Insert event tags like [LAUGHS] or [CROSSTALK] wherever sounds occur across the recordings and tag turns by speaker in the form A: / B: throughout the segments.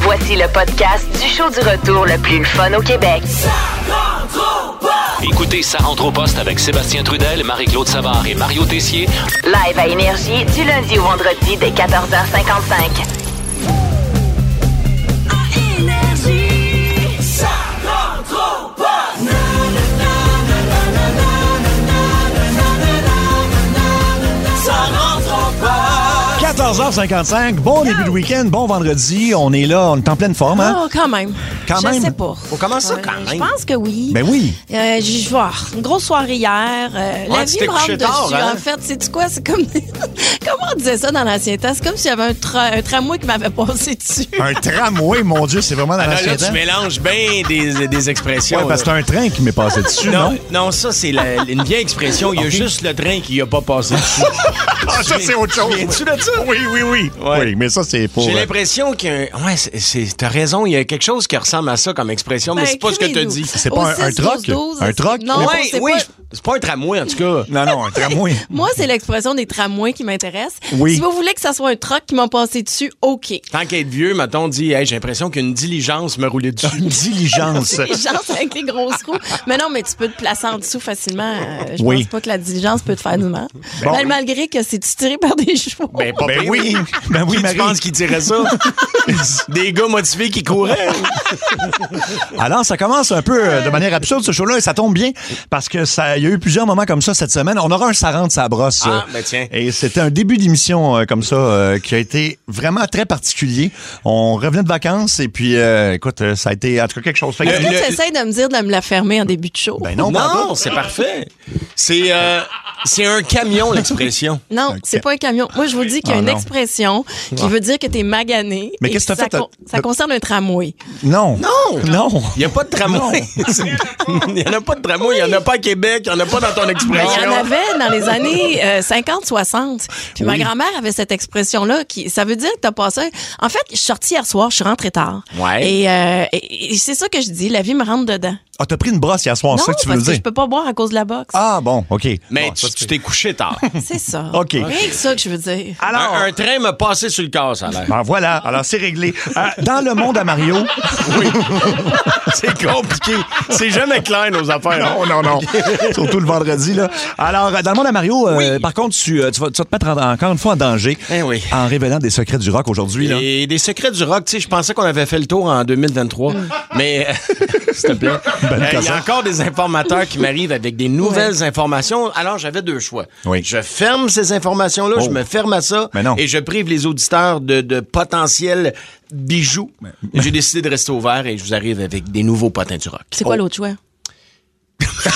A: voici le podcast du show du retour le plus fun au Québec.
B: Écoutez, ça rentre au poste avec Sébastien Trudel, Marie-Claude Savard et Mario Tessier.
A: Live à Énergie du lundi au vendredi dès 14h55.
C: Ça rentre pas.
D: 14h55, bon début de week-end, bon vendredi. On est là, on est en pleine forme, hein?
E: Oh, quand même.
D: Quand
E: je
D: même.
E: sais pas.
C: Faut commencer ça
E: Euh,
C: quand
E: Je
C: même.
E: pense que oui.
D: Ben oui.
E: Euh, j'ai- je vais avoir une grosse soirée hier. euh, la
C: Ouais, tu
E: vie
C: t'es
E: me rentre
C: couché
E: dessus.
C: tard, hein?
E: En fait, c'est quoi? C'est comme. [LAUGHS] Comment on disait ça dans l'ancien temps? C'est comme s'il y avait un, tra- un tramway qui m'avait passé dessus.
D: Un tramway, mon Dieu, c'est vraiment dans
C: Ah, Là,
D: l'ancien
C: là, tu
D: temps.
C: mélanges bien des, des expressions.
D: Ouais, parce que c'est
C: là.
D: un train qui m'est passé dessus, non?
C: non, non, ça, c'est la- une vieille expression. Il y a juste le train qui n'a pas passé dessus.
D: Ah, ça, c'est autre chose.
C: Viens-tu de ça?
D: Oui, oui, oui.
C: Ouais.
D: Oui, mais ça, c'est pour...
C: J'ai
D: euh,
C: l'impression qu'il y a un... Ouais, c'est- c'est- t'as raison, il y a quelque chose qui ressemble à ça comme expression, mais
E: Ben,
C: c'est pas ce que t'as
E: écrivez-nous.
C: dit.
D: C'est pas
E: Au
D: un- un
E: 6,
D: troc?
E: 12, 12,
D: Un troc?
E: Non,
C: Ouais,
D: Mais pas-
E: c'est
C: oui,
E: pas-
C: je- c'est pas un tramway, en tout cas.
D: Non, non, un tramway.
E: Moi, c'est l'expression des tramways qui m'intéresse.
D: Oui.
E: Si vous voulez que ça soit un truck qui m'a passé dessus, OK.
C: Tant qu'être vieux, mettons, dit, Hey, j'ai l'impression qu'une diligence me roulait dessus.
E: [LAUGHS]
D: Une diligence.
E: Les gens avec les grosses roues. Mais non, mais tu peux te placer en dessous facilement. Euh, je
D: Oui.
E: pense pas que la diligence peut te faire du mal.
D: Bon.
E: Mal- malgré que c'est tiré par des [LAUGHS] chevaux.
C: Ben, pas
D: Ben
C: pire.
D: oui, ben oui,
C: Qui tu
D: Marie.
C: penses qu'il dirait
D: [LAUGHS]
C: ça? Des gars motivés qui couraient.
D: Alors, ça commence un peu euh, de manière absurde, ce show-là, et ça tombe bien, parce que ça, il y a eu plusieurs moments comme ça cette semaine. On aura un ça rentre, ça brosse.
C: Ah,
D: euh,
C: ben tiens.
D: Et c'était un début d'émission euh, comme ça, euh, qui a été vraiment très particulier. On revenait de vacances, et puis, euh, écoute, euh, ça a été, en tout cas, quelque chose. Fait que-
C: Le-
E: Est-ce que tu essaies de me dire de me la fermer en début de show?
D: Ben non, pardon.
C: Non, c'est parfait. C'est euh, c'est un camion, l'expression.
E: non,
D: Ok.
E: c'est pas un camion. Moi, je vous dis qu'il y
D: Ah,
E: a une
D: non.
E: expression qui veut dire que t'es magané.
D: Mais
E: et
D: qu'est-ce que t'as
E: ça
D: fait,
E: con-
D: t'as-
E: Ça concerne un tramway.
D: Non.
C: Non.
D: Non.
C: Il n'y a pas de tramway. [LAUGHS] Il n'y en a pas de tramway. Il n'y en a pas à Québec. Il n'y en a pas dans ton
E: Ben, Il y
C: expression.
E: en avait dans les années 50-60. Puis ma grand-mère avait cette expression-là qui, ça veut dire que t'as passé. En fait, je suis sortie hier soir, je suis rentrée tard.
C: Ouais.
E: Et, euh, et- et c'est ça que je dis, la vie me rentre dedans.
D: Ah, t'as pris une brosse hier soir, c'est
E: non,
D: ça que tu veux
E: parce que
D: dire?
E: je peux pas boire à cause de la
D: [LAUGHS]
E: boxe.
D: Ah, bon, OK.
C: Mais
D: Bon,
C: tu-
D: ça, c'est-
C: tu t'es couché tard.
E: C'est ça.
D: OK.
E: Rien que ça que je veux dire.
D: [LAUGHS] Alors.
C: Un, un train m'a passé sur le corps, ça a l'air.
D: Ben voilà, alors c'est réglé. Euh, dans le monde à
C: [LAUGHS]
D: Mario.
C: C'est compliqué. C'est jamais clair, nos affaires.
D: Non, non, non. Surtout le vendredi, là. Alors, euh, dans le monde à Mario, euh, par contre, tu, euh, tu vas, tu vas te mettre en- encore une fois en danger
C: Eh oui.
D: en révélant des secrets du rock aujourd'hui, là.
C: Et des secrets du rock, tu sais, je pensais qu'on avait fait le tour en 2023,
E: Mm.
C: mais euh, [LAUGHS] s'il te plaît, Euh, il y
D: Cosson.
C: a encore des informateurs qui m'arrivent avec des nouvelles informations. Alors j'avais deux choix.
D: Oui. Oh.
C: Je ferme ces informations-là, je me ferme à ça,
D: Mais non.
C: et je prive les auditeurs de, de potentiels bijoux. J'ai décidé de rester ouvert et je vous arrive avec des nouveaux potins du rock.
D: Oh.
E: C'est quoi l'autre choix?
D: [LAUGHS]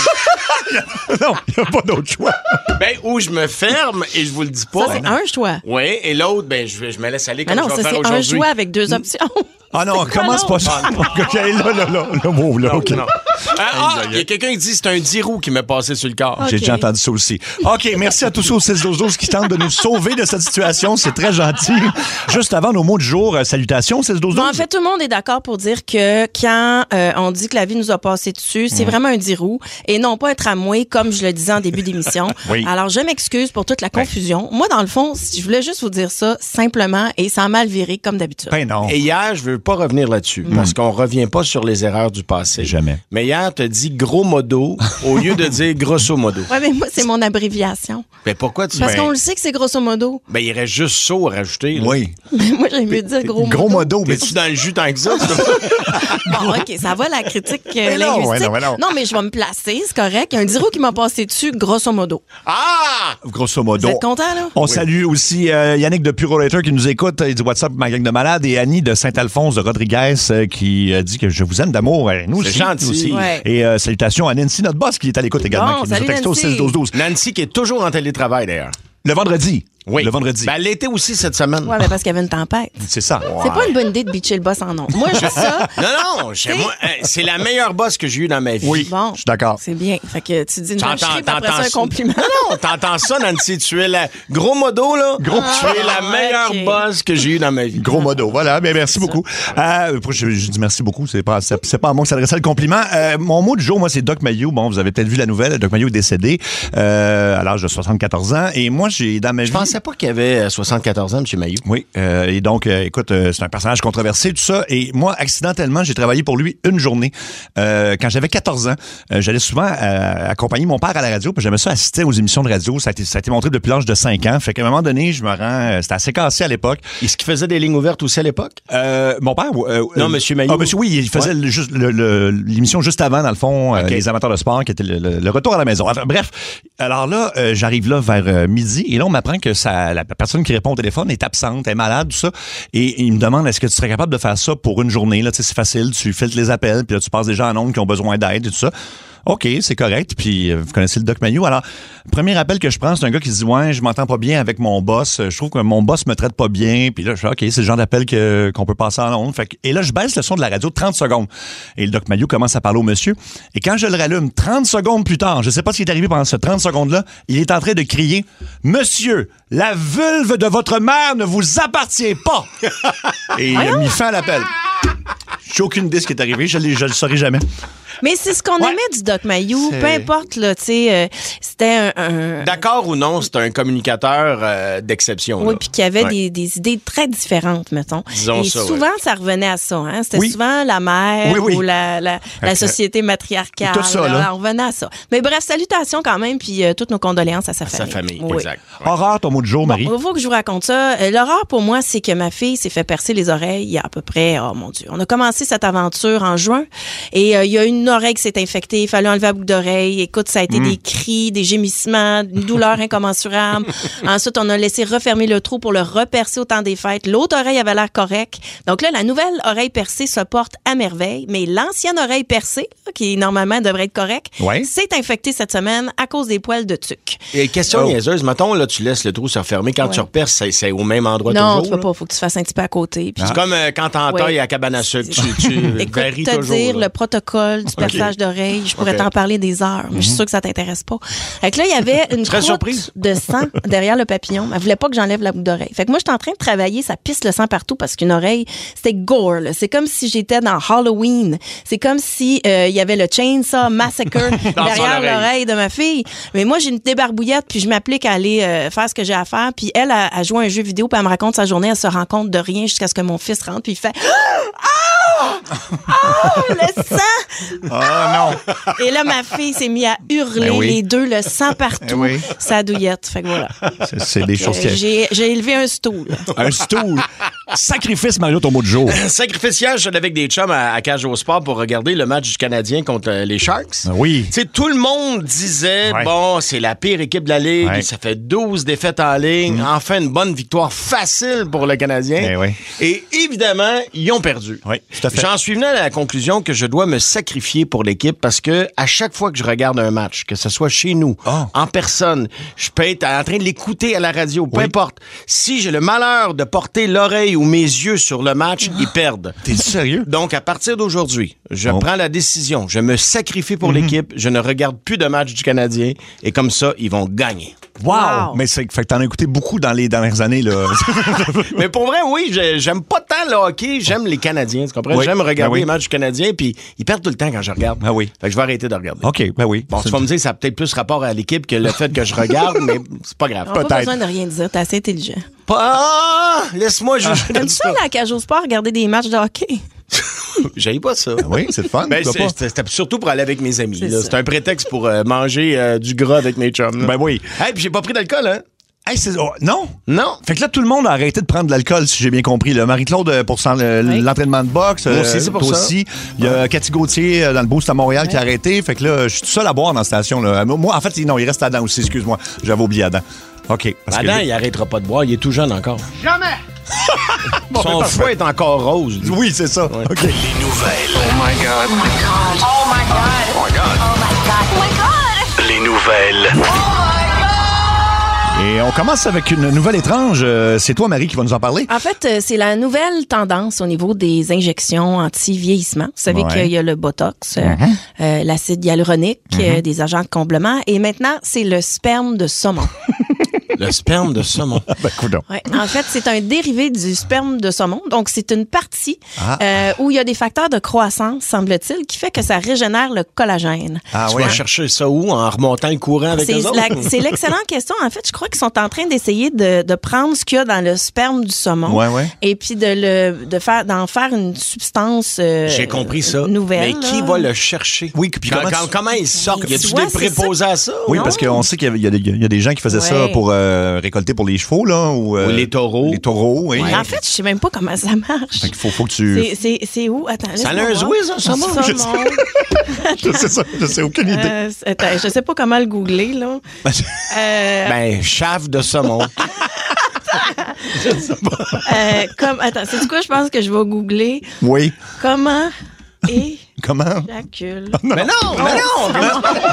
D: Non, il n'y a pas d'autre choix.
C: Ben ou je me ferme et je vous le dis
E: Ça,
C: pas.
D: Ben
E: c'est un choix.
C: oui, et l'autre, ben je, vais- je me laisse aller
E: Mais
C: comme
E: non,
C: je
E: ça,
C: vais faire
E: c'est un
C: aujourd'hui.
E: choix avec deux options. [LAUGHS]
D: Ah non,
E: C'est quoi
D: commence pas
E: l'autre?
D: ça. OK, là, là, là, le mot, là, OK.
C: [LAUGHS] Ah, ah, il y a quelqu'un qui dit c'est un 10 roues qui m'est passé sur le corps.
D: J'ai
E: OK.
D: déjà entendu ça aussi. OK, merci à tous ceux au 6-12-12 qui tentent de nous sauver de cette situation. C'est très gentil. Juste avant nos mots du jour, euh, salutations, 6-12-12.
E: Bon, en fait, tout le monde est d'accord pour dire que quand euh, on dit que la vie nous a passé dessus, c'est vraiment un 10 roues et non pas un tramway, comme je le disais en début d'émission.
D: [LAUGHS] Oui. Ben.
E: Alors, je m'excuse pour toute la confusion. Moi, dans le fond, si- je voulais juste vous dire ça simplement et sans mal virer, comme d'habitude.
D: Ben non. Mm.
C: Et hier, je veux pas revenir là-dessus, parce qu'on revient pas sur les erreurs du passé.
D: Jamais.
C: Mais hier, tu dit gros
D: [LAUGHS]
C: modo au lieu de dire grosso modo.
E: Ouais, mais moi, c'est mon abréviation.
C: Mais pourquoi tu
E: Parce
C: ben,
E: qu'on le sait que c'est grosso modo. [LAUGHS]
C: ben, il reste juste ça à rajouter. là.
D: Oui.
E: Mais moi, j'aime mieux dire gros,
D: Gros
E: modo.
D: modo, mais
C: T'es-tu dans le jus tant que ça? tu peux pas-
E: Bon, OK, ça va la critique euh,
D: Mais non,
E: linguistique.
D: ouais, non, ouais, non.
E: mais je vais me placer, c'est correct. Il y a un 10 roues qui m'a passé dessus, grosso modo.
C: ah!
D: grosso
E: Vous
D: modo.
E: êtes content, là?
D: On salue aussi euh, Yannick de Purolator qui nous écoute. Il dit WhatsApp, ma gang de malades. Et Annie de Saint-Alphonse de Rodriguez euh, qui euh, dit que je vous aime d'amour. Euh, Nous
C: C'est
D: aussi.
C: gentil.
D: nous aussi.
E: Ouais.
D: Et euh, salutations à Nancy, notre boss, qui est à l'écoute également,
E: Bon,
D: qui nous a
E: salut,
D: texté au
E: Nancy.
D: 16 12 12
C: Nancy qui est toujours en télétravail d'ailleurs.
D: [LAUGHS] Le vendredi. Le vendredi.
C: Ben, elle l'était aussi cette semaine.
E: Ouais, mais parce qu'il y avait une tempête.
D: c'est ça.
E: C'est pas une bonne idée de bitcher le boss en nom. Moi, je dis
D: [LAUGHS]
E: ça.
C: Non, non, j'ai- moi, euh, c'est la meilleure bosse que j'ai eue dans ma vie.
D: Oui.
E: Bon.
D: Je suis d'accord.
E: C'est bien. Fait que tu dis une bonne
C: T'entends,
E: chérie, puis après ça, un
C: t'entends-
E: compliment.
C: Non, non, t'entends ça, Nancy. Tu es la. Gros modo, là.
D: Gros-
C: tu es la
E: Ah,
C: meilleure
E: ok.
C: boss que j'ai eue dans ma vie.
D: Gros modo, voilà. Ben, merci beaucoup. Euh, pour- je, je dis merci beaucoup. C'est pas, c'est c'est pas à moi que s'adressait le compliment. Euh, mon mot du jour, moi, c'est Doc Mayou. Bon, vous avez peut-être vu la nouvelle. Doc Mayou est décédé euh, à l'âge de 74 ans. Et moi, j'ai dans ma vie.
C: Je
F: connaissais
C: pensais
F: pas qu'il avait euh, 74 ans, M. Mayou.
D: Oui, euh, et donc, euh, écoute, euh, c'est un personnage controversé, tout ça. Et moi, accidentellement, j'ai travaillé pour lui une journée. Euh, quand j'avais 14 ans, euh, j'allais souvent euh, accompagner mon père à la radio, puis j'aimais ça assister aux émissions de radio. Ça a été, ça a été montré depuis l'âge de 5 ans. Fait qu'à un moment donné, je me rends... euh, C'était assez cassé à l'époque.
F: Est-ce qu'il faisait des lignes ouvertes aussi à l'époque?
D: Euh, mon père... euh,
F: Non,
D: euh,
F: Monsieur Mailloux.
D: Ah, monsieur, oui, il faisait le- juste le- le- l'émission juste avant, dans le fond, euh, les amateurs de sport, qui était le, le- le retour à la maison. Enfin, bref, alors là, euh, j'arrive là vers euh, midi, et là, on m'apprend que ça, la personne qui répond au téléphone est absente, est malade, tout ça, et il me demande est-ce que tu serais capable de faire ça pour une journée, là, tu sais, c'est facile, tu filtres les appels, puis là, tu passes des gens en nombre qui ont besoin d'aide et tout ça. OK, c'est correct. Puis euh, vous connaissez le Doc Mayou. Alors, premier appel que je prends, c'est un gars qui se dit Ouais, je m'entends pas bien avec mon boss. Euh, Je trouve que mon boss me traite pas bien. Puis là, je fais OK, c'est le genre d'appel que- qu'on peut passer en ondes. Fait que- et là, je baisse le son de la radio 30 secondes. Et le Doc Mayou commence à parler au monsieur. Et quand je le rallume 30 secondes plus tard, je sais pas ce qui est arrivé pendant ce 30 secondes-là, il est en train de crier Monsieur, la vulve de votre mère ne vous appartient pas Et il a mis fin à l'appel. J'ai aucune idée de ce qui est arrivé. Je, l'ai- je le saurai jamais.
E: Mais c'est ce qu'on
D: Ouais.
E: aimait du Doc Mayou.
D: C'est-
E: Peu importe, là, tu sais, euh, c'était un. un-
C: D'accord ou non, c'est un communicateur euh, d'exception.
E: Oui,
C: là.
E: puis qu'il y avait
C: Ouais.
E: des, des idées très différentes, mettons.
C: Disons
E: Et
C: ça, ouais.
E: souvent, ça revenait à ça. Hein? C'était
D: Oui.
E: souvent la mère
D: Oui, oui.
E: ou la, la, la
D: Avec,
E: société matriarcale.
D: tout ça, là.
E: On revenait à ça. Mais bref, salutations quand même, puis euh, toutes nos condoléances à sa
C: Sa
E: famille.
C: famille,
E: Oui.
C: exact. Ouais.
D: Horreur ton mot de jour, Marie.
E: Bon, faut que je vous raconte ça. Euh, L'horreur pour moi, c'est que ma fille s'est fait percer les oreilles il y a à peu près, oh mon Dieu. On a commencé cette aventure en juin et euh, il y a une oreille qui s'est infectée. Il fallait enlever la boucle d'oreille. Écoute, ça a été des cris, des gémissements, une douleur incommensurable. Ensuite, on a laissé refermer le trou pour le repercer au temps des fêtes. L'autre oreille avait l'air correcte. Donc là, la nouvelle oreille percée se porte à merveille, mais l'ancienne oreille percée, là, qui normalement devrait être correcte,
D: Ouais.
E: s'est infectée cette semaine à cause des poils de tuque.
C: Et question
D: Oh.
C: niaiseuse, mettons, là, tu laisses le trou se refermer. Quand tu reperces, c'est- c'est au même endroit
E: Non, tu
C: toujours.
E: peux
C: là.
E: pas. Faut que tu fasses un petit peu à côté. puis
C: C'est comme euh, quand t'entailles
E: Ouais.
C: à cabane à sucre. Tu, tu
E: [LAUGHS] Écoute,
C: varies
E: te
C: toujours.
E: dire
C: là.
E: le protocole du perçage d'oreille, je pourrais
C: Ok.
E: t'en parler des heures, mais je suis sûre que ça t'intéresse pas. Fait que là, il y avait une
C: Très
E: croûte
C: surprise.
E: de sang derrière le papillon. Elle voulait pas que j'enlève la boucle d'oreille. Fait que moi, j'étais en train de travailler, ça pisse le sang partout parce qu'une oreille, c'était gore. là. C'est comme si j'étais dans Halloween. C'est comme si euh, il y avait le Chainsaw Massacre
C: Dans
D: [LAUGHS]
C: son
E: derrière
C: oreille.
E: l'oreille de ma fille. Mais moi, j'ai une débarbouillette, puis je m'applique à aller euh, faire ce que j'ai à faire. Puis elle, a, joué à un jeu vidéo, puis elle me raconte sa journée, elle se rend compte de rien jusqu'à ce que mon fils rentre, puis il fait Ah! le sang!
D: Ah non!
E: Et là, ma fille s'est mise à hurler,
D: Ben oui.
E: les deux, le sang
D: [LAUGHS] Eh
E: partout,
D: oui.
E: sa douillette. Fait que voilà.
D: C'est- C'est des choses
E: Euh,
D: qui.
E: J'ai j'ai élevé un stool.
D: Un stool. Sacrifice, Mario, ton mot de jour.
C: [LAUGHS] Sacrificiage, j'étais avec des chums à, à Cage au Sport pour regarder le match du Canadien contre euh, les Sharks.
D: Ah oui.
C: Tu sais, tout le monde disait,
D: Ouais.
C: bon, c'est la pire équipe de la Ligue,
D: Ouais.
C: ça fait 12 défaites en ligne, enfin une bonne victoire facile pour le Canadien.
D: Mm. Eh oui.
C: Et évidemment, ils ont perdu.
D: Oui, tout à fait.
C: J'en suis venu à la conclusion que je dois me sacrifier pour l'équipe parce que à chaque fois que je regarde un match, que ce soit chez nous,
D: Ah.
C: en personne, je peux être en train de l'écouter à la radio, peu
D: Oui.
C: importe. Si j'ai le malheur de porter l'oreille ou mes yeux sur le match, ils perdent.
D: Ah. T'es sérieux?
C: Donc, à partir d'aujourd'hui, je
D: Bon. Mm-hmm.
C: prends la décision. Je me sacrifie pour l'équipe. Je ne regarde plus de matchs du Canadien. Et comme ça, ils vont gagner.
D: Wow!
E: Wow.
D: Mais c'est fait que t'en as écouté beaucoup dans les dernières années,
E: [LAUGHS]
D: là.
C: [LAUGHS] Mais pour vrai, oui, je- j'aime pas tant le hockey. J'aime les Canadiens, tu comprends?
D: Oui.
C: J'aime regarder
D: Ben oui.
C: les matchs du Canadien. Puis, ils perdent tout le temps quand je regarde.
D: Ah oui.
C: Fait que je vais arrêter de regarder.
D: OK, ben oui.
C: Bon, tu vas me dire, ça a peut-être plus rapport à l'équipe que le fait que je regarde, mais c'est pas grave.
E: On n'a
D: Peut-être.
E: pas besoin de rien dire. T'es assez intelligent.
C: Pas... Laisse-moi juger de
E: T'aimes ça,
C: ça.
E: la cage au sport, regarder des matchs de hockey?
C: J'aille pas ça.
D: oui, c'est le fun.
C: Ben,
D: pourquoi
C: c'est-
D: pas?
C: c'était c'était surtout pour aller avec mes amis.
E: C'est
C: là.
E: ça.
C: C'était un prétexte pour euh, manger euh, du gras avec mes chums. là.
D: Ben oui.
C: Hey, puis j'ai pas pris d'alcool, hein?
D: Hey, c'est- oh, non?
C: Non.
D: Fait que là, tout le monde a arrêté de prendre de l'alcool, si j'ai bien compris. là. Marie-Claude euh, pour s'en- le-
E: Oui.
D: l'entraînement de boxe.
C: Moi
D: euh,
C: aussi, c'est pour
D: toi
C: ça.
D: aussi. Il y a Cathy Gauthier euh, dans le Boost à Montréal qui a arrêté. Fait que là, je suis tout seul à boire dans la station. Là. Euh, Moi, en fait, non, il reste Adam aussi, excuse-moi. J'avais oublié Adam. OK. parce que-
C: Adam, il arrêtera pas de boire. Il est tout jeune encore. Jamais! Son fouet est encore rose. lui.
D: Oui, c'est ça. OK. Oh
E: Oh
B: Les nouvelles.
D: Et on commence avec une nouvelle étrange. Euh, C'est toi, Marie, qui va nous en parler.
E: En fait, euh, c'est la nouvelle tendance au niveau des injections anti-vieillissement. Vous savez
D: Ouais. Mhm.
E: qu'il y a le Botox, euh,
D: [LAUGHS]
E: euh, l'acide hyaluronique, euh, des agents de comblement, et maintenant, c'est le sperme de saumon.
C: Le sperme de saumon.
D: Ben, coudonc.
E: Ouais. En fait, c'est un dérivé du sperme de saumon. Donc, c'est une partie
D: Ah.
E: euh, où il y a des facteurs de croissance, semble-t-il, qui fait que ça régénère le collagène.
D: Ah
C: tu
D: ouais,
C: vas
D: hein?
C: chercher ça où en remontant le courant avec
E: C'est
C: les autres?
E: la- c'est l'excellente question. En fait, je crois qu'ils sont en train d'essayer de, de prendre ce qu'il y a dans le sperme du saumon
D: Ouais, ouais.
E: et puis de le de faire d'en faire une substance euh,
C: J'ai compris ça.
E: nouvelle.
C: Mais qui
E: là.
C: va le chercher?
D: Oui, puis
C: Quand-
D: comment
C: quand-
D: tu-
C: comment il sort?
E: Mais
C: Y a-tu
E: tu vois,
C: des
E: c'est
C: préposés à ça?
D: Oui,
E: Non.
D: parce qu'on sait qu'il y, avait- il y a des- il y a des gens qui faisaient ça
E: Ouais.
D: pour euh, récolter pour les chevaux, là. Ou, euh,
C: Ou les taureaux.
D: Les taureaux, oui.
E: Mais En fait, je sais même pas comment ça marche.
D: Fait qu'il faut, faut que tu.
E: C'est- C'est c'est où? Attends,
C: Ça
E: laisse-moi
C: a un
E: voir.
C: zouiz, un saumon?
E: Saumon.
D: Je [LAUGHS] Je sais ça, je sais [LAUGHS] aucune idée.
E: Euh, c'est- attends, je sais pas comment le googler, là. Euh,
C: Ben, chave de
E: [LAUGHS]
C: saumon.
E: euh, comme, attends, c'est quoi? Je pense que je vais googler
D: Oui.
E: comment Oh, éjacule.
C: [LAUGHS]
D: Comment? [LAUGHS]
C: mais non, mais non!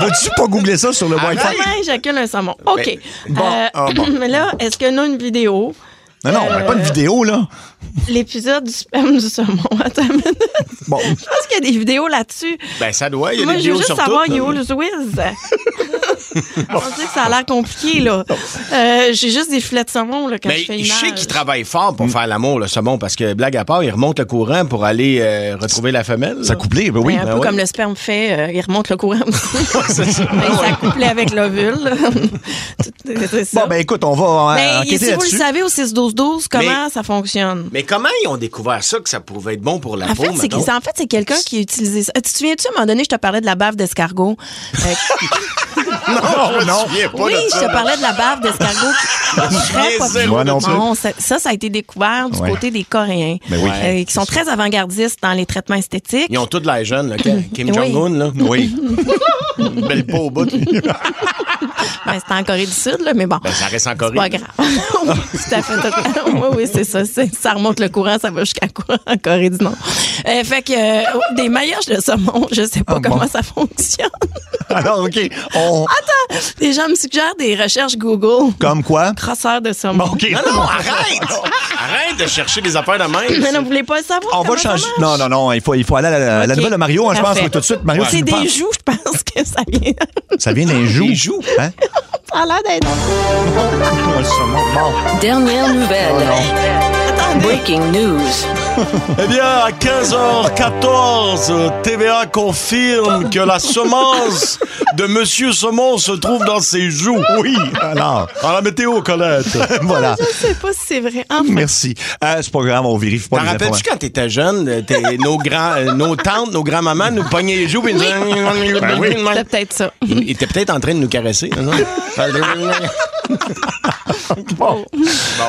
D: Vas-tu pas googler ça sur le Wi-Fi?
E: Comment éjacule un saumon?
C: Ben,
E: OK.
D: bon,
E: Euh,
D: ah, bon.
E: [CLEARS THROAT] mais là, est-ce qu'on a une vidéo?
D: Non, non,
E: Euh,
D: pas de vidéo, là.
E: L'épisode du sperme du saumon. [LAUGHS] Attends une minute.
D: Bon.
E: Je pense qu'il y a des vidéos là-dessus.
C: Ben, ça doit, il y a
E: Moi,
C: des
E: je veux
C: vidéos
E: juste
C: sur
E: savoir,
C: tout,
E: il est
C: là.
E: où le Zwiz?
C: [LAUGHS]
E: On dirait que ça a l'air compliqué, là. Euh, J'ai juste des filets de saumon, là, quand
C: Mais
E: je fais une
C: Ben, je sais
E: image.
C: qu'il travaille fort
D: Mm.
C: pour faire l'amour, le saumon, parce que, blague à part, il remonte le courant pour aller euh, retrouver la femelle.
D: Ça
C: là.
D: couplé, ben oui.
E: Mais Euh, un peu
C: oui.
E: comme le sperme fait, euh, il remonte le
C: [LAUGHS]
E: courant Ben, aussi. Mais ça couplait avec l'ovule. [LAUGHS] C'est- c'est ça.
D: Bon, ben écoute, on va
E: Mais
D: euh, enquêter
E: si vous le
D: là-dessus.
E: savez au 6-12-12, comment
C: Mais-
E: ça fonctionne?
C: Mais comment ils ont découvert ça, que ça pouvait être bon pour la
E: En
C: peau,
E: fait, c'est que-
C: mettons?
E: c'est- en fait, c'est quelqu'un qui a utilisé ça. Tu te souviens-tu, à un moment donné, je te parlais de la bave d'escargot? Euh,
D: Non, non.
E: oui, je te parlais de la bave d'escargot.
C: [LAUGHS]
E: qui- très populaire.
D: Moi non
E: Non, ça, ça, ça a été découvert du
D: Ouais.
E: côté des Coréens,
D: Ben oui.
E: euh, qui sont très avant-gardistes dans les traitements esthétiques.
C: Ils ont tous l'air jeunes,
E: [COUGHS]
C: là. Kim Kim
E: Oui.
C: Jong-un, là. [LAUGHS] Oui. Belle peau au bout. lui.
E: Ben, c'était en Corée du Sud, là, mais bon.
C: Ben, ça reste en
E: C'est
C: Corée.
E: pas grave. [LAUGHS] oui, tout à fait. tout- oui, oui, c'est ça. c'est- Ça remonte le courant, ça va jusqu'à quoi en Corée du Nord. Euh, fait que euh, des maillages de saumon, je sais pas
D: Ah,
E: comment
D: bon.
E: ça
D: [LAUGHS]
E: fonctionne.
D: Alors, OK. On...
E: Les gens me suggèrent des recherches Google.
D: Comme quoi?
E: Crosseur de saumon.
D: Hein? OK.
C: Non, non, arrête! Arrête de chercher des affaires
E: [LAUGHS]
C: de
E: Mais non,
C: même.
E: vous voulez pas le savoir?
D: On va
E: comment ça
D: changer.
E: marche?
D: Non, non, non. Il faut, il faut aller à la, à la
E: Ok.
D: nouvelle de Mario, hein, je pense,
E: Parfait.
D: oui, tout de suite. Mario, tu
E: C'est
D: nous
E: des
D: parles.
E: joues, je pense que ça vient.
D: Ça vient d'un joug. Hein?
E: [LAUGHS] Ça a l'air d'être.
D: Ah, le saumon. Bon.
A: Dernière
D: Oh,
A: nouvelle.
E: Attendez. [LAUGHS]
A: Breaking news.
C: Eh bien, à 15h14, TVA confirme que la semence de Monsieur Saumon se trouve dans ses joues.
D: Oui,
E: [LAUGHS]
D: alors,
C: Dans la météo, Colette.
D: voilà.
E: Je sais pas si c'est vrai. Enfin,
D: [LAUGHS] Merci. Euh, c'est pas grave, on vérifie pas
C: T'en
D: les
C: rappelles-tu
D: informations.
C: quand t'étais jeune, euh, t'es- nos, grands, euh, nos tantes, nos grands-mamans nous pognaient les joues et nous disaient...
E: Ben c'était peut-être ça.
C: Il était peut-être en train de nous caresser. non? [LAUGHS]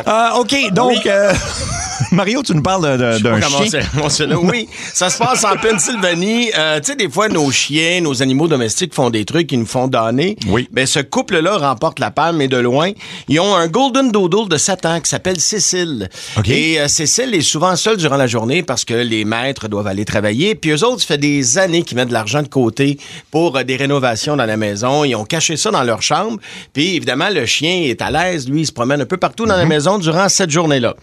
D: Euh, OK, donc, euh, [LAUGHS] Mario, tu nous parles de- de- d'un
C: Comment
D: chien.
C: c'est- on sait là. Oui, ça se passe en Pennsylvanie. Euh, tu sais, des fois, nos chiens, nos animaux domestiques font des trucs qui nous font donner.
D: Oui.
C: Ben, ce couple-là remporte la palme, mais de loin. Ils ont un golden doodle de Satan qui s'appelle Cécile.
D: OK.
C: Et euh, Cécile est souvent seule durant la journée parce que les maîtres doivent aller travailler. Puis eux autres, ça fait des années qu'ils mettent de l'argent de côté pour euh, des rénovations dans la maison. Ils ont caché ça dans leur chambre. Puis évidemment, le chien est à l'aise. Lui, il se promène un peu partout dans la maison durant cette journée-là.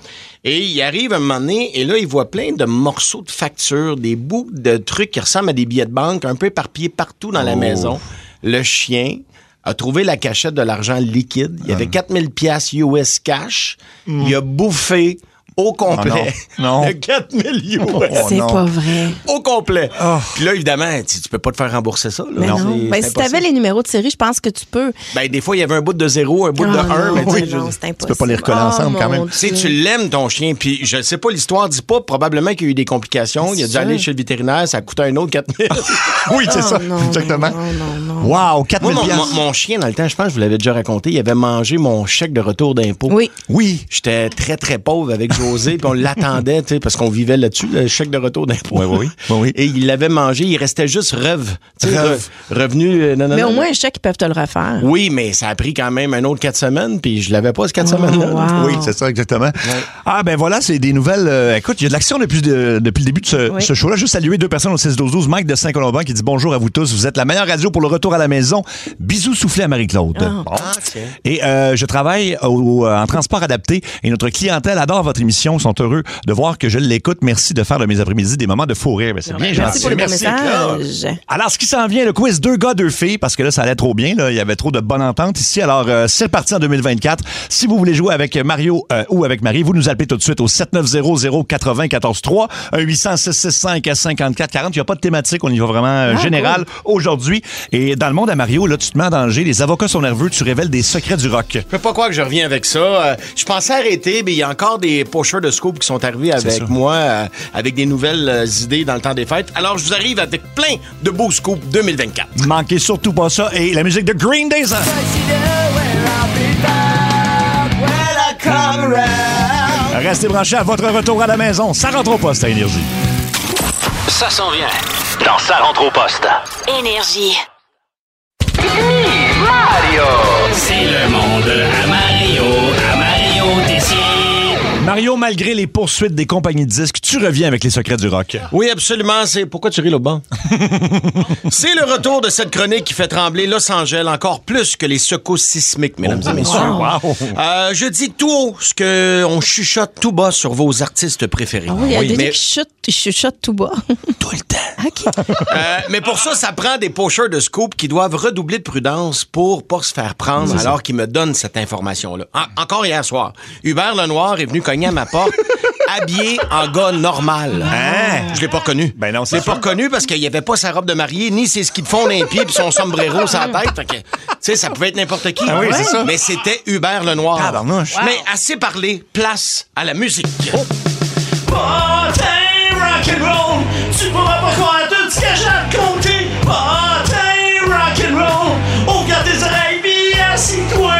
C: Et il arrive un moment donné, et là, il voit plein de morceaux de factures, des bouts de trucs qui ressemblent à des billets de banque, un peu éparpillés partout dans la maison. Le chien a trouvé la cachette de l'argent liquide. Il y avait 4000 pièces US cash. Il a bouffé au complet.
D: Oh non.
C: [LAUGHS]
D: Non.
C: Le 4000 US.
D: Oh
E: c'est
D: non.
E: pas vrai.
C: Au complet.
D: Oh.
C: Puis là, évidemment, tu, tu peux pas te faire rembourser ça. là.
E: Mais
C: C'est-
E: non.
C: c'est
E: Ben, si t'avais
C: impossible.
E: les numéros de série, je pense que tu peux.
C: Ben, des fois, il y avait un bout de zéro, un bout de
E: Ah,
C: un.
E: non,
C: mais tu sais,
E: non,
C: je-
E: non, c'est
D: peux pas les
E: impossible.
D: recoller ensemble,
E: Ah,
D: quand même.
E: mon
C: tu sais,
E: Dieu.
C: tu l'aimes ton chien, puis je sais pas, l'histoire dit pas, probablement qu'il y a eu des complications, il a dû
E: C'est
C: aller
E: sûr.
C: chez le vétérinaire, ça a coûté un autre 4000.
D: [LAUGHS] Oui, c'est
E: Oh
D: ça,
E: non,
D: exactement.
E: non, non, non.
D: Wow, 4
C: Moi,
D: 000
C: mon, mon-
D: piastres.
C: mon chien, dans le temps, je pense que je vous l'avais déjà raconté, il avait mangé mon chèque de retour d'impôt.
E: Oui.
D: Oui.
C: J'étais très, très pauvre avec José, puis on l'attendait, tu sais, parce qu'on vivait là-dessus, le chèque de retour d'impôt.
D: Oui, oui, oui. Oui, oui.
C: Et il l'avait mangé, il restait juste rêve. tu sais,
D: Rêve.
C: re- revenu, euh, non, non,
E: Mais au
C: non.
E: moins, un chèque, ils peuvent te le refaire.
C: Oui, mais ça a pris quand même un autre quatre semaines, puis je l'avais pas, ce quatre semaines-là.
E: Oh, wow.
C: [LAUGHS]
D: Oui, c'est ça, exactement. Ah, ben voilà, c'est des nouvelles. euh, écoute, il y a de l'action depuis, de- depuis le début de ce,
E: Oui.
D: ce show-là. Juste saluer deux personnes au 6-12-12. Mike de Saint-Colomban qui dit bonjour à vous tous. Vous êtes la meilleure radio pour le retour à la maison. Bisous soufflés à Marie-Claude.
E: Ah.
D: euh, Bon. Et euh, je travaille au- au- en transport adapté et notre clientèle adore votre émission. l'émission sont heureux de voir que je l'écoute. Merci de faire de mes après-midi des moments de fou rire. Ben, c'est bien
E: Merci
D: gentil.
E: pour le beau
D: Claude.
E: message.
D: Alors, ce qui s'en vient, le quiz deux gars, deux filles, parce que là, ça allait trop bien. Là. Il y avait trop de bonne entente ici. Alors, euh, c'est parti en 2024. Si vous voulez jouer avec Mario euh, ou avec Marie, vous nous appelez tout de suite au 7900-943, 1-800-665-5440. Il n'y a pas de thématique. On y va vraiment euh, général aujourd'hui. Et dans le monde à Mario, là, tu te mets en danger. Les avocats sont nerveux. Tu révèles des secrets du rock.
C: Je peux pas croire que je reviens avec ça. Euh, je pensais arrêter, mais il y a encore des pocheurs de scoop qui sont arrivés avec
D: ça.
C: moi, euh, avec des nouvelles euh, idées dans le temps des fêtes. Alors, je vous arrive avec plein de beaux scoops 2024.
D: Manquez surtout pas ça. Et la musique de Green Day. hein. ça. Restez branchés à votre retour à la maison. Ça rentre au poste à Énergie.
B: Ça s'en vient dans Sa rentre au poste.
A: Énergie.
B: oh.
G: C'est le monde à Mario, à Mario Tessier.
D: Mario, malgré les poursuites des compagnies de disques, tu reviens avec les secrets du rock.
C: Oui, absolument. C'est pourquoi [LAUGHS] tu ris le banc. C'est le retour de cette chronique qui fait trembler Los Angeles encore plus que les secousses sismiques, mesdames et messieurs.
D: Wow.
C: Euh, je dis tout haut ce que on chuchote tout bas sur vos artistes préférés.
E: Ah oui, il y a des gens
C: mais,
E: qui chutent, qui chuchotent tout bas.
C: tout le temps. Euh, mais pour ça, ça prend des pocheurs de scoop qui doivent redoubler de prudence pour pas se faire prendre alors qu'ils me donnent cette information-là. En- encore hier soir, Hubert Lenoir est venu cogner à ma
D: [LAUGHS]
C: porte habillé en gars normal.
D: Hein?
C: Je l'ai pas reconnu.
D: Ben non,
C: Je
D: c'est
C: l'ai pas
D: sûr.
C: reconnu parce qu'il y avait pas sa robe de mariée, ni ses skis de fond d'un pied, puis son sombrero sur la tête. Fait que, Tu sais, ça pouvait être n'importe qui.
D: Ah oui, c'est ça.
C: Mais c'était Hubert Lenoir.
D: Tabarnouche.
C: Mais assez parlé, place à la musique.
G: Bottin rock'n'roll, tu pourras pas croire tout ce que j'ai à te compter. Bottin Ah, rock'n'roll, on garde tes oreilles bien assis-toi.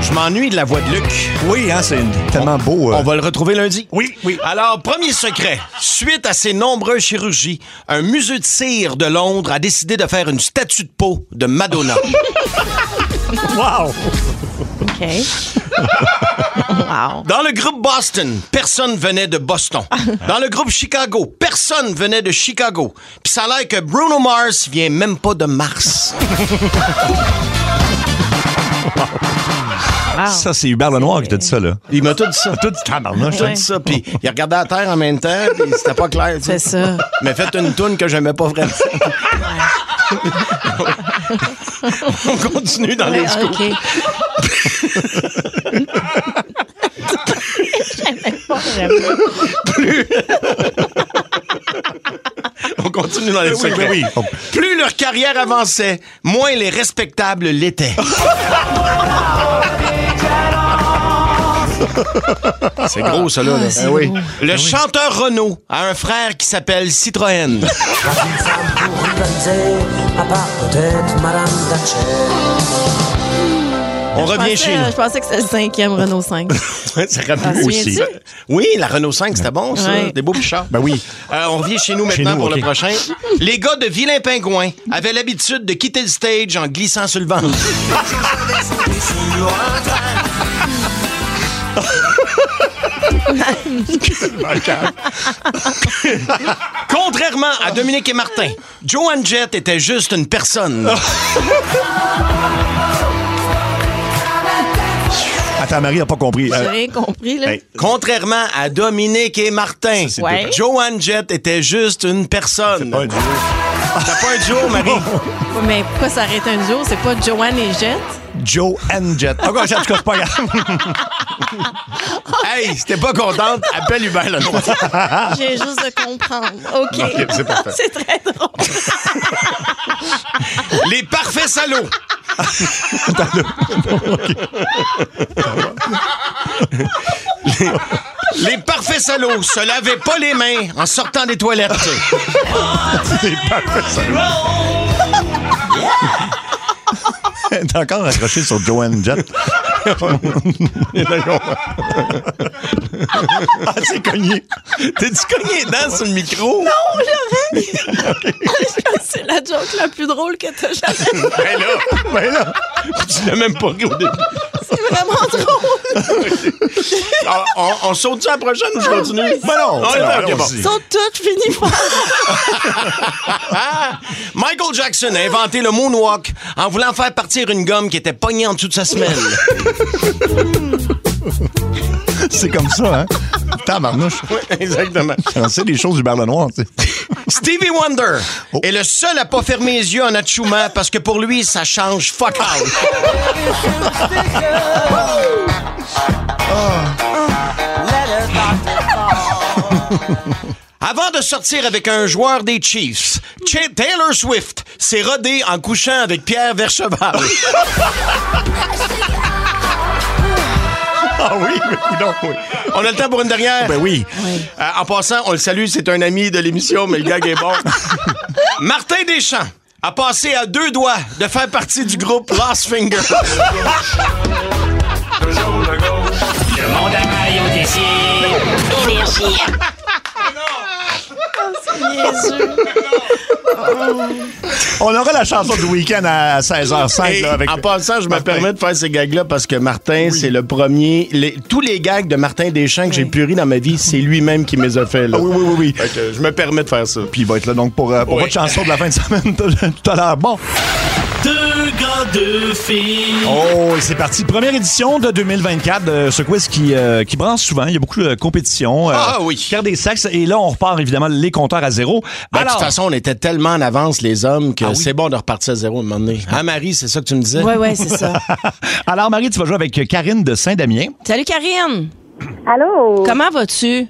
C: Je m'ennuie de la voix de Luc.
D: Oui, hein, c'est tellement beau. euh.
C: On va le retrouver lundi.
D: Oui, oui.
C: Alors, premier secret. Suite à ses nombreuses chirurgies, un musée de cire de Londres a décidé de faire une statue de peau de
G: [LAUGHS]
C: Madonna.
D: Wow!
E: OK. wow.
C: Dans le groupe Boston, personne venait de Boston. Dans le groupe Chicago, personne venait de Chicago. Puis ça a l'air que Bruno Mars vient même pas de Mars.
D: Ça, c'est Hubert Lenoir qui t'a dit ça, là.
C: Il m'a tout dit hein. ça.
D: Tout tabarnouche.
C: Tout dit ça, puis il regardait à terre en même temps, puis c'était pas clair. tu sais.
E: C'est ça.
C: Mais faites une toune que j'aimais pas vraiment. [LAUGHS] On continue dans les [LAUGHS] scoops.
E: Ah, OK. J'aimais pas vraiment.
C: On continue dans les
D: Oui,
C: secrets.
D: oui, oui.
C: Plus leur carrière avançait, moins les respectables l'étaient. C'est gros, ça, là. Eh
E: Ah,
C: là.
E: c'est gros.
C: Le chanteur Renaud a un frère qui s'appelle Citroën.
H: à part peut-être Madame Thatcher.
C: On revient chez
E: Je pensais que c'était le cinquième Renault 5.
C: nous. Ça
E: Ah,
C: rappelle
E: tu
C: aussi.
E: viens-tu?
C: Oui, la Renault 5, c'était bon, ça.
E: Ouais.
C: Des beaux petits chars.
D: Ben oui.
C: Euh, on revient chez nous
D: Chez
C: maintenant
D: nous,
C: pour
D: ok.
C: le prochain. Les gars de Vilain Pingouin avaient l'habitude de quitter le stage en glissant sur le
D: [LAUGHS]
C: ventre. Contrairement à Dominique et Martin, Joan Jett était juste une personne.
D: [LAUGHS] Attends, Marie a pas compris.
E: J'ai
D: Euh,
E: rien compris, là.
D: hey.
C: Contrairement à Dominique et Martin,
D: c'est
E: Ouais. deux-
C: Joan Jett était juste une personne.
D: oh, Dieu.
C: T'as pas un duo,
D: [LAUGHS]
C: Marie?
E: Ouais, Mais pourquoi s'arrêter un jour? C'est pas Joanne et Jette?
D: Joe and Jet. Encore, ça, en tout cas, c'est pas grave.
C: Hey, si t'es pas contente, appelle Hubert Lenoir.
G: Ah!
E: [LAUGHS] J'ai juste de comprendre. OK.
D: Ok, c'est parfait.
E: [LAUGHS] C'est très drôle. [LAUGHS]
C: Les parfaits salauds. Les les parfaits salauds se lavaient pas les mains en sortant des toilettes.
D: C'est parfait, ça. [LAUGHS] T'es encore accroché sur Joanne Jett. ah, c'est cogné.
C: T'es-tu cogné dans sur le micro?
E: [LAUGHS] C'est la joke la plus drôle que t'as
D: [LAUGHS]
E: jamais.
D: Ben là, ben là.
C: Tu l'as même pas regardé.
E: C'est vraiment drôle.
D: [LAUGHS]
C: On, Ah, on, on saute-tu à la prochaine ou je continue?
D: Ben non,
C: Ah,
D: c'est
C: ok,
D: bon,
C: bon.
D: allons-y.
E: Ils sont toutes finies par
C: Ah! [LAUGHS] Michael Jackson a inventé le moonwalk en voulant faire partir une gomme qui était pognée en dessous de sa semelle.
D: [LAUGHS] C'est comme ça, hein? Tabarnouche.
C: [LAUGHS] Exactement.
D: On sait des choses du Berle Noir, tu sais.
C: Stevie Wonder
D: Oh.
C: est le seul à pas fermer les yeux en atchoumant parce que pour lui, ça change fuck out.
D: Ah.
C: Avant de sortir avec un joueur des Chiefs, Ch- Taylor Swift s'est rodé en couchant avec Pierre Vercheval.
D: [LAUGHS] Ah oui, mais non, oui.
C: On a le temps pour une dernière?
D: Ben oui.
C: Euh, en passant, on le salue, c'est un ami de l'émission, mais le gag est
D: [LAUGHS]
C: bon. Martin Deschamps a passé à deux doigts de faire partie du groupe Lost
D: [LAUGHS]
C: Finger.
A: Énergie.
D: On aura la chanson du week-end à 16h05.
C: Et
D: là, avec...
C: En passant, je me
D: Martin.
C: permets de faire ces gags-là parce que Martin, c'est le premier. les- tous les gags de Martin Deschamps que j'ai pu rire dans ma vie, c'est lui-même qui me les a fait. Là.
D: Ah oui, oui, oui, oui.
C: Fait que je me permets de faire ça.
D: Puis il va être là donc pour, euh, pour
C: Oui.
D: votre chanson de la fin de semaine tout à l'heure. Bon.
G: Deux gars, deux filles.
D: Oh, et c'est parti. Première édition de 2024 de ce quiz qui, euh, qui branche souvent. Il y a beaucoup de compétitions.
C: Ah oui.
D: Pierre des sexes. Et là, on repart évidemment les compteurs à zéro.
C: Ben, de
D: Alors,
C: toute façon, on était tellement en avance, les hommes, que
D: oui.
C: c'est bon de repartir à zéro à un moment donné. Hein, Marie, c'est ça que tu me disais?
E: Ah Ouais, ouais, c'est ça.
D: [LAUGHS] alors, Marie, tu vas jouer avec Karine de Saint-Damien.
E: Salut Karine.
I: Allô?
E: Comment vas-tu?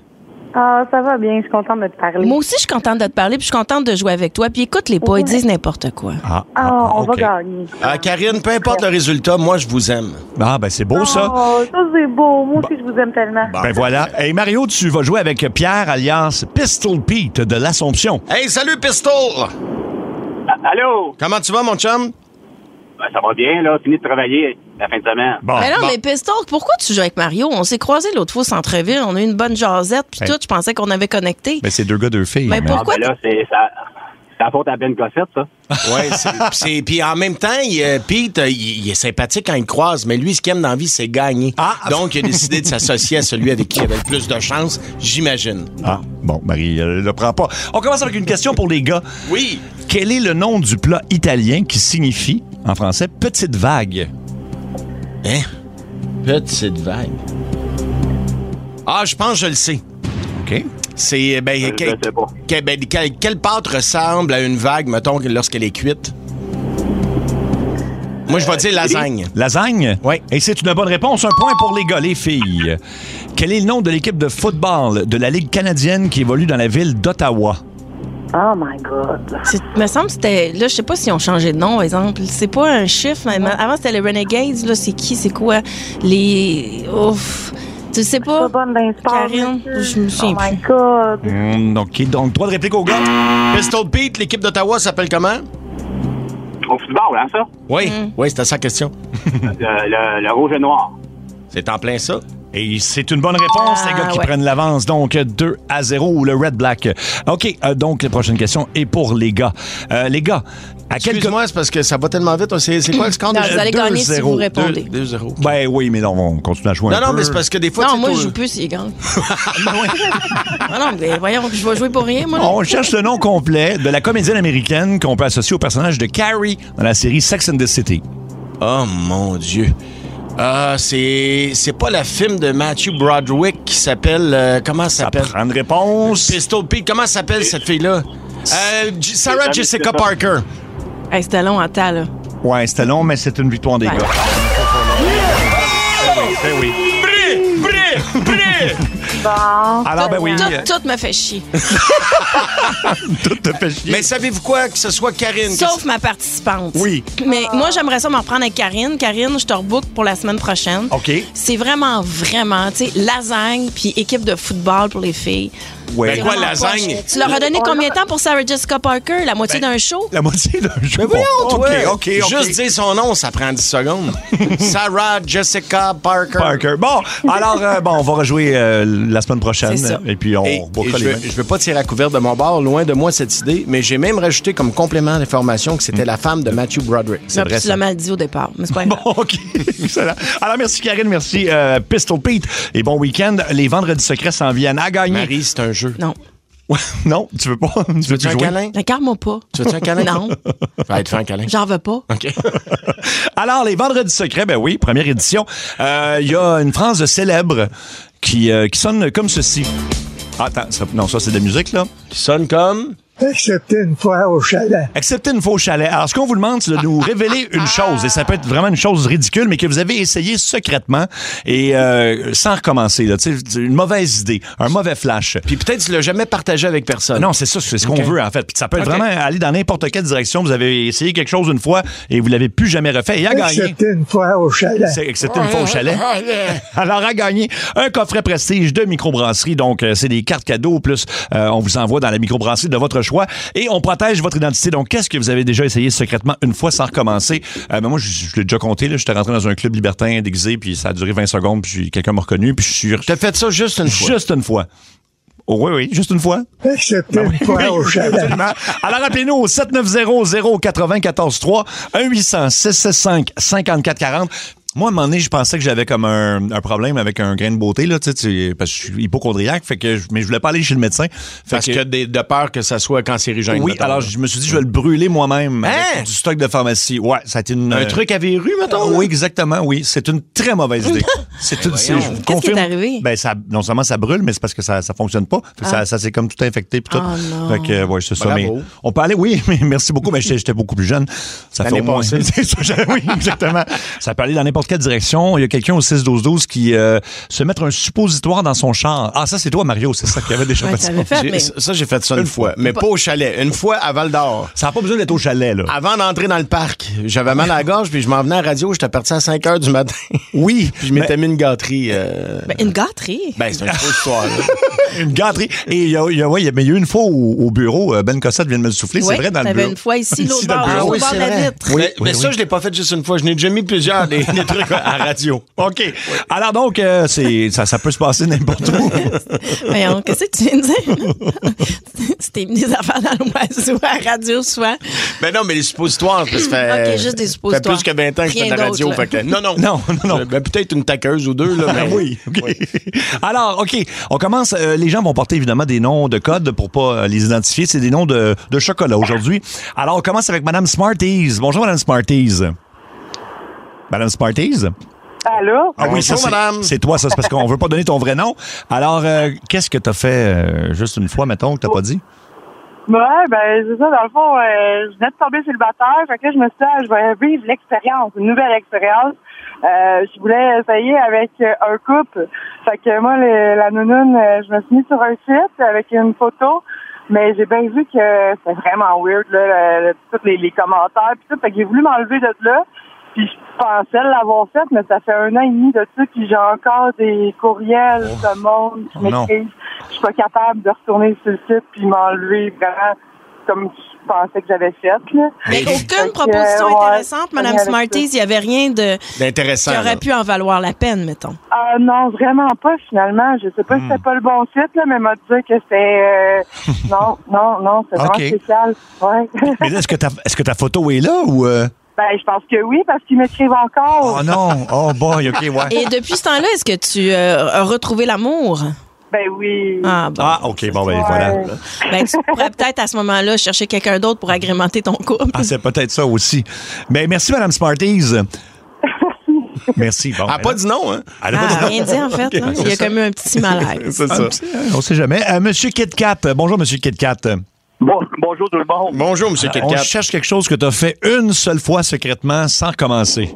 I: Ah, ça va bien, je suis contente de te parler.
E: Moi aussi, je suis contente de te parler, puis je suis contente de jouer avec toi. Puis écoute, les pas, ils disent n'importe quoi.
D: Ah,
I: Ah, on
D: ok.
I: va gagner.
C: Euh, Karine, peu importe le résultat, moi, je vous aime.
D: Ah, ben c'est beau ça.
I: Oh, ça c'est beau. Moi aussi, je vous aime tellement.
D: Ben voilà. Et Mario, tu vas jouer avec Pierre, alias Pistol Pete de l'Assomption.
C: Hey, salut, Pistol!
J: Ah, Allô?
C: Comment tu vas, mon chum?
J: Ben, ça va bien, là. Fini de travailler la fin de semaine.
D: Bon.
E: mais non,
D: Ah, bon.
E: mais Pistol, pourquoi tu joues avec Mario? On s'est croisés l'autre fois au centre-ville, on a eu une bonne jasette, puis
D: Hey.
E: tout, je pensais qu'on avait connecté.
D: Ben, c'est deux gars, deux filles.
E: Mais
D: man.
E: pourquoi-
J: Ah, ben là, c'est ça. C'est la faute à Ben Gossette, ça.
C: [LAUGHS] Ouais, c'est- c'est. Puis en même temps, il, euh, Pete, euh, il, il est sympathique quand il te croise, mais lui, ce qu'il aime dans la vie, c'est gagner.
D: Ah!
C: Donc, il a décidé de s'associer à celui avec qui il avait le plus de chance, j'imagine.
D: Ah, bon, Marie, elle le prend pas. On commence avec une question pour les gars.
C: Oui.
D: Quel est le nom du plat italien qui signifie, en français, petite vague?
C: Hein? Petite vague. Ah, je pense que je le sais.
D: OK.
C: C'est. Ben,
J: Je
C: quel-
J: sais pas.
C: quel- ben, quel- quelle pâte ressemble à une vague, mettons, lorsqu'elle est cuite? Moi, je vais dire lasagne.
D: Lasagne?
C: Oui.
D: Et c'est une bonne réponse. Un point pour les gars, les filles. Quel est le nom de l'équipe de football de la Ligue canadienne qui évolue dans la ville d'Ottawa?
I: Oh my God.
E: C'est- me semble que c'était. Là, je sais pas si ont changé de nom, par exemple. C'est pas un chiffre. mais Avant, c'était les Renegades. Là, c'est qui? C'est quoi? Les. Ouf. Tu sais
I: Pas
E: pas?
I: bonne dans les sports,
E: Karine,
I: monsieur.
E: je me souviens
I: Oh my
E: plus.
I: God.
D: Hmm, OK. Donc, droit de réplique aux gars.
E: Hmm.
C: Pistol Pete, l'équipe d'Ottawa s'appelle comment?
J: Au football, hein, ça?
C: Oui. Oui, c'était sa question.
E: Ah,
J: Le, le- le rouge et noir.
C: C'est en plein ça.
D: Et c'est une bonne réponse, les gars
E: Ah,
D: qui
E: ouais.
D: prennent l'avance. Donc, 2 à 0 ou le Red Black. OK, euh, donc la prochaine question est pour les gars. Euh, les gars, à quel
C: Excuse-moi, c'est parce que ça va tellement vite. C'est c'est quoi le score
E: Non,
C: déjà?
E: vous allez gagner si
D: 2-0,
E: vous répondez.
C: 2-0.
D: Ben oui, mais non, on continue à jouer
C: Non,
D: un
C: non,
D: peu.
C: mais c'est parce que des fois...
E: Non,
C: tu
E: moi,
C: sais,
E: je
C: toi-
E: joue plus, il [LAUGHS] gagne. Ah non, mais voyons, je vais jouer pour rien, moi. là.
D: On cherche le nom complet de la comédienne américaine qu'on peut associer au personnage de Carrie dans la série Sex and the City.
C: Oh, mon Dieu. Ah, c'est... C'est pas la film de Matthew Broderick qui s'appelle... euh, comment ça
D: Ça
C: s'appelle?
D: prend une réponse.
C: Pistol Pete. Comment s'appelle cette fille-là? Euh, J- Sarah
J: C'est-
C: Jessica
J: c'est-
C: Parker.
E: Hey, c'était long en tas, là.
D: Ouais, c'était long, mais c'est une victoire des
E: Ouais.
D: gars. Ben oui.
I: [LAUGHS] Bon.
D: Alors, ben oui,
E: Tout,
D: euh,
E: tout me fait chier.
D: tout te fait chier.
C: Mais savez-vous quoi? Que ce soit Karine... que
E: Sauf ma participante.
D: Oui.
E: Mais moi, j'aimerais ça m'en reprendre avec Karine. Karine, je te rebook pour la semaine prochaine.
D: OK.
E: C'est vraiment, vraiment, tu sais, lasagne puis équipe de football pour les filles.
D: Ouais.
C: Ben quoi,
E: Vraiment
C: lasagne?
E: poche. Tu leur as donné combien de temps pour Sarah Jessica Parker? La moitié d'un show?
D: Ben, La moitié d'un jeu.
C: Mais voyons,
D: OK,
C: toi!
D: OK, OK.
C: Juste dire son nom, ça prend 10
D: [LAUGHS]
C: secondes. Sarah Jessica Parker.
D: Parker. Bon, alors, euh, bon, on va rejouer euh, la semaine prochaine.
E: C'est ça.
D: Et puis, on
C: Et- et
D: rebookera
C: je,
D: les mêmes.
C: veux, je veux pas tirer à couvert de mon bord, loin de moi cette idée, mais j'ai même rajouté comme complément d'information que
D: Mm.
C: c'était la femme de Matthew Broderick.
E: C'est
D: vrai,
E: Tu
D: ça.
E: l'as mal dit au départ, mais c'est pas
D: [LAUGHS] Bon,
E: grave.
D: OK. Excellent. Alors, merci Karine, merci euh, Pistol Pete. Et bon week-end. Les vendredis secrets s'en viennent à gagner.
C: Marie, c'est un jeu.
E: Non.
D: Ouais, [LAUGHS] non, tu veux pas. [LAUGHS] Tu veux plus
C: un
D: jouer?
C: câlin?
E: Regarde-moi Ben, pas.
C: Tu veux-tu un câlin?
E: Non,
C: Je vais te faire un câlin.
E: j'en veux pas.
C: OK.
D: [LAUGHS] Alors, les Vendredis secrets, ben oui, première édition. Euh, Il y a une phrase célèbre qui, euh, qui sonne comme ceci. Ah, Attends, ça- non, ça c'est de la musique, là.
C: Qui sonne comme.
D: Acceptez une fausse chalet. Alors, ce qu'on vous demande, c'est de nous révéler une chose. Et ça peut être vraiment une chose ridicule, mais que vous avez essayé secrètement et euh, sans recommencer. Là, Tu sais, une mauvaise idée, un mauvais flash.
C: Puis peut-être tu l'as jamais partagé avec personne.
D: Non, c'est ça, c'est ce qu'on
C: Ok.
D: veut, en fait. Puis ça peut être
C: Ok.
D: vraiment aller dans n'importe quelle direction. Vous avez essayé quelque chose une fois et vous l'avez plus jamais refait. Et à gagner.
K: une fois au chalet.
D: C'est- Excepté une fois au chalet. [LAUGHS] Alors, à gagner un coffret prestige de microbrasserie. Donc, euh, c'est des cartes cadeaux, plus euh, on vous envoie dans la microbrasserie de votre choix et on protège votre identité. Donc, qu'est-ce que vous avez déjà essayé secrètement une fois sans recommencer? Euh, ben, moi, je, je l'ai déjà compté. là. J'étais rentré dans un club libertin déguisé, puis ça a duré 20 secondes, puis quelqu'un m'a reconnu, puis je suis.
C: T'as fait ça juste une fois.
D: Juste une fois. Oh, oui, oui, juste une fois. Ben
K: Acceptez une fois au chalet.
D: Absolument. Alors appelez-nous au 790-094-3, 1-800-665-5440. Moi, à un moment donné, je pensais que j'avais comme un, un problème avec un grain de beauté, là, tu sais, tu- parce que je suis hypochondriaque, fait que, je- mais je voulais pas aller chez le médecin. Fait
C: Parce que des- de peur que ça soit cancérigène.
D: oui,
C: mettons.
D: alors je me suis dit, je vais le brûler moi-même
C: Hein?
D: avec du stock de pharmacie. Ouais, ça a été une...
C: Un
D: euh,
C: truc à verrue, mettons?
D: oui, exactement, oui. C'est une très
C: [LAUGHS]
D: mauvaise idée. C'est une. c'est- je vous
E: Qu'est-ce
D: confirme-
E: qui est arrivé?
D: Ben, ça, non seulement ça brûle, mais c'est parce que ça, ça fonctionne pas. Fait que Ça, ça s'est comme tout infecté. Puis tout.
E: Oh non.
D: Fait que, euh, ouais, c'est ça.
C: Bravo.
D: Mais on peut aller, oui, [LAUGHS] mais merci beaucoup. Mais j'étais j'étais beaucoup plus jeune. Ça fait
C: L'année
D: au moins.
C: passée.
D: [LAUGHS] C'est ça, j'ai- oui, exactement. Ça peut aller dans n'importe quelle direction. Il y a quelqu'un au 6-12-12 qui euh, se mettre un suppositoire dans son char. Ah, ça, c'est toi, Mario. C'est ça qu'il y avait déjà
E: Ouais,
D: fait
E: tu
D: ça.
E: l'avais fait,
C: J'ai-
E: mais
C: Ça, j'ai fait ça une,
D: Une
C: fois. Mais pas au chalet. Une fois à Val d'Or.
D: Ça n'a pas besoin d'être au chalet, là.
C: Avant d'entrer dans le parc, j'avais mal à la gorge, puis je m'en venais à la radio, j'étais parti à 5 h du matin.
D: [LAUGHS] Oui.
C: puis je m'étais mis une gâterie. euh,
E: ben, une gâterie.
C: Ben, c'est un faux histoire. là.
D: Une gâterie. Et il y a, il y a- ouais, il y a- mais il y a eu une fois au, au bureau, euh, Ben Cossette vient de me le souffler, c'est
E: Ouais,
D: vrai, dans le
E: t'avais
D: bureau.
E: une fois
D: [LAUGHS]
E: ici, l'autre
D: dans le
E: bord.
D: bureau.
E: Ah oui,
C: c'est
E: bord de la
C: vrai.
E: vitre.
C: Oui,
D: Oui,
C: mais
D: oui,
C: ça,
D: oui.
C: je l'ai pas fait juste une fois. Je n'ai déjà mis plusieurs des, des trucs à la radio.
D: OK. Alors donc, euh, c'est ça, ça peut se passer n'importe où.
E: [LAUGHS] Voyons, qu'est-ce que tu viens de dire? [LAUGHS] C'était des affaires dans l'oiseau à la radio souvent.
C: Ben non, mais les suppositoires, ça fait.
E: Ok, juste des
C: ça
E: suppositoires.
C: fait plus que 20 ans que je
E: Rien
C: fais de la radio.
E: d'autre, là.
C: fait que- non, non.
D: [LAUGHS] Non, non, non.
C: Ben, peut-être une taqueuse ou deux, là.
D: Ah
C: mais
D: oui, OK. Alors, OK, on commence. euh, les gens vont porter évidemment des noms de code pour pas euh, les identifier. C'est des noms de, de chocolat aujourd'hui. Alors, on commence avec Madame Smarties. Bonjour, Madame Smarties. Madame Smarties?
L: Allô?
D: Ah oui, ça,
C: Bonjour,
D: c'est-
C: madame.
D: C'est toi, ça, c'est parce qu'on veut pas donner ton vrai nom. Alors, euh, qu'est-ce que t'as fait euh, juste une fois, mettons, que t'as pas dit?
L: Ouais, ben, c'est ça, dans le fond, euh, je venais de tomber célibataire, fait que là, je me suis dit, ah, je vais vivre l'expérience, une nouvelle expérience. Euh, je voulais essayer avec euh, un couple. Fait que moi, le- la nounoune, euh, je me suis mis sur un site avec une photo, mais j'ai bien vu que c'était vraiment weird, là, le- le- tous les, les commentaires, puis tout. Fait que j'ai voulu m'enlever de là, puis je pensais l'avoir fait, mais ça fait un an et demi de ça, puis j'ai encore des courriels de monde qui
D: Oh non.
L: m'écrivent. Je suis pas capable de retourner sur le site puis m'enlever vraiment comme je pensais que j'avais fait. Là.
E: Mais aucune
L: Fait que,
E: proposition
L: ouais,
E: intéressante, Madame
L: avec ça.
E: Smarties. Il n'y avait rien de qui
C: D'intéressant. là.
E: aurait pu en valoir la peine, mettons.
L: Ah non, vraiment pas finalement. Je sais pas si c'était pas le bon site, là, mais elle m'a dit que c'était euh, non, non, non, c'est vraiment
D: Ok.
L: spécial. Ouais. [LAUGHS]
D: Mais là, est-ce que, ta- est-ce que ta photo est là ou. euh?
L: ben je pense que oui, parce qu'ils m'écrivent encore.
D: Oh non! Oh boy, OK, ouais.
E: Et depuis ce temps-là, est-ce que tu euh, as retrouvé l'amour?
L: Ben oui.
E: Ah, bon.
D: Ah, OK, bon, ben
L: Ouais.
D: voilà.
E: Ben, tu pourrais peut-être à ce moment-là chercher quelqu'un d'autre pour agrémenter ton couple. [LAUGHS]
D: Ah, c'est peut-être ça aussi. Mais merci, Madame Smarties. Merci. Bon,
C: Elle a
D: ben
C: pas
D: là-
C: dit non, hein?
D: Elle a pas
E: Ah,
D: dit non.
E: rien dit,
D: [LAUGHS]
E: en fait. là. Il y a comme eu un petit malaise.
D: Ah, un petit-
C: hein?
D: euh, on sait jamais. Euh, Monsieur Kit Kat. Euh, Bonjour, Monsieur Kit Kat. Euh,
J: Bon, bonjour tout le monde.
C: Bonjour, M. Kit
D: on
C: Kat.
D: cherche quelque chose que tu as fait une seule fois secrètement sans recommencer.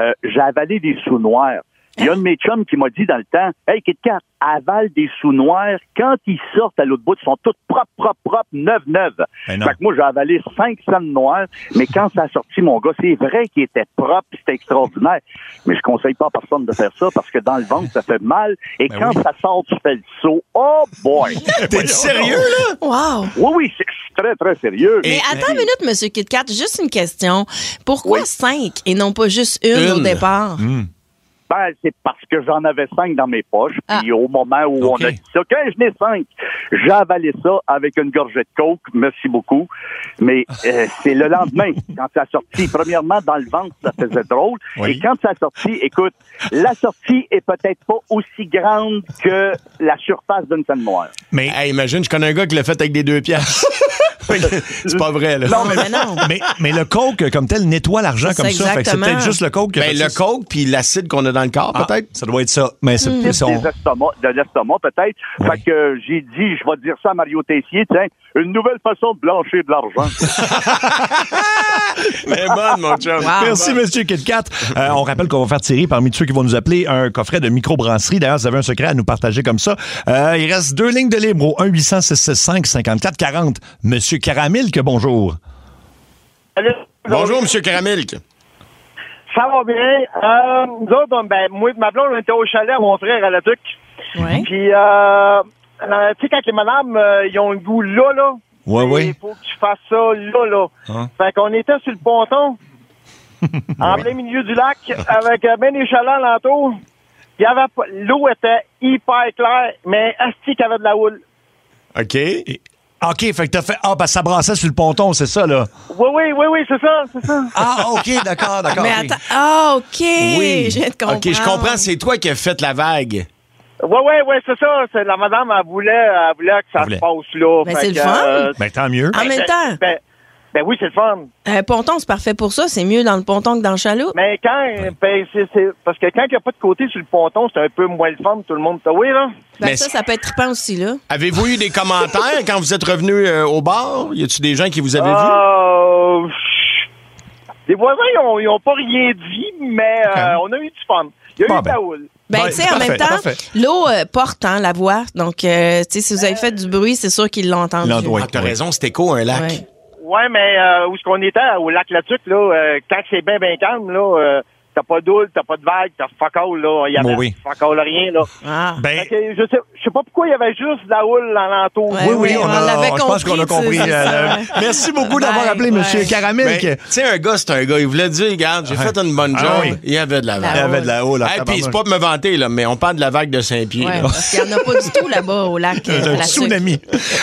J: Euh, j'ai avalé des sous noirs. Il y a un de mes chums qui m'a dit dans le temps, Hey, Kit Kat, avale des sous noirs. Quand ils sortent à l'autre bout, ils sont tous propres, propres, propres, neuf, neuf.
D: Ben non.
J: Fait que moi, j'ai avalé cinq scènes noires, mais quand ça a sorti, mon gars, c'est vrai qu'il était propre, c'était extraordinaire. Mais je conseille pas à personne de faire ça parce que dans le ventre, ça fait mal. Et
D: Ben
J: quand
D: oui.
J: ça sort, tu fais le saut. Oh boy!
C: T'es sérieux, là?
E: Wow!
J: oui, oui, c'est je suis très, très sérieux.
E: Mais attends une minute, Monsieur KitKat, juste une question. Pourquoi cinq et non pas juste une, au
D: Hmm.
C: Une.
E: départ?
J: Ben, c'est parce que j'en avais cinq dans mes poches. Puis au moment où
D: Ok.
J: on a dit ça, quand je n'ai cinq, j'ai avalé ça avec une gorgée de coke. Merci beaucoup. Mais
D: [LAUGHS]
J: euh, c'est le lendemain, quand ça a sorti. Premièrement, dans le ventre, ça faisait drôle.
D: Oui.
J: Et quand ça a sorti, écoute, la sortie est peut-être pas aussi grande que la surface d'une scène noire.
D: Mais
C: Hey, imagine, je connais un gars qui l'a fait avec des deux
D: [LAUGHS]
C: piastres. Fait que c'est pas vrai, là.
E: Non, mais non.
D: mais, mais le coke, comme tel, nettoie l'argent
E: C'est
D: comme
E: ça,
D: ça. Fait que c'est
E: exactement.
D: peut-être juste le coke. que-
C: Ben, le coke puis l'acide qu'on a dans le corps,
D: Ah,
C: peut-être.
D: Ça doit être ça. Mais
E: Mm,
D: c'est plus son.
J: des estomacs- de l'estomac, peut-être.
D: Oui.
J: Fait que euh, j'ai dit, je vais dire ça à Mario Tessier, tiens, une nouvelle façon de blanchir de
D: [LAUGHS]
J: l'argent.
C: Mais bonne, mon chum.
D: Merci, Monsieur KitKat. Euh, on rappelle qu'on va faire tirer parmi ceux qui vont nous appeler un coffret de microbrasserie. D'ailleurs, vous avez un secret à nous partager comme ça. Euh, il reste deux lignes de libre au 1 800 665 54 40 Monsieur Caramil, que bonjour.
C: Bonjour, M. Caramilk.
I: Ça va bien. Euh, nous autres, on- ben, moi et ma blonde, on était au chalet à mon frère à la Duc.
E: Ouais.
I: Puis, euh, euh, tu sais, quand les madames, euh, ils ont le goût là, là.
D: Ouais,
I: il
D: ouais.
I: faut que tu fasses ça là, là.
D: Hein?
I: Fait qu'on était sur le ponton, en plein milieu du lac, avec euh, ben des chalets alentour. Il y avait pas- L'eau était hyper claire, mais asti qu'il y avait de la houle.
C: OK.
D: OK, fait que t'as fait. Ah, parce que ça brassait sur le ponton, c'est ça, là.
I: Oui, oui, oui, oui, c'est ça, c'est ça.
D: Ah,
E: [LAUGHS]
D: OK, d'accord, d'accord.
E: Mais
D: OK.
E: attends. Ah, OK.
D: Oui.
E: Je viens de comprendre.
C: OK, je comprends, c'est toi qui as fait la vague.
I: Oui, oui, oui, c'est ça. C'est- La madame, elle voulait, elle voulait que ça
D: Elle
I: se passe là.
E: Ben,
I: Fait
E: c'est le
I: que,
E: fun.
I: euh,
D: Ben, tant mieux.
E: En même
I: ben,
E: temps,
I: Ben, ben oui, c'est le fun.
E: un Euh, ponton, c'est parfait pour ça. C'est mieux dans le ponton que dans le chaloupe.
I: Mais quand, ben, c'est, c'est- parce que quand il n'y a pas de côté sur le ponton, c'est un peu moins le fun, tout le monde. Oui, là.
E: Ben,
C: mais
E: ça,
C: c'est-
E: ça peut être trippant aussi, là.
C: Avez-vous eu des commentaires quand vous êtes revenu euh, au bar? Y a-tu des gens qui vous avaient vu?
I: Euh, chut. les voisins, ils ont, ils ont pas rien dit, mais euh, on a eu du fun. Il y a
D: Bon,
I: eu de la
D: ben.
I: houle.
E: Ben,
D: Ouais,
E: tu sais, en
D: parfait,
E: même temps,
D: parfait.
E: l'eau euh, porte hein, la voix. Donc, euh, tu sais, si vous avez fait du bruit, c'est sûr qu'ils l'ont entendu.
D: L'ont- ouais.
C: Ah, t'as raison, c'était écho, un lac.
E: Ouais.
I: Ouais, mais euh, où est-ce qu'on était? Au lac Latuc, là, euh, quand c'est bien, bien calme, là, euh, t'as pas d'houle, t'as pas de vague, t'as fuck all, là. Il y avait
D: Oui, oui.
I: fuck all rien, là.
E: Ah.
D: Ben,
I: Fait que je sais, je sais pas pourquoi il y avait juste de la houle alentour.
E: Ouais,
D: oui, oui, on,
E: on
D: a-
E: l'avait
D: je pense qu'on a
E: compris,
D: compris.
E: tu sais,
D: euh,
E: [LAUGHS] c'est ça.
D: merci beaucoup d'avoir
E: Ouais,
D: appelé
E: ouais.
D: Monsieur Caramil.
C: Mais,
D: que-
C: Ben, tu sais, un gars, c'est un gars. Il voulait dire, regarde, j'ai fait une bonne
D: euh, Ah
C: job.
D: oui.
C: Il y avait de la
E: La
D: Il y
C: vague.
D: avait de la haut, là.
C: Hey, puis c'est
D: tabarnak.
C: pas pour me vanter, là, mais on parle de la vague de Saint-Pierre.
E: Ouais,
C: là.
E: parce qu'il n'y en a pas du tout là-bas au
D: [LAUGHS]
E: lac. euh,
D: Un
E: Latuc.
D: tsunami.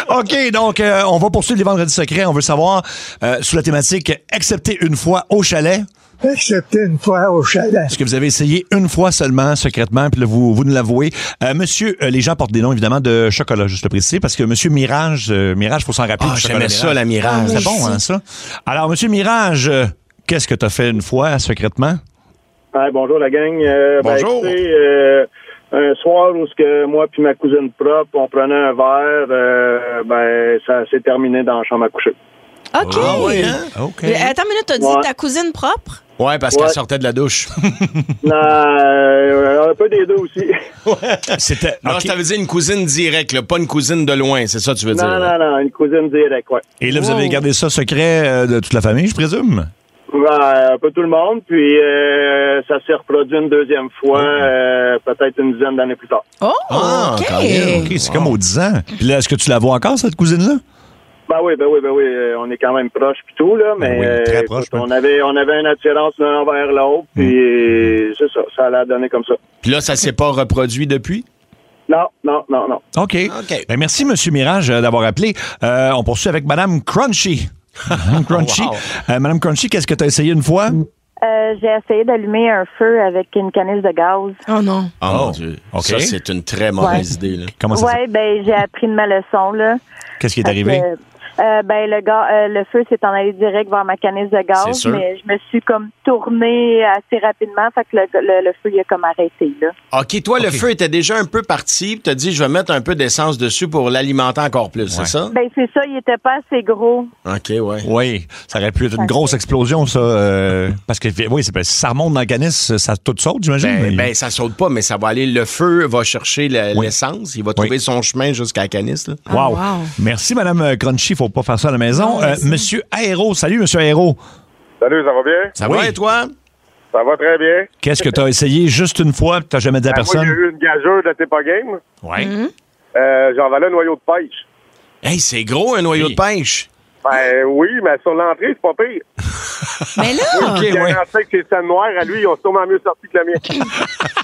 D: OK, donc euh, on va poursuivre les vendredis secrets. On veut savoir, euh, sous la thématique Accepter une fois au chalet,
M: Accepté une fois au chalet.
D: est-ce que vous avez essayé une fois seulement, secrètement, puis là, vous, vous nous l'avouez. Euh, monsieur, euh, les gens portent des noms, évidemment, de chocolat, juste le préciser, parce que Monsieur Mirage, euh, Mirage, faut s'en rappeler.
C: Ah,
D: du chocolat
C: j'aimais ça, la Mirage.
D: C'est bon, hein, ça? Alors, Monsieur Mirage, euh, qu'est-ce que t'as fait une fois, secrètement?
M: Ouais, bonjour la gang. Euh, ben,
C: Bonjour.
M: écoutez, euh, un soir où ce que moi puis ma cousine propre, on prenait un verre, euh, ben ça s'est terminé dans la chambre à
C: [LAUGHS]
M: coucher.
E: OK.
C: Ah oui, hein?
D: OK.
E: Mais Attends une minute, t'as dit
M: Ouais.
E: ta cousine propre?
C: Ouais, parce
M: Ouais.
C: qu'elle sortait de la douche.
M: Non, euh, un peu des deux aussi.
D: C'était.
C: Non,
D: OK.
C: je t'avais dit une cousine directe, là, pas une cousine de loin, c'est ça que tu veux
M: non,
C: dire?
M: non, non, une cousine directe, ouais.
D: Et là, vous avez gardé ça secret euh, de toute la famille, je présume?
M: Ouais, un peu tout le monde, puis euh, ça s'est reproduit une deuxième fois, euh, peut-être une dizaine d'années plus tard.
E: Oh,
C: Oh. Ah,
E: OK.
C: quand même.
D: OK, c'est comme aux 10 ans. Puis là, est-ce que tu la vois encore, cette cousine-là?
M: Ben oui, ben oui, ben oui, euh, on est quand même proches puis tout là, mais
D: Ben oui, très Mmh.
M: euh,
D: proches,
M: écoute,
D: ouais.
M: on avait on avait une attirance l'un envers l'autre, puis c'est ça, ça l'a donné comme ça.
C: Puis là, ça s'est pas reproduit depuis?
M: Non, non, non, non.
D: OK.
C: OK.
D: Ben, merci, M. Mirage, euh, d'avoir appelé. Euh, on poursuit avec
C: [LAUGHS]
D: Mme Crunchy. Mme Crunchy. Euh, Madame Crunchy, qu'est-ce que tu as essayé une fois?
I: Euh, j'ai essayé d'allumer un feu avec une canisse de gaz.
E: Oh non.
C: Oh,
D: Oh,
C: mon Dieu.
D: OK.
C: Ça, c'est une très mauvaise idée. Là.
D: Comment ça
I: Ouais, ben j'ai appris de ma leçon là.
D: s'est- Qu'est-ce qui est
I: Parce
D: arrivé?
I: que, euh, ben le gars, euh, le feu s'est en allé direct vers ma canisse de
C: C'est
I: gaz,
C: sûr.
I: mais je me suis comme tournée assez rapidement, fait que le, le- le feu il a comme arrêté là.
C: OK, toi, le feu était déjà un peu parti. Tu as dit, je vais mettre un peu d'essence dessus pour l'alimenter encore plus, c'est ça?
I: Ben c'est ça, il était pas assez gros.
C: OK, ouais.
D: Oui, ça aurait pu être une grosse explosion,
C: [LAUGHS]
D: ça. euh, parce que, oui, c'est- si ça remonte dans le canis, euh, ça tout saute, j'imagine.
C: Ben,
D: mais-
C: ben, ça saute pas, mais ça va aller. Le feu va chercher la-
D: Oui.
C: l'essence. Il va trouver son chemin jusqu'à la canisse. là.
E: Ah,
D: Wow.
E: wow.
D: Merci, Madame Crunchy. Faut pas faire ça à la maison.
E: Ah,
D: Euh,
E: merci.
D: Monsieur Aéro. Salut, Monsieur Aéro.
M: [LAUGHS] Salut, ça va bien?
C: Ça
D: Oui.
C: va, et toi?
M: Ça va très bien.
D: Qu'est-ce que tu as essayé juste une fois tu t'as jamais dit à
M: Ben, Moi, j'ai
D: personne?
M: eu une gageure de T'es pas game.
D: Oui.
E: Mm-hmm.
M: Euh, J'envalais un noyau de pêche.
C: Hey, c'est gros, un noyau
D: Oui.
C: de pêche.
N: Ben oui, mais sur l'entrée, c'est pas pire.
E: Mais là!
N: Moi, je garantis que ses scènes noires, à lui, ils ont sûrement mieux sorti que
E: [LAUGHS]
N: la mienne.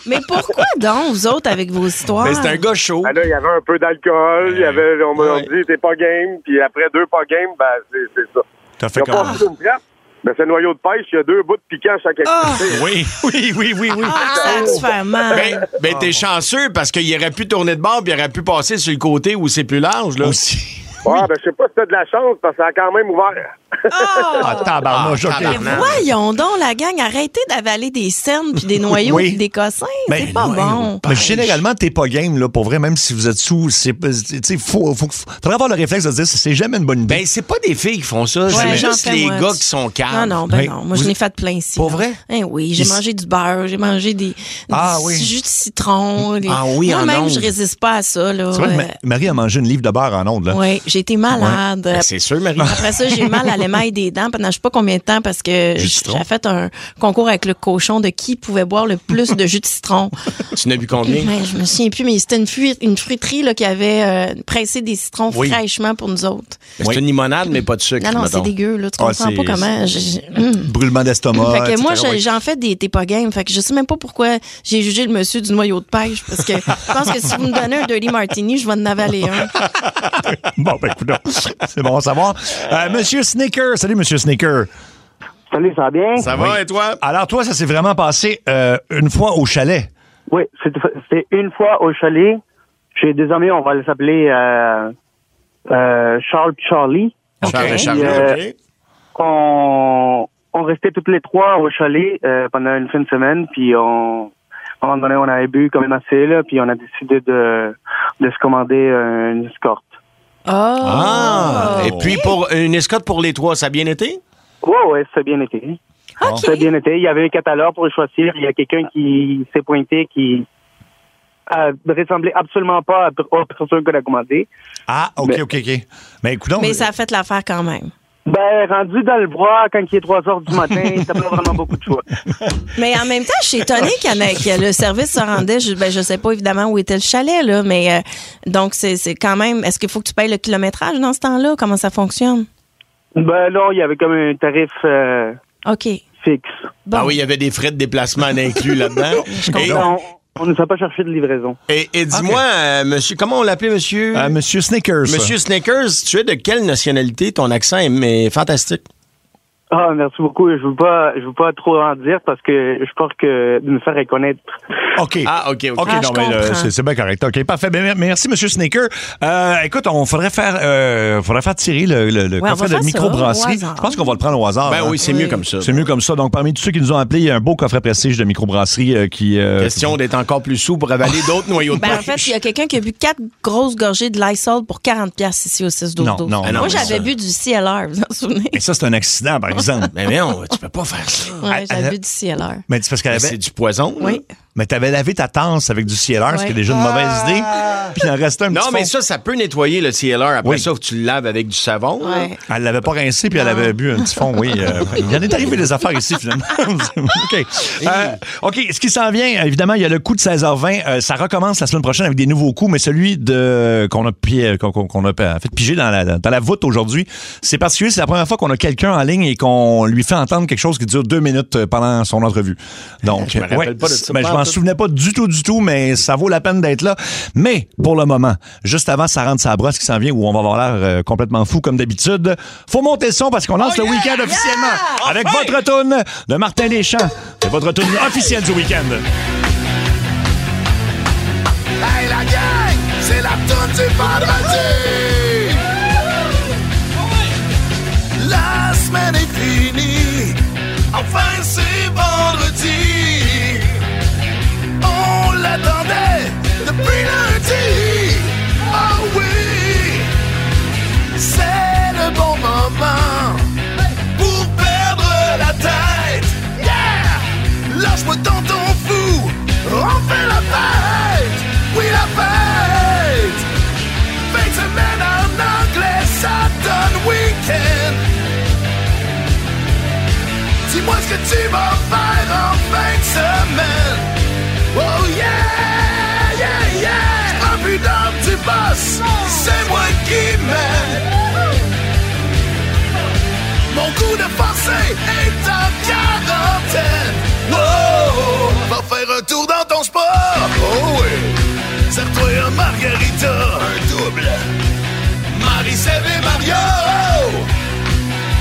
E: Mais pourquoi donc, vous autres, avec vos histoires?
C: Mais c'est un gars chaud. Euh,
N: Ben là, il y avait un peu d'alcool, il y avait, on m'a dit, t'es pas game, puis après deux pas game, ben c'est c'est ça.
D: T'as fait
N: Il a pas
D: comment?
N: fait une trappe, mais c'est un noyau de pêche, il y a deux bouts de piquant chaque
E: Ah!
N: extrémité.
D: Oui, oui, oui, oui, oui.
E: Ah, ça a dû faire
C: Ben,
E: mal.
C: ben, t'es chanceux parce qu'il aurait pu tourner de bord puis il aurait pu passer sur le côté où c'est plus large. Là.
D: Aussi.
N: Ouais, ben je sais pas si t'as de la chance, parce que ça a quand même ouvert.
E: Ah!
D: Ah, tabarnouche,
C: Ah,
D: OK.
E: Mais voyons donc, la gang, arrêtez d'avaler des cernes puis des noyaux
D: Oui.
E: puis des cossins.
D: Ben,
E: c'est pas
D: ouais,
E: bon.
D: Mais généralement, t'es pas game, là, pour vrai, même si vous êtes sous. C'est, c'est- t'sais, faut, faut, faut- faudrait avoir le réflexe de se dire, c'est jamais une bonne idée.
C: Ben, c'est pas des filles qui font ça, c'est
E: Ouais, j'en
C: juste
E: fais,
C: les
E: moi.
C: gars qui sont calmes.
E: Non, non, ben
D: Oui.
E: non. Moi,
D: Vous-
E: je n'ai fait plein ici.
C: Pour
E: là.
C: vrai?
E: Eh oui, j'ai
D: Ici-
E: mangé du beurre, j'ai mangé des,
D: Ah
E: du
D: oui.
E: jus de citron. les-
C: Ah oui, en
E: Moi-même,
C: ondes.
E: je résiste pas à ça. Là.
D: c'est vrai que Ma- Marie a mangé une livre de beurre en ondes, là.
E: Oui, j'ai été malade.
C: Ben, c'est sûr, Marie.
E: Après ça, j'ai eu mal à l'émail des dents pendant je sais pas combien de temps parce que
D: Jus de citron.
E: j'ai fait un concours avec le cochon de qui pouvait boire le plus de jus de citron.
C: Tu n'as bu combien?
E: Ben, je me souviens plus, mais c'était une, fuite- une fruiterie là, qui avait euh, pressé des citrons
D: Oui.
E: fraîchement pour nous autres.
C: Ben, C'est une limonade, mais pas de sucre.
E: Non, non, c'est
C: mettons.
E: dégueu. Là, tu
D: Ah,
E: comprends
D: c'est-
E: pas comment. je- je- hum.
D: Brûlement d'estomac.
E: Fait que moi,
D: etc.,
E: j'ai-
D: oui.
E: j'en fais des t'es pas game. Fait que je sais même pas pourquoi j'ai jugé le monsieur du noyau de pêche. Parce que je pense que si vous me donnez un Dirty Martini, je vais en avaler
C: [LAUGHS]
E: un.
D: [LAUGHS] Bon, ben, écoute, c'est bon à savoir. Euh, Monsieur Sneaker, salut, Monsieur Sneaker.
A: Salut, ça va bien?
C: Ça va, et toi?
D: Alors, toi, ça s'est vraiment passé euh, une fois au chalet.
A: Oui, c'est c'est une fois au chalet. Chez des amis, on va les appeler euh, euh, Charles et Charlie.
C: Charles et
E: Ok.
C: Charlie,
A: Euh,
C: OK.
A: On, on restait toutes les trois au chalet euh, pendant une fin de semaine, puis on, à un moment donné, on avait bu comme une assez, là, puis on a décidé de, de se commander euh, une escorte.
E: Oh!
C: Ah! Et
D: Oh.
C: puis, pour une escotte pour les trois, ça a bien été?
A: Ouais, ouais, ça a bien été.
E: OK.
A: Ça a bien été. Il y avait un catalogue pour choisir. Il y a quelqu'un qui s'est pointé qui euh, ne ressemblait absolument pas à- aux personnes qu'on a commandées.
D: Ah, OK,
A: Mais-
D: OK, OK. Mais écoute, euh,
E: Mais ça a fait l'affaire quand même.
A: Ben, rendu dans le bois, quand il est 3 heures du
D: [LAUGHS]
A: matin, t'as pas vraiment beaucoup de choix.
E: Mais en même temps, je suis étonnée qu'il y en ait- que le service se rendait. Je, ben, je sais pas évidemment où était le chalet, là, mais euh, donc c'est c'est quand même. Est-ce qu'il faut que tu payes le kilométrage dans ce temps-là? Comment ça fonctionne?
A: Ben, là, il y avait comme un tarif euh,
E: OK.
A: fixe.
E: Bon.
C: Ah oui, il y avait des frais de déplacement en
E: [LAUGHS]
C: inclus là-dedans. Et-
A: Non, on ne s'est pas cherché de livraison.
C: Et, et dis-moi, euh, monsieur, comment on l'appelait, monsieur?
D: Euh, Monsieur Sneaker, ça.
C: monsieur Snickers, tu es de quelle nationalité? Ton accent est mais, fantastique.
A: Ah, merci beaucoup. Je veux pas, je veux pas trop en dire parce que je pense que de me faire reconnaître.
D: OK.
C: Ah, OK, OK.
D: OK,
E: Ah,
D: non,
E: je
D: mais là,
E: comprends.
D: c'est, c'est bien correct. OK, parfait. Ben, mer- merci, M. Sneaker. Euh, écoute, on faudrait faire, euh, faudrait faire tirer le, le, le
E: Ouais, on
D: coffret
E: va
D: de
E: faire ça,
D: microbrasserie.
E: au hasard.
D: Je pense qu'on va le prendre au hasard.
C: Ben
D: hein.
C: oui, c'est
E: Oui.
C: mieux comme ça.
D: C'est mieux comme ça. Donc, parmi tous ceux qui nous ont appelés, il y a un beau coffret prestige de microbrasserie euh, qui. euh,
C: Question d'être encore plus sous pour avaler
E: [LAUGHS]
C: d'autres noyaux de
E: Ben, en
C: pêche.
E: fait, il y a quelqu'un qui a bu quatre grosses gorgées de Lysol pour 40$ piastres ici au 6 12
D: Non, non,
C: non,
E: Moi,
C: mais ça-
E: j'avais bu du CLR, vous vous en souvenez?
D: Et ça, c'est un accident, par exemple.
C: Ben, Mais non, tu peux pas faire ça.
E: Ouais,
D: elle-
C: euh,
E: j'avais bu du CLR.
D: mais c'est parce qu'elle
C: Ben, C'est
D: avait.
C: du poison. là.
E: Oui.
D: Mais t'avais lavé ta tasse avec du cieleur, ce qui est
E: Ouais.
D: déjà une mauvaise idée. Puis il en restait un
C: Ah! Non,
D: petit
C: mais
D: fond.
C: ça, ça peut nettoyer le CLR. Après
D: Oui.
C: ça, tu le laves avec du savon. là.
E: Ouais.
D: Elle l'avait pas rincé,
E: Ah.
D: puis elle avait bu un petit fond, oui. euh, [LAUGHS] il y en est arrivé des affaires ici, finalement. [LAUGHS] OK. Euh, OK, ce qui s'en vient, évidemment, il y a le coup de 16h20. euh, ça recommence la semaine prochaine avec des nouveaux coups, mais celui de qu'on a, pi- euh, qu'on- qu'on- qu'on a euh, fait piger dans la, dans la voûte aujourd'hui, c'est particulier. C'est la première fois qu'on a quelqu'un en ligne et qu'on lui fait entendre quelque chose qui dure deux minutes euh, pendant son entrevue. Donc,
C: Je me rappelle
D: ouais,
C: pas de ça,
D: mais
C: pas
D: je
C: en
D: m'en
C: tout.
D: souvenais pas du tout, du tout, mais ça vaut la peine d'être là. Mais pour le moment, juste avant, ça rentre sa brosse qui s'en vient où on va avoir l'air euh, complètement fou comme d'habitude. Faut monter le son parce qu'on
C: Oh,
D: lance le week-end officiellement avec votre tourne de Martin Deschamps. C'est votre tourne officielle du week-end.
G: Hey la gang, c'est la toune du vendredi. La semaine est finie, enfin c'est vendredi. On l'attendait depuis lundi. Ah oui, c'est le bon moment pour perdre la tête. Yeah! Lâche-moi dans ton fou, on fait la fête. Oui, la fête. Fin de semaine en anglais, ça donne week-end. Dis-moi ce que tu vas faire en fin de semaine. Oh yeah, yeah, yeah. J'prends plus d'armes du boss, c'est moi qui mène. Mon coup de forcé est en quarantaine. Wow! Oh, Va faire un tour dans ton sport. Oh oui! Serre-toi un margarita. Un double. Marie-Sève et Mario.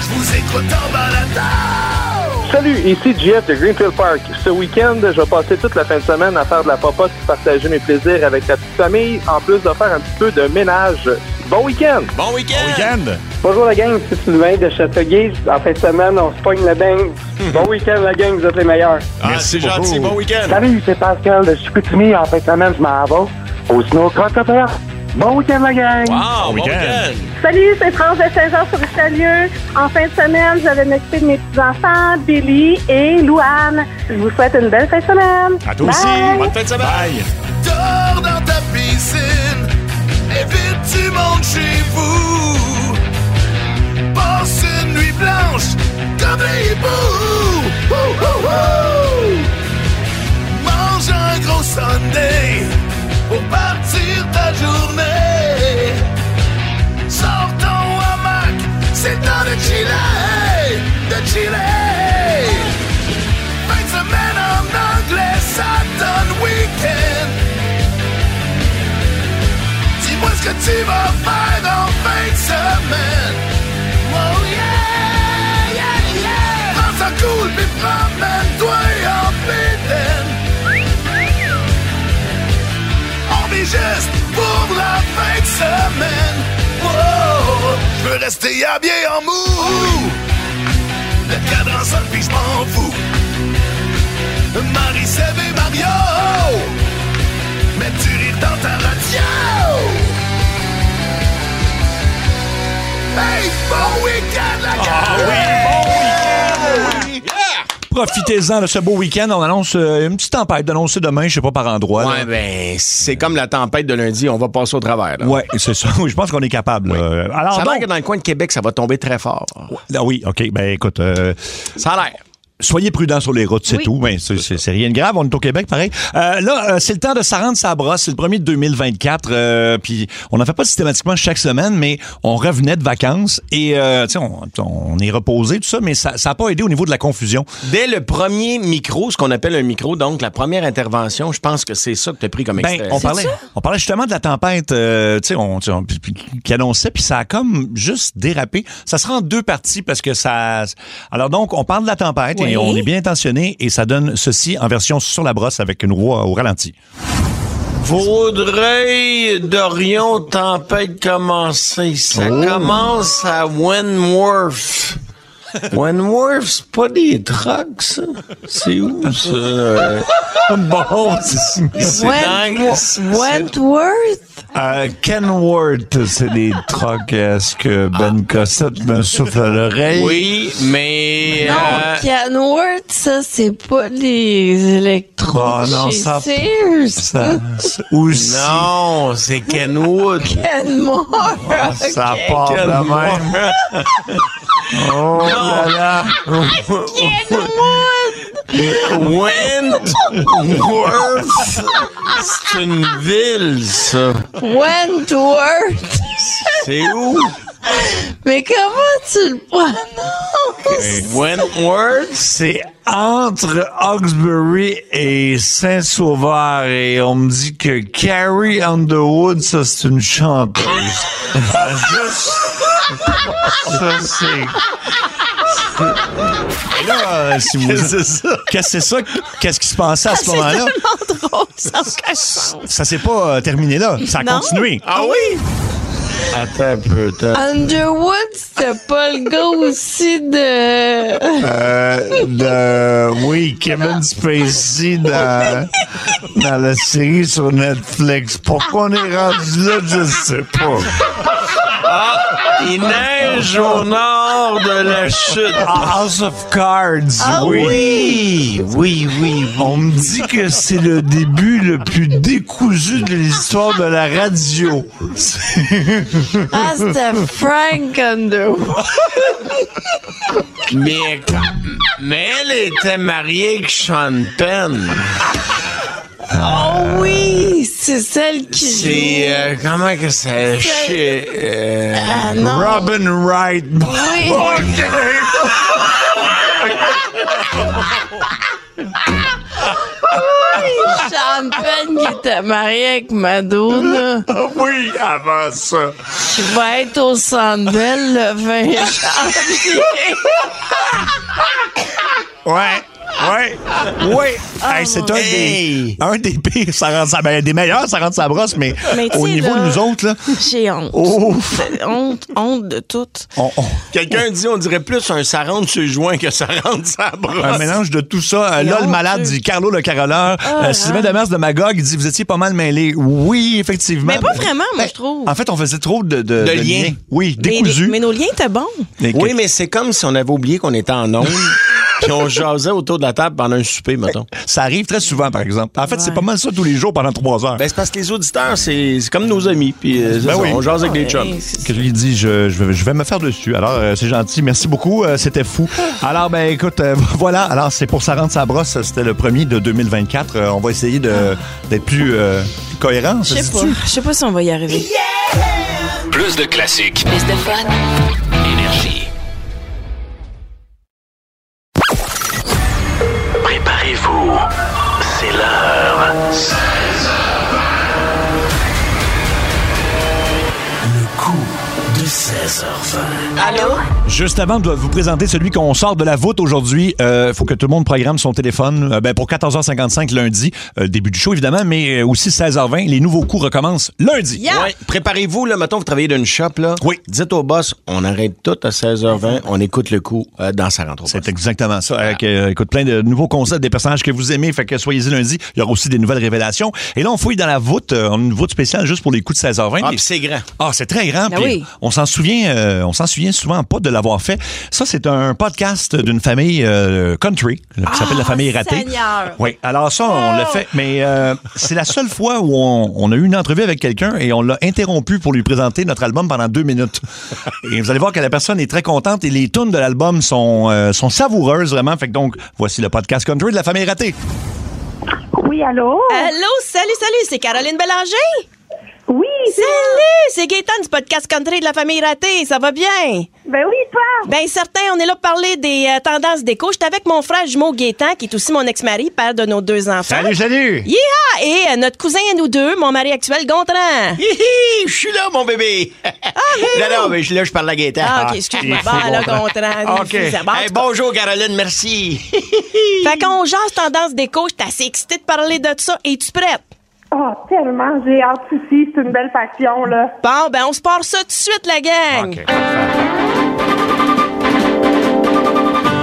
G: Je vous écoute en balada.
J: Salut, ici Jeff de Greenfield Park. Ce week-end, je vais passer toute la fin de semaine à faire de la popote et partager mes plaisirs avec la petite famille, en plus de faire un petit peu de ménage. Bon week-end!
C: Bon week-end!
O: Bonjour la gang, c'est Sylvain de Châteauguay. En fin de semaine, on se pogne le bain. Bon week-end la gang, vous êtes les meilleurs.
C: Hmm. Ah, Merci c'est gentil. beaucoup. Bon week-end.
O: Salut, c'est Pascal de Chicoutimi. En fin de semaine, je m'en vais au snow croque-père. Bon week-end la gang.
C: Wow, Ah, bon week-end.
P: Salut, c'est France de Saint-Jean sur Richelieu. En fin de semaine, je vais m'occuper de mes petits-enfants, Billy et Louane. Je vous souhaite une belle fin de semaine.
D: À toi aussi.
P: Bye.
D: Bonne fin de semaine.
G: Dors dans ta piscine, évite du monde chez vous. Passe une nuit blanche comme les hiboux. Ouh, ouh, ouh. Mange un gros sundae pour partir ta journée. Sors ton hamac, c'est temps de chiller, de chiller. Fin de semaine en anglais, ça donne week-end. Dis-moi ce que tu vas faire en fin de semaine. Oh yeah, yeah, yeah. Prends ça cool, puis promène-toi en bédaine. On vit juste pour la fin de semaine. Wow. Je veux rester habillé en mou. Le cadran sort, puis je m'en fous. Marie-Sève et Mario. Mais tu rires dans ta radio. Hey, bon week-end, la gang!
D: Profitez-en de ce beau week-end. On annonce euh, une petite tempête d'annoncer demain, je sais pas par endroit.
C: Ouais, ben, c'est comme la tempête de lundi, on va passer au travers. là.
D: Oui, c'est ça. [LAUGHS] Oui, je pense qu'on est capable. là. Alors
C: ça a
D: donc-
C: l'air que dans le coin de Québec, ça va tomber très fort.
D: Ah oui, OK. Ben écoute.
C: ça a l'air.
D: Soyez prudents sur les routes, c'est tout. Ben, c'est- c'est c'est rien de grave. On est au Québec, pareil. Euh, là, euh, c'est le temps de s'arrendre sa brosse. C'est le premier de 2024. euh, puis on n'en fait pas systématiquement chaque semaine, mais on revenait de vacances et euh, tu sais, on, on est reposé tout ça, mais ça n'a pas aidé au niveau de la confusion.
C: Dès le premier micro, ce qu'on appelle un micro, donc la première intervention, je pense que c'est ça que tu as pris comme
D: Ben,
C: extrait.
D: on parlait, on parlait justement de la tempête, euh, tu sais, on, tu sais, on- puis- puis- qui annonçait, puis ça a comme juste dérapé. Ça sera en deux parties parce que ça. Alors donc, on parle de la tempête
Q: Oui.
D: et on est bien intentionné et ça donne ceci en version sur la brosse avec une roue au ralenti.
C: Vaudreuil, Dorion, tempête commencée. Ça commence à Wentworth. [LAUGHS] Wentworth, c'est pas des trucks, ça? C'est où, ça? Euh,
D: [LAUGHS] bon,
C: c'est dingue. Ah,
E: Wentworth. Wentworth?
D: Kenworth, Euh, c'est des trucks. Est-ce que Ben Cossette me souffle à l'oreille?
C: Oui, mais... euh,
E: Non, Kenworth, ça, c'est pas les électros.
C: Bon, Bah, non,
E: Oh, chez
C: ça-
E: Sears.
C: Non, c'est Kenwood.
E: Kenmore. [LAUGHS]
C: Ça
E: ok.
C: part de la
D: même.
C: Oh
E: [LAUGHS]
G: là
C: là. Wentworth. C'est une ville, ça.
E: Wentworth.
C: C'est où?
E: Mais comment tu le prononces?
C: Wentworth,
D: c'est entre Hawkesbury et Saint-Sauveur et on me dit que Carrie Underwood, ça c'est une chanteuse. ça c'est... Et [LAUGHS] là, euh, si vous... Qu'est-ce que c'est ça? Qu'est-ce qui se passait à ce moment-là?
E: Ah, C'est tellement drôle, ça se
D: Ça s'est pas euh, terminé là, ça a
E: Non.
D: continué.
C: Ah oui? Attends un peu, attends.
E: Underwood, c'était pas le gars aussi
C: [LAUGHS]
E: de.
D: Euh, de- oui, Kevin Spacey dans, dans la série sur Netflix. Pourquoi on est rendu là, je sais pas.
E: Ah.
C: Ah, Il neige au nord de la chute.
D: Ah, House of Cards,
C: Ah
D: oui. Oui, oui, On me dit que c'est le début le plus décousu de l'histoire de la radio.
E: Ah, c'était Frank Underwood.
C: Mais, mais elle était mariée avec Sean Penn.
E: Oh oui, c'est celle qui
C: C'est. euh, comment que c'est. Shit, euh,
E: Ah, non.
C: Robin Wright.
E: Oui. Oui, Champagne qui était mariée avec Madonna.
C: Ah
G: Oui, avant ça.
E: Je vais être au Centre Bell le 20 janvier.
D: Ouais. Ouais. Ouais.
E: Ah,
D: Hey, c'est un, des, un des pires. Ça rend ça, ben, des meilleurs, ça rend ça brosse, mais,
E: Mais tu
D: au
E: sais,
D: niveau
E: là,
D: de nous autres, là.
E: J'ai honte.
D: Ouf.
E: Honte, honte de tout.
D: On, on-
C: Quelqu'un dit, on dirait plus un ça rentre sur le joint que ça rentre sur la brosse.
D: un mélange de tout ça. Euh,
C: Et
D: là, le
C: on
D: malade
C: tue.
D: dit Carlo le caroleur.
E: Ah,
D: Euh, Sylvain
E: hein.
D: Demers de Magog il dit Vous étiez pas mal mêlés. Oui, effectivement.
E: Mais pas vraiment, moi, je trouve.
D: En fait, on faisait trop de,
C: De liens.
D: Oui,
E: Mais,
D: décousus.
E: mais nos liens étaient bons.
C: Oui, mais c'est comme si on avait oublié qu'on était en
D: [LAUGHS]
C: onde. Puis on jasait autour de la table pendant un souper, mettons.
D: Ben, Ça arrive très souvent, par exemple. En fait, c'est pas mal ça tous les jours pendant trois heures.
C: Ben, c'est parce que les auditeurs, c'est c'est comme nos amis. Puis euh, c'est
D: Ben
C: ça,
D: oui.
C: on jase avec des
D: Ouais,
C: chums.
D: que je lui dis, je, je vais, je vais me faire dessus. Alors, euh, c'est gentil. Merci beaucoup. Euh, c'était
E: [LAUGHS]
D: fou. Alors, ben écoute, euh, [LAUGHS] voilà. Alors, c'est pour ça rendre sa brosse. C'était le premier de 2024. Euh, on va essayer de, d'être plus, euh, plus cohérent.
E: Je
D: ça se
E: sais pas.
D: dit-tu?
E: Je sais pas si on va y arriver.
B: Plus de classiques,
A: Plus de fun.
B: énergie.
G: Préparez-vous, c'est l'heure. 16 Le coup de 16h20.
A: Allô?
D: Juste avant de vous présenter celui qu'on sort de la voûte aujourd'hui, il faut que tout le monde programme son téléphone euh, ben, pour 14h55 lundi, euh, début du show évidemment, mais euh, aussi 16h20, les nouveaux coups recommencent lundi.
E: Yeah!
C: Ouais. Préparez-vous, là, mettons, vous travaillez d'une shop, là.
D: Oui.
C: Dites au boss, on arrête tout à 16h20, on écoute le coup euh, dans sa rentrée.
D: C'est exactement ça. Avec, euh, écoute, plein de nouveaux concepts, des personnages que vous aimez. Fait que soyez-y lundi. Il y aura aussi des nouvelles révélations. Et là, on fouille dans la voûte. euh, on a une voûte spéciale juste pour les coups de 16h20.
C: Ah,
D: Et-
C: puis c'est grand.
D: Ah, c'est très grand.
E: Ben
D: puis
E: oui.
D: On s'en souvient, euh, on s'en souvient souvent pas de l'avoir fait. Ça, c'est un podcast d'une famille euh, country qui s'appelle la famille ratée.
E: Ah, Seigneur. Oh!
D: Oui. Alors ça, on l'a fait, mais euh, c'est la seule fois où on, on a eu une entrevue avec quelqu'un et on l'a interrompu pour lui présenter notre album pendant deux minutes. Et vous allez voir que la personne est très contente et les tunes de l'album sont euh, sont savoureuses vraiment. Fait que donc, voici le podcast country de la famille ratée.
P: Oui, allô?
E: Allô, salut, salut, c'est Caroline Bélanger.
P: Oui,
E: Salut, c'est Gaëtan du podcast country de la famille ratée. Ça va bien?
P: ben oui, toi!
E: Ben certain, on est là pour parler des euh, tendances déco. J'étais avec mon frère jumeau Gaétan, qui est aussi mon ex-mari, père de nos deux enfants.
D: salut.
E: Yeeha! Et euh, notre cousin à nous deux, mon mari actuel, Gontran.
C: Hihi, je suis là, mon bébé. [LAUGHS] non, non, mais je- là, je parle à Gaëtan.
E: Ah, OK,
D: [LAUGHS]
E: excuse-moi. Bon, là, Gontran.
C: OK.
E: c'est ça. Bon, en
C: Hey,
E: tout cas.
C: bonjour, Caroline, merci.
E: Fait qu'on jase tendance déco. J'étais assez excitée de parler de ça. Es-tu prête?
P: Oh, tellement, j'ai hâte ici, c'est une belle passion, là.
E: Bon, ben on se part ça tout de suite, la gang.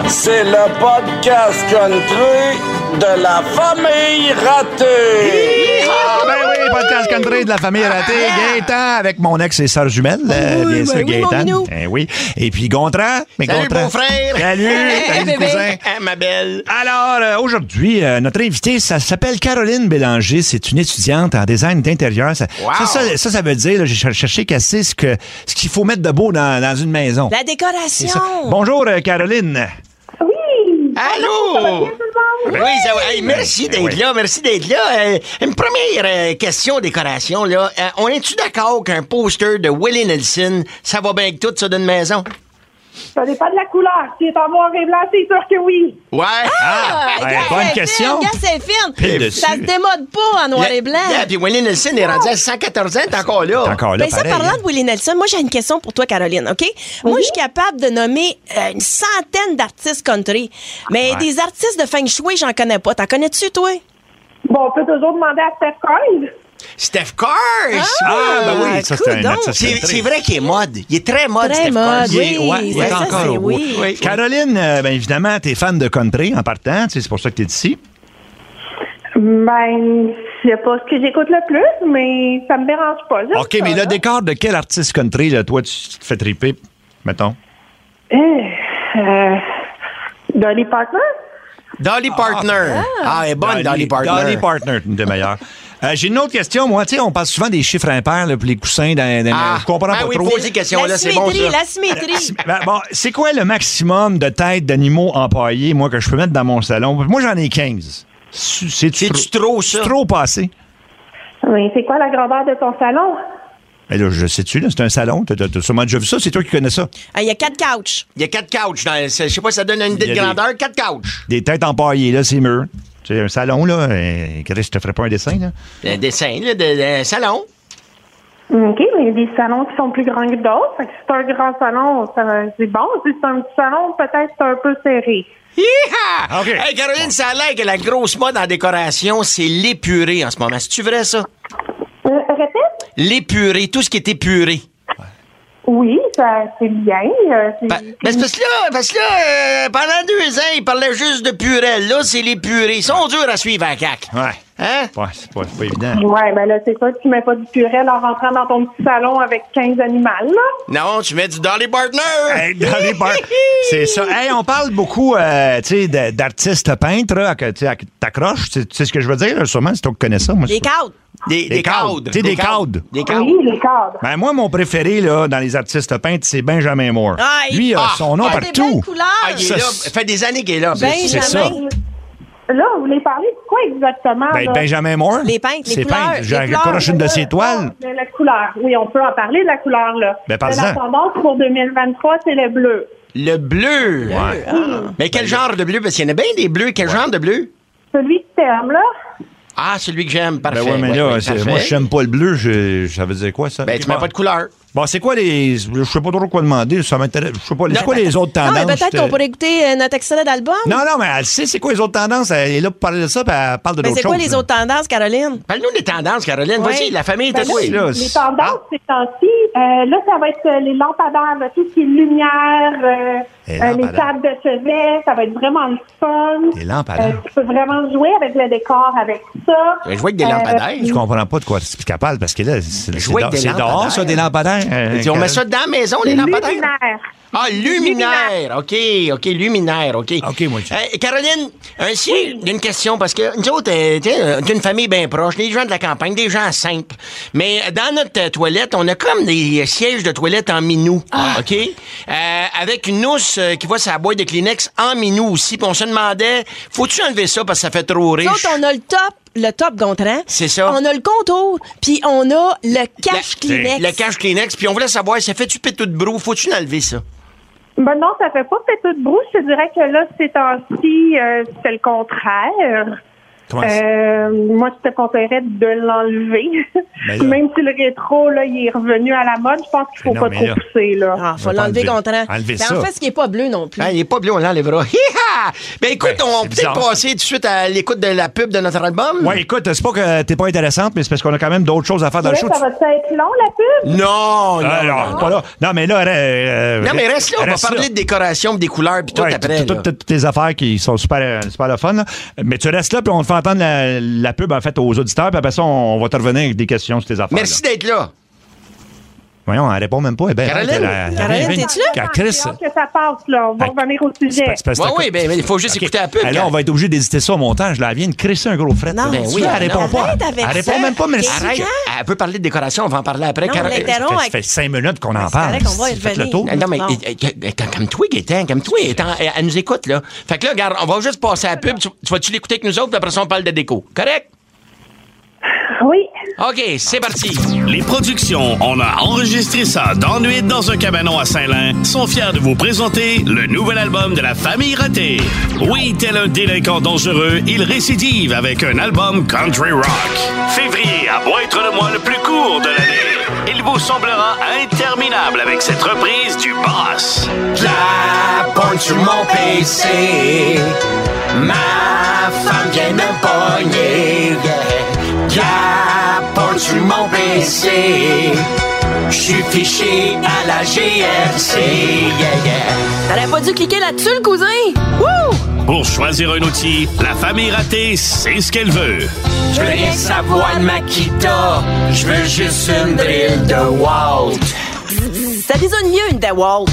Q: C'est le podcast country de la famille ratée.
D: Ben oui, podcast country de la famille ratée. Gaëtan avec mon ex et sœur jumelle. euh,
E: Ah! oui,
D: bien sûr,
E: ben oui, mon
D: Gaëtan.
E: minou.
D: Eh oui. Et puis Gontran. Mais
C: Salut,
D: Gontran.
C: mon frère.
D: Salut,
E: [LAUGHS]
D: salut,
E: bébé.
D: cousin.
C: Hein, ma belle.
D: Alors, euh, aujourd'hui, euh, notre invitée, ça s'appelle Caroline Bélanger. C'est une étudiante en design d'intérieur. Ça,
C: Wow.
D: ça, ça, ça, ça veut dire, là, j'ai cher- cherché qu'elle sait ce que- ce qu'il faut mettre de beau dans, dans une maison.
E: La
D: C'est ça.
E: décoration.
D: Bonjour, euh, Caroline.
P: Oui!
C: Allô? Oui, ça va. Hey, merci d'être
D: Ben oui.
C: là, merci d'être là. Euh, une première euh, question décoration, là. Euh, on est-tu d'accord qu'un poster de Willie Nelson, ça va bien avec tout ça d'une maison?
P: Ça dépend de la couleur. Si c'est en noir et blanc, c'est sûr que oui.
C: Ouais.
E: Ah,
D: ben,
E: gars,
D: bonne
E: c'est
D: question.
E: fine, gars, c'est fine.
D: Pile dessus.
E: Ça se démode pas en noir
C: Là-
E: et blanc.
C: là, puis Willie Nelson est rendu à 114 ans, t'es encore là.
D: T'es encore là,
E: Ben ça,
D: pareil,
E: parlant
D: hein?
E: de Willie Nelson, moi j'ai une question pour toi, Caroline, OK? Moi, je suis capable de nommer euh, une centaine d'artistes country, mais des artistes de feng shui, j'en connais pas. T'en connais-tu, toi?
P: Bon, on peut toujours demander à Steph Curry.
C: Steph Curry!
D: Ah, ben oui, ça, c'est un
E: coudonc.
D: artiste
C: C'est,
D: country.
C: c'est vrai qu'il est mode. Il est très mode,
E: Très
C: Steph
E: mode,
C: Curry.
E: oui.
D: Ouais, il
E: c'est
D: est
E: ça,
D: encore
E: c'est
D: au bout.
E: oui.
C: Oui.
D: Caroline, euh, ben évidemment, t'es fan de country en partant, tu sais, c'est pour ça que t'es ici.
P: Ben, c'est pas ce que j'écoute le plus, mais ça me dérange pas. J'aime
D: OK,
P: ça,
D: mais le
E: hein.
P: là.
D: décor de quel artiste country, là, toi, tu te fais triper, mettons?
P: Eh, euh, Dolly Parton?
C: Dolly Partner. Ah, elle est bonne, Dolly, Partner.
D: Dolly Partner, une des meilleures. Euh, J'ai une autre question. Moi, tu sais, on parle souvent des chiffres impairs, là, puis les coussins dans, dans-
C: Ah,
D: Je comprends
C: ben
D: pas
C: oui,
D: trop.
C: posez question, là,
E: la
C: c'est bon,
E: symétrie,
C: ça.
E: la symétrie.
D: Ben, bon, c'est quoi le maximum de têtes d'animaux empaillés, moi, que je peux mettre dans mon salon? Moi, j'en ai 15. C'est-tu
C: C'est-tu trop, ça?
D: C'est trop passé.
P: Oui, c'est quoi la grandeur de ton salon?
D: Mais là, je sais-tu, là, c'est un salon. T'as as, sûrement déjà vu ça. C'est toi qui connais ça.
E: Ah, Il y a quatre couches.
C: Il y a quatre couches. Dans, je sais pas si ben, ça donne une idée
D: Il y a
C: de
D: des-
C: grandeur. Quatre couches.
D: Des têtes empaillées, là, c'est mûr. C'est un salon, là. Et, Chris, je te ferais pas un dessin, là.
C: Un dessin, là, de, d'un salon.
P: OK, mais il y a des salons qui sont plus grands que d'autres. Fait que si c'est un grand salon, ça va- c'est bon. Si c'est un petit salon, peut-être c'est un peu serré.
C: Hi-ha! Ah! Hey, Caroline, ça a l'air que la grosse mode en décoration, c'est l'épuré en ce moment. C'est-tu vrai, ça?
P: Euh, répète?
C: L'épuré, tout ce qui est épuré.
P: Oui, ça, c'est bien. euh, c'est-
C: Mais c'est parce que là, parce que là euh, pendant deux ans, ils parlaient juste de purée. Là, c'est les purées. Ils sont durs à suivre en CAC.
D: Ouais.
C: Hein?
D: Ouais, c'est pas, c'est
C: [LAUGHS]
D: pas évident.
P: Ouais, ben là, c'est quoi? Tu mets pas du purel en rentrant dans ton petit salon avec 15 animaux, là?
C: Non, tu mets du Dolly Partner.
D: Hey, dans les bars. C'est ça. Hey, on parle beaucoup euh, tu sais, de- d'artistes peintres. hein, que, tu sais, à- T'accroches, tu sais- tu sais ce que je veux dire? Sûrement, c'est toi qui connais ça. Moi,
E: Des cadres.
C: Des,
D: des cadres. Tu sais, des cadres.
C: Des
P: Oui, les cadres.
D: Ben, moi, mon préféré là, dans les artistes peintres, c'est Benjamin Moore.
E: Ah, il-
D: Lui, il a
E: Ah,
D: son nom
E: ah, des
D: partout.
E: belles couleurs.
C: Ah, il est
D: Ça,
C: là.
D: c'est-
C: Ça fait des années qu'il est là.
D: Ben, c'est ça.
P: Là, vous voulez parler de quoi exactement?
D: Ben,
P: là?
D: Benjamin Moore.
E: Les peintres, les
D: C'est
E: couleurs,
D: peintre.
E: les
D: J'ai-
E: couleurs,
D: J'accroche une de ses toiles.
P: De Ah, la couleur. Oui, on peut en parler de la couleur, là.
D: Ben,
P: Mais
D: parle-en.
P: la tendance pour 2023, c'est le bleu.
C: Le bleu.
D: ah.
C: Mais
D: Ben,
C: quel genre de bleu? Parce qu'il y en a bien des bleus. Quel genre de bleu?
P: Celui que t'aimes, là.
C: Ah, celui que j'aime. Parfait.
D: Ben ouais, mais
C: Ouais,
D: là,
C: ouais,
D: c'est-
C: parfait.
D: moi, je n'aime pas le bleu. je- ça veut dire quoi, ça?
C: Ben, tu mets pas de couleur.
D: Bon, c'est quoi les. Je sais pas trop quoi demander. Ça m'intéresse. Je sais pas. C'est quoi
C: ben,
D: les autres
E: Non,
D: tendances?
E: Ah, mais peut-être
D: t'es-
E: qu'on pourrait écouter euh, notre extrait d'album.
D: Non, non, mais elle sait c'est quoi les autres tendances. Elle est là pour parler de ça, puis elle parle de
E: Mais
P: Ben,
D: d'autres
E: c'est
D: choses. hein.
E: quoi les
D: là.
E: autres tendances, Caroline?
C: Parle-nous des tendances, Caroline.
E: Ouais.
C: Vas-y, la famille est à
P: Ben
C: toi.
P: là,
D: là,
P: les
D: c'est- ah.
P: tendances, ces temps-ci, euh, là, ça va être euh, les lampadaires, là, tout ce qui est lumière, euh, euh,
D: Les
P: les
D: lampadaires.
P: tables de chevet, ça va être vraiment le fun. Euh,
D: Les lampadaires.
P: tu peux vraiment jouer avec le décor, avec ça.
C: Ben, jouer avec des
P: Euh,
C: lampadaires.
D: Je comprends pas de quoi c'est qu'elle parle, parce que là, c'est c'est
C: Jouer
D: dehors,
C: avec des
D: c'est dehors, ça,
C: lampadaires.
D: des lampadaires. euh,
C: Dis, on met ça dans la maison, les lampadaires.
P: Luminaire.
C: Ah, luminaire. OK, OK, luminaire, OK.
D: OK, moi, je-
C: Euh, Caroline, ainsi, une question, parce que nous autres, euh, tu sais, euh, d'une famille bien proche, des gens de la campagne, des gens simples. Mais euh, dans notre euh, toilette, on a comme des euh, sièges de toilette en minou,
E: Ah.
C: OK? Euh, avec une housse euh, qui va sur la boîte de Kleenex en minou aussi. Puis on se demandait, faut-tu enlever ça parce que ça fait trop riche?
E: Nous autres, on a le top, le top Gontran.
C: C'est ça.
E: On a le contour, puis on a le cache
C: La-
E: Kleenex.
C: Le cache Kleenex. Puis on voulait savoir, ça fait-tu pétou de brou? Faut-tu enlever ça?
P: Ben non, ça fait pas fait tout de brousse. Je te dirais que là, ces temps-ci, euh, c'est le contraire.
D: Comment ça?
P: Euh, moi, je te conseillerais de l'enlever. [LAUGHS]
D: Mais Ben là-
P: Même si le rétro, là, il est revenu à la mode, je pense qu'il
D: Mais
P: faut
D: non,
P: pas
D: mais
P: trop
D: là-
P: pousser, là.
E: Ah,
D: On
E: faut
D: va pas
E: l'enlever,
D: enlever.
E: Gontran.
D: Enlever
E: Ben,
D: ça. Ben,
E: En fait, ce qui n'est pas bleu non plus.
C: Ah, il est pas [LAUGHS] bleu, on l'enlèvera. Hi-ha! Ben écoute,
D: Ouais,
C: on peut
D: c'est
C: peut-être
D: bizarre,
C: passer tout de suite à l'écoute de la pub de notre album.
D: Ouais, écoute, c'est pas que t'es pas intéressante, mais c'est parce qu'on a quand même d'autres choses à faire dans
P: Là,
D: le show.
P: ça va être long, la pub?
C: Non, non.
D: Ah,
C: non.
D: non, pas là. Non, mais là. euh,
C: Non, mais reste là, on
D: reste
C: va parler de décoration, puis des couleurs, puis tout
D: Ouais,
C: après.
D: tout- tout-
C: là.
D: Toutes tes affaires qui sont super, euh, super le fun. là. Mais tu restes là, puis on te fait entendre la, la pub en fait aux auditeurs, puis après ça, on, on va te revenir avec des questions sur tes affaires.
C: Merci
D: là.
C: d'être là.
D: Voyons, elle répond même pas. Eh ben,
C: Caroline?
D: elle, elle, elle,
E: Caroline,
D: elle-
E: t'es-tu
D: elle-
E: là? Ah,
D: Chris.
P: J'ai hâte que ça passe, là. On va
D: Ah,
P: revenir au
D: c'est
P: sujet.
D: parce- c'est parce que
C: Ouais,
D: t'as-
C: oui, ben, mais il faut juste
D: Ok.
C: écouter la pub.
D: Eh, là, on va être obligé d'éditer ça au montage. Là, elle vient de crisser un gros fret.
E: Non,
D: Ben
E: tu
D: oui,
E: vas-
D: elle répond
E: non,
D: pas.
E: arrête avec
D: Elle
E: ça.
D: répond même pas, merci.
E: Arrête.
C: Arrête, elle peut parler de décoration, on va en parler après.
E: Non,
C: Car-
E: on l'interrompt.
D: Ça
E: avec-
D: fait cinq minutes qu'on en
E: C'est vrai
D: parle.
E: qu'on va y
D: Faites le
E: revenir.
D: tour.
C: Euh, Non, mais
E: Bon.
C: euh, euh, euh, comme toi, Gaétan, comme toi, elle, elle, elle nous écoute, là. Fait que là, regarde, on va juste passer à la pub. Tu, tu vas-tu l'écouter avec nous autres, puis après ça, on parle de déco. Correct?
P: Oui.
C: OK, c'est parti.
R: Les productions On a enregistré ça dans Nuit dans un cabanon à Saint-Lin sont fiers de vous présenter le nouvel album de la famille ratée. Oui, tel un délinquant dangereux, il récidive avec un album country rock. Février à être le mois le plus court de l'année. Il vous semblera interminable avec cette reprise du boss.
G: La pointe sur mon PC. Ma femme vient de me pogner. yeah. La pointe sur mon PC. Je suis fiché à la GRC. yeah, yeah.
E: T'aurais pas dû cliquer là-dessus, le cousin? Wouh!
R: Pour choisir un outil, la famille ratée sait ce qu'elle veut.
G: Je veux rien savoir de Makita, je veux juste une drill de Walt.
E: Ça désonne mieux une DeWalt.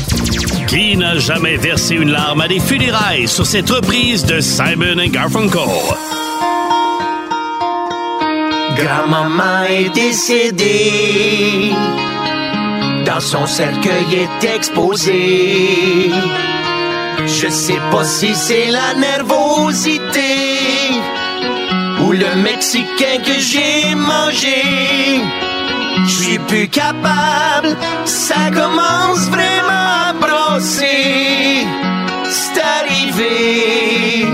R: Qui n'a jamais versé une larme à des funérailles sur cette reprise de Simon and Garfunkel?
G: Grand-maman est décédée, dans son cercueil est exposé. Je sais pas si c'est la nervosité
S: ou le Mexicain que j'ai mangé. Je suis plus capable, ça commence vraiment à brosser. C'est arrivé,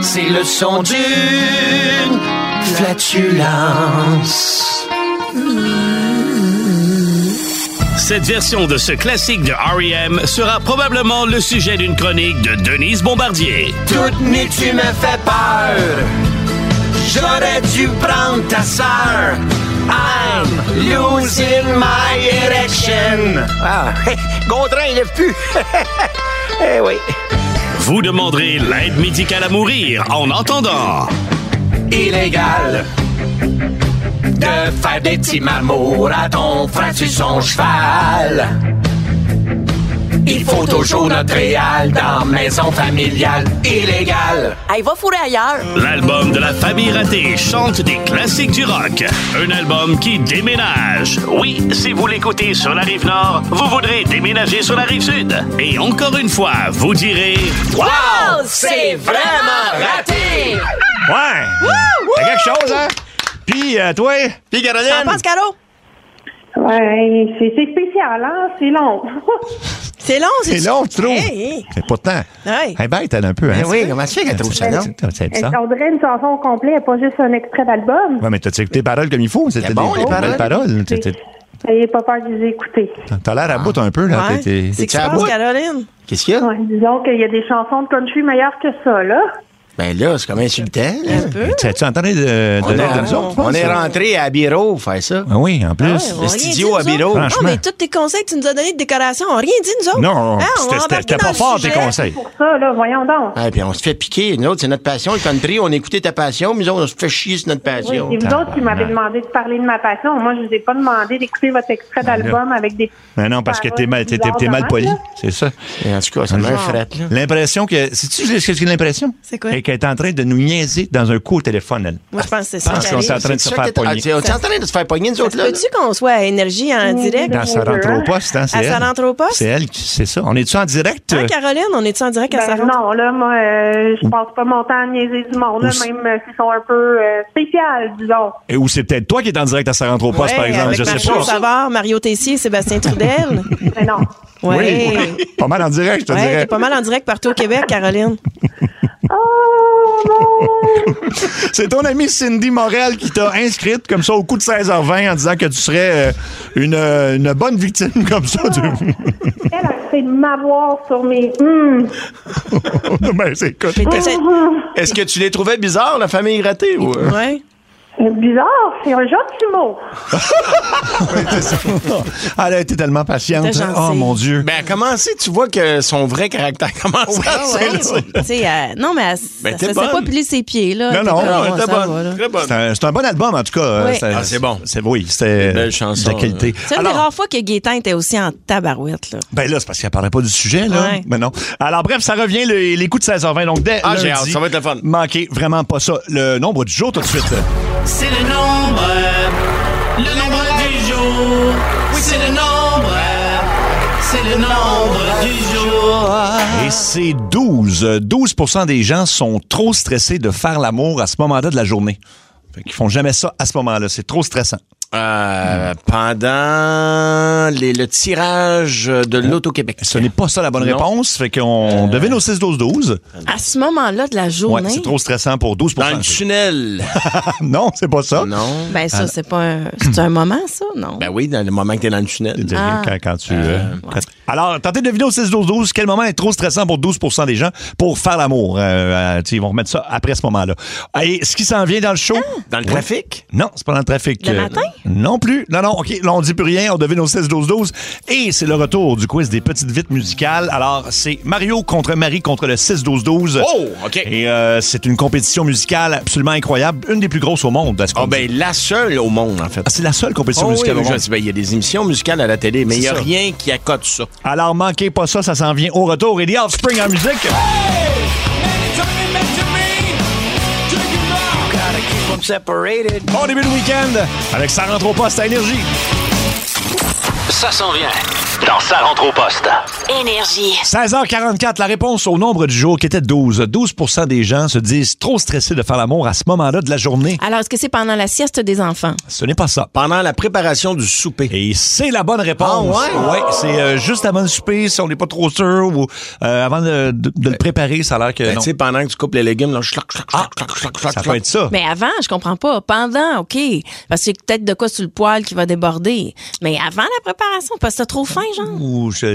S: c'est le son d'une flatulence.
R: Cette version de ce classique de R.E.M. sera probablement le sujet d'une chronique de Denise Bombardier.
S: Toute nue, tu me fais peur. J'aurais dû prendre ta sœur. I'm losing my erection. Ah, [LAUGHS] Gondrin, il lève plus. eh oui.
R: Vous demanderez l'aide médicale à mourir en entendant
S: Illégal de faire des petits mamours à ton frère sur son cheval. Il faut toujours notre réal dans maison familiale illégale.
N: Hey, va fourrer ailleurs.
R: L'album de la famille ratée chante des classiques du rock. Un album qui déménage. Oui, si vous l'écoutez sur la rive nord, vous voudrez déménager sur la rive sud. Et encore une fois, vous direz
S: Wow, c'est vraiment raté!
D: Ouais!
S: Ah,
D: C'est quelque chose, hein? Puis, euh, toi?
C: Puis, Caroline?
E: T'en penses, Caro?
P: Ouais, c'est c'est spécial, hein? C'est long.
E: c'est long,
P: Oh,
D: C'est long, tu trouves? C'est pourtant.
E: Ouais.
D: Elle est bête, elle, un peu, hein?
C: Ben oui, comment ça fait qu'elle trouve ça long?
D: C'est
P: Elle
D: ça.
P: chanterait une chanson au complet, pas juste un extrait d'album.
D: Ouais, mais t'as écouté les paroles comme il faut. C'était
C: bon,
D: des
C: les
D: des belles
C: paroles.
D: paroles. T'es- t'es-
P: N'ayez pas peur de les écouter.
D: T'as l'air
C: Ah.
D: à bout un peu, là.
P: Ouais.
D: T'es- t'es-
P: C'est
D: t'es
P: que
D: à
P: je
D: bout.
P: pense
E: Caroline?
C: Qu'est-ce qu'il y a?
P: Ouais, disons qu'il y a des chansons de country meilleures que ça, là.
C: Ben là, c'est comme insultant. là.
D: Tu tu entendais de,
C: On,
D: de
C: est-
D: l'aide de nous autres, tu
C: on
D: penses?
C: est rentré à Biro faire ça.
D: Ah oui, en plus.
E: On a rien
C: le
E: dit,
C: studio
E: nous
C: à Biro.
E: autres. Oh, Non, mais tous tes conseils que tu nous as donnés de décoration, on n'a rien dit, nous autres. Hein,
C: Non,
E: on
C: c'était-
E: a
C: c'était-
E: embarqué
C: c'était
E: dans
C: pas
E: le
C: fort,
E: sujet.
C: tes conseils. Pour
P: Ça, là, voyons donc.
C: Ah, puis on se fait piquer. Nous autres, c'est notre passion. Le country, on écoutait ta passion, mais nous autres, on se fait chier sur notre
P: Oui,
C: passion.
P: c'est vous autres qui m'avez demandé de parler de ma passion. Moi, je vous ai pas demandé d'écouter votre extrait
D: Ben là.
P: d'album avec des...
D: Mais non, parce que t'es mal, t'es- t'es- t'es mal poli. C'est ça.
C: en tout cas,
D: ça
C: m'a frette, là.
D: L'impression que. Sais-tu ce que j'ai l'impression?
E: C'est quoi?
D: Et Qu'elle est en train de nous niaiser dans un coup au téléphone, elle.
E: Moi, je pense que c'est
D: Je
E: ça.
G: Ah,
D: pense qu'on s'est en train de se faire pogner.
C: On est ah, en train de se faire pogner, nous autres, là.
E: Peux-tu qu'on soit à énergie en
P: Mmh.
E: direct?
D: Dans sa rentre au poste, hein, c'est
E: À
D: elle.
E: sa
D: euh,
E: rentre au poste?
D: C'est elle, qui- c'est ça. On est-tu en direct?
E: Hein, Caroline, on est-tu en direct à sa rentre?
P: Ben Non, là, moi, euh, je passe pas mon temps à niaiser du monde, là, même euh, s'ils sont un peu euh, spéciales, disons.
D: Et Ou c'est peut-être toi qui es en direct à sa rentre au poste,
E: Ouais,
D: par exemple?
E: avec
D: Je sais
E: Mario
D: pas.
E: Savard, Mario Tessier, Sébastien Trudel.
P: [LAUGHS] Mais non.
E: Ouais.
D: Oui, [LAUGHS] pas mal en direct, je te
E: Ouais,
D: dirais.
E: t'es pas mal en direct partout au Québec, Caroline.
D: [LAUGHS] C'est ton amie Cindy Morel qui t'a inscrite comme ça au coup de 16h20 en disant que tu serais euh, une, euh, une bonne victime [LAUGHS] comme ça. du-
P: Elle a essayé de m'avoir sur mes... Hmm.
D: [LAUGHS] Ben, c'est- écoute.
P: [LAUGHS]
C: Est-ce que tu les trouvais bizarres, la famille ratée? Ou...
E: Ouais.
P: C'est Euh, Bizarre, c'est un gentil mot.
E: Ah.
D: [LAUGHS] Elle a été tellement patiente.
C: C'était gentil.
D: Oh mon Dieu.
C: Ben, comment c'est? Tu vois que son vrai caractère [LAUGHS] commence à
E: Ah ouais,
C: se
E: tu sais, euh, non, mais elle,
C: Ben,
E: ça,
C: t'es
E: ça s'est
C: bonne.
E: pas plié ses pieds, là.
D: Non,
E: Elle
D: non,
E: était comme, ah,
D: elle était
E: ça
D: bonne.
E: va, là.
D: C'est un, c'est un bon album, en tout cas. euh,
E: Oui.
C: Ah, c'est bon.
D: C'est, oui, c'était
C: belle chanson,
D: de la qualité.
E: euh. C'est une des rares fois que Gaétan était aussi en tabarouette, là.
D: Ben là, c'est parce qu'elle parlait pas du sujet, là.
E: Ouais.
D: Ben non. Alors, bref, ça revient le- les coups de 16h20. Donc, dès
C: Ah, j'ai
D: lundi,
C: hâte, ça va être le fun.
D: Manquez vraiment pas ça. Le nombre du jour, tout de suite.
G: C'est le nombre, le nombre du jour. Oui, c'est le nombre, c'est le nombre du jour.
D: Et c'est 12. Euh, 12 des gens sont trop stressés de faire l'amour à ce moment-là de la journée. Fait qu'ils font jamais ça à ce moment-là. C'est trop stressant.
C: Euh, pendant les- le tirage de l'Auto-Québec.
D: Euh, Ce n'est pas ça la bonne
C: Non. Euh,
D: réponse. Fait qu'on devine au 6-12-12.
E: À ce moment-là de la
D: Ouais,
E: journée.
D: c'est trop stressant pour 12
C: Dans le tunnel.
D: [LAUGHS] Non, c'est pas ça. Ah,
C: Non.
E: Ben, ça, c'est pas un. C'est un moment, ça, non?
C: Ben oui, dans le moment que t'es dans le tunnel.
E: Ah.
D: Quand, quand tu, euh, quand tu- Alors, tentez de deviner au 6-12-12 quel moment est trop stressant pour 12 des gens pour faire l'amour. Euh, euh, tu sais, ils vont remettre ça après ce moment-là. Et ce qui s'en vient dans le show.
C: Dans le
D: Ouais.
C: trafic?
D: Non, c'est pas dans le trafic.
E: Ah. Le
D: Euh,
E: matin?
D: Non plus. Non, non, OK. Là, on dit plus rien. On devine au 16-12-12. Et c'est le retour du quiz des petites vites musicales. Alors, c'est Mario contre Marie contre le 6-12-12.
C: Oh, OK.
D: Et euh, c'est une compétition musicale absolument incroyable. Une des plus grosses au monde, à ce qu'on
C: Ah ben la seule au monde, en fait.
D: Ah, c'est la seule compétition
C: Oh oui,
D: musicale au
C: je
D: monde.
C: sais, ben, il y a des émissions musicales à la télé, mais il n'y a
D: C'est ça.
C: rien qui accote ça.
D: Alors, manquez pas ça, ça s'en vient au retour. Et The Offspring en musique. Bon début de week-end avec Ça rentre au poste à énergie.
B: Ça s'en vient. dans sa rentre au poste.
A: Énergie.
D: 16h44, la réponse au nombre du jour qui était 12. 12 des gens se disent trop stressés de faire l'amour à ce moment-là de la journée.
E: Alors, est-ce que c'est pendant la sieste des enfants?
D: Ce n'est pas ça.
C: Pendant la préparation du souper.
D: Et c'est la bonne réponse.
C: Ah ouais?
D: Ouais, c'est euh, juste avant le souper, si on n'est pas trop sûr, ou euh, avant de, de- de le préparer, ça a l'air que
C: Ben,
D: non. Ah,
C: tu sais, pendant que tu coupes les légumes, là, chlac, chlac, chlac, chlac, chlac, chlac,
D: ça
C: chlac.
D: peut être ça.
E: Mais avant, je comprends pas. Pendant, OK. Parce que c'est peut-être de quoi sur le poil qui va déborder. Mais avant la préparation, parce que t'as trop faim, genre.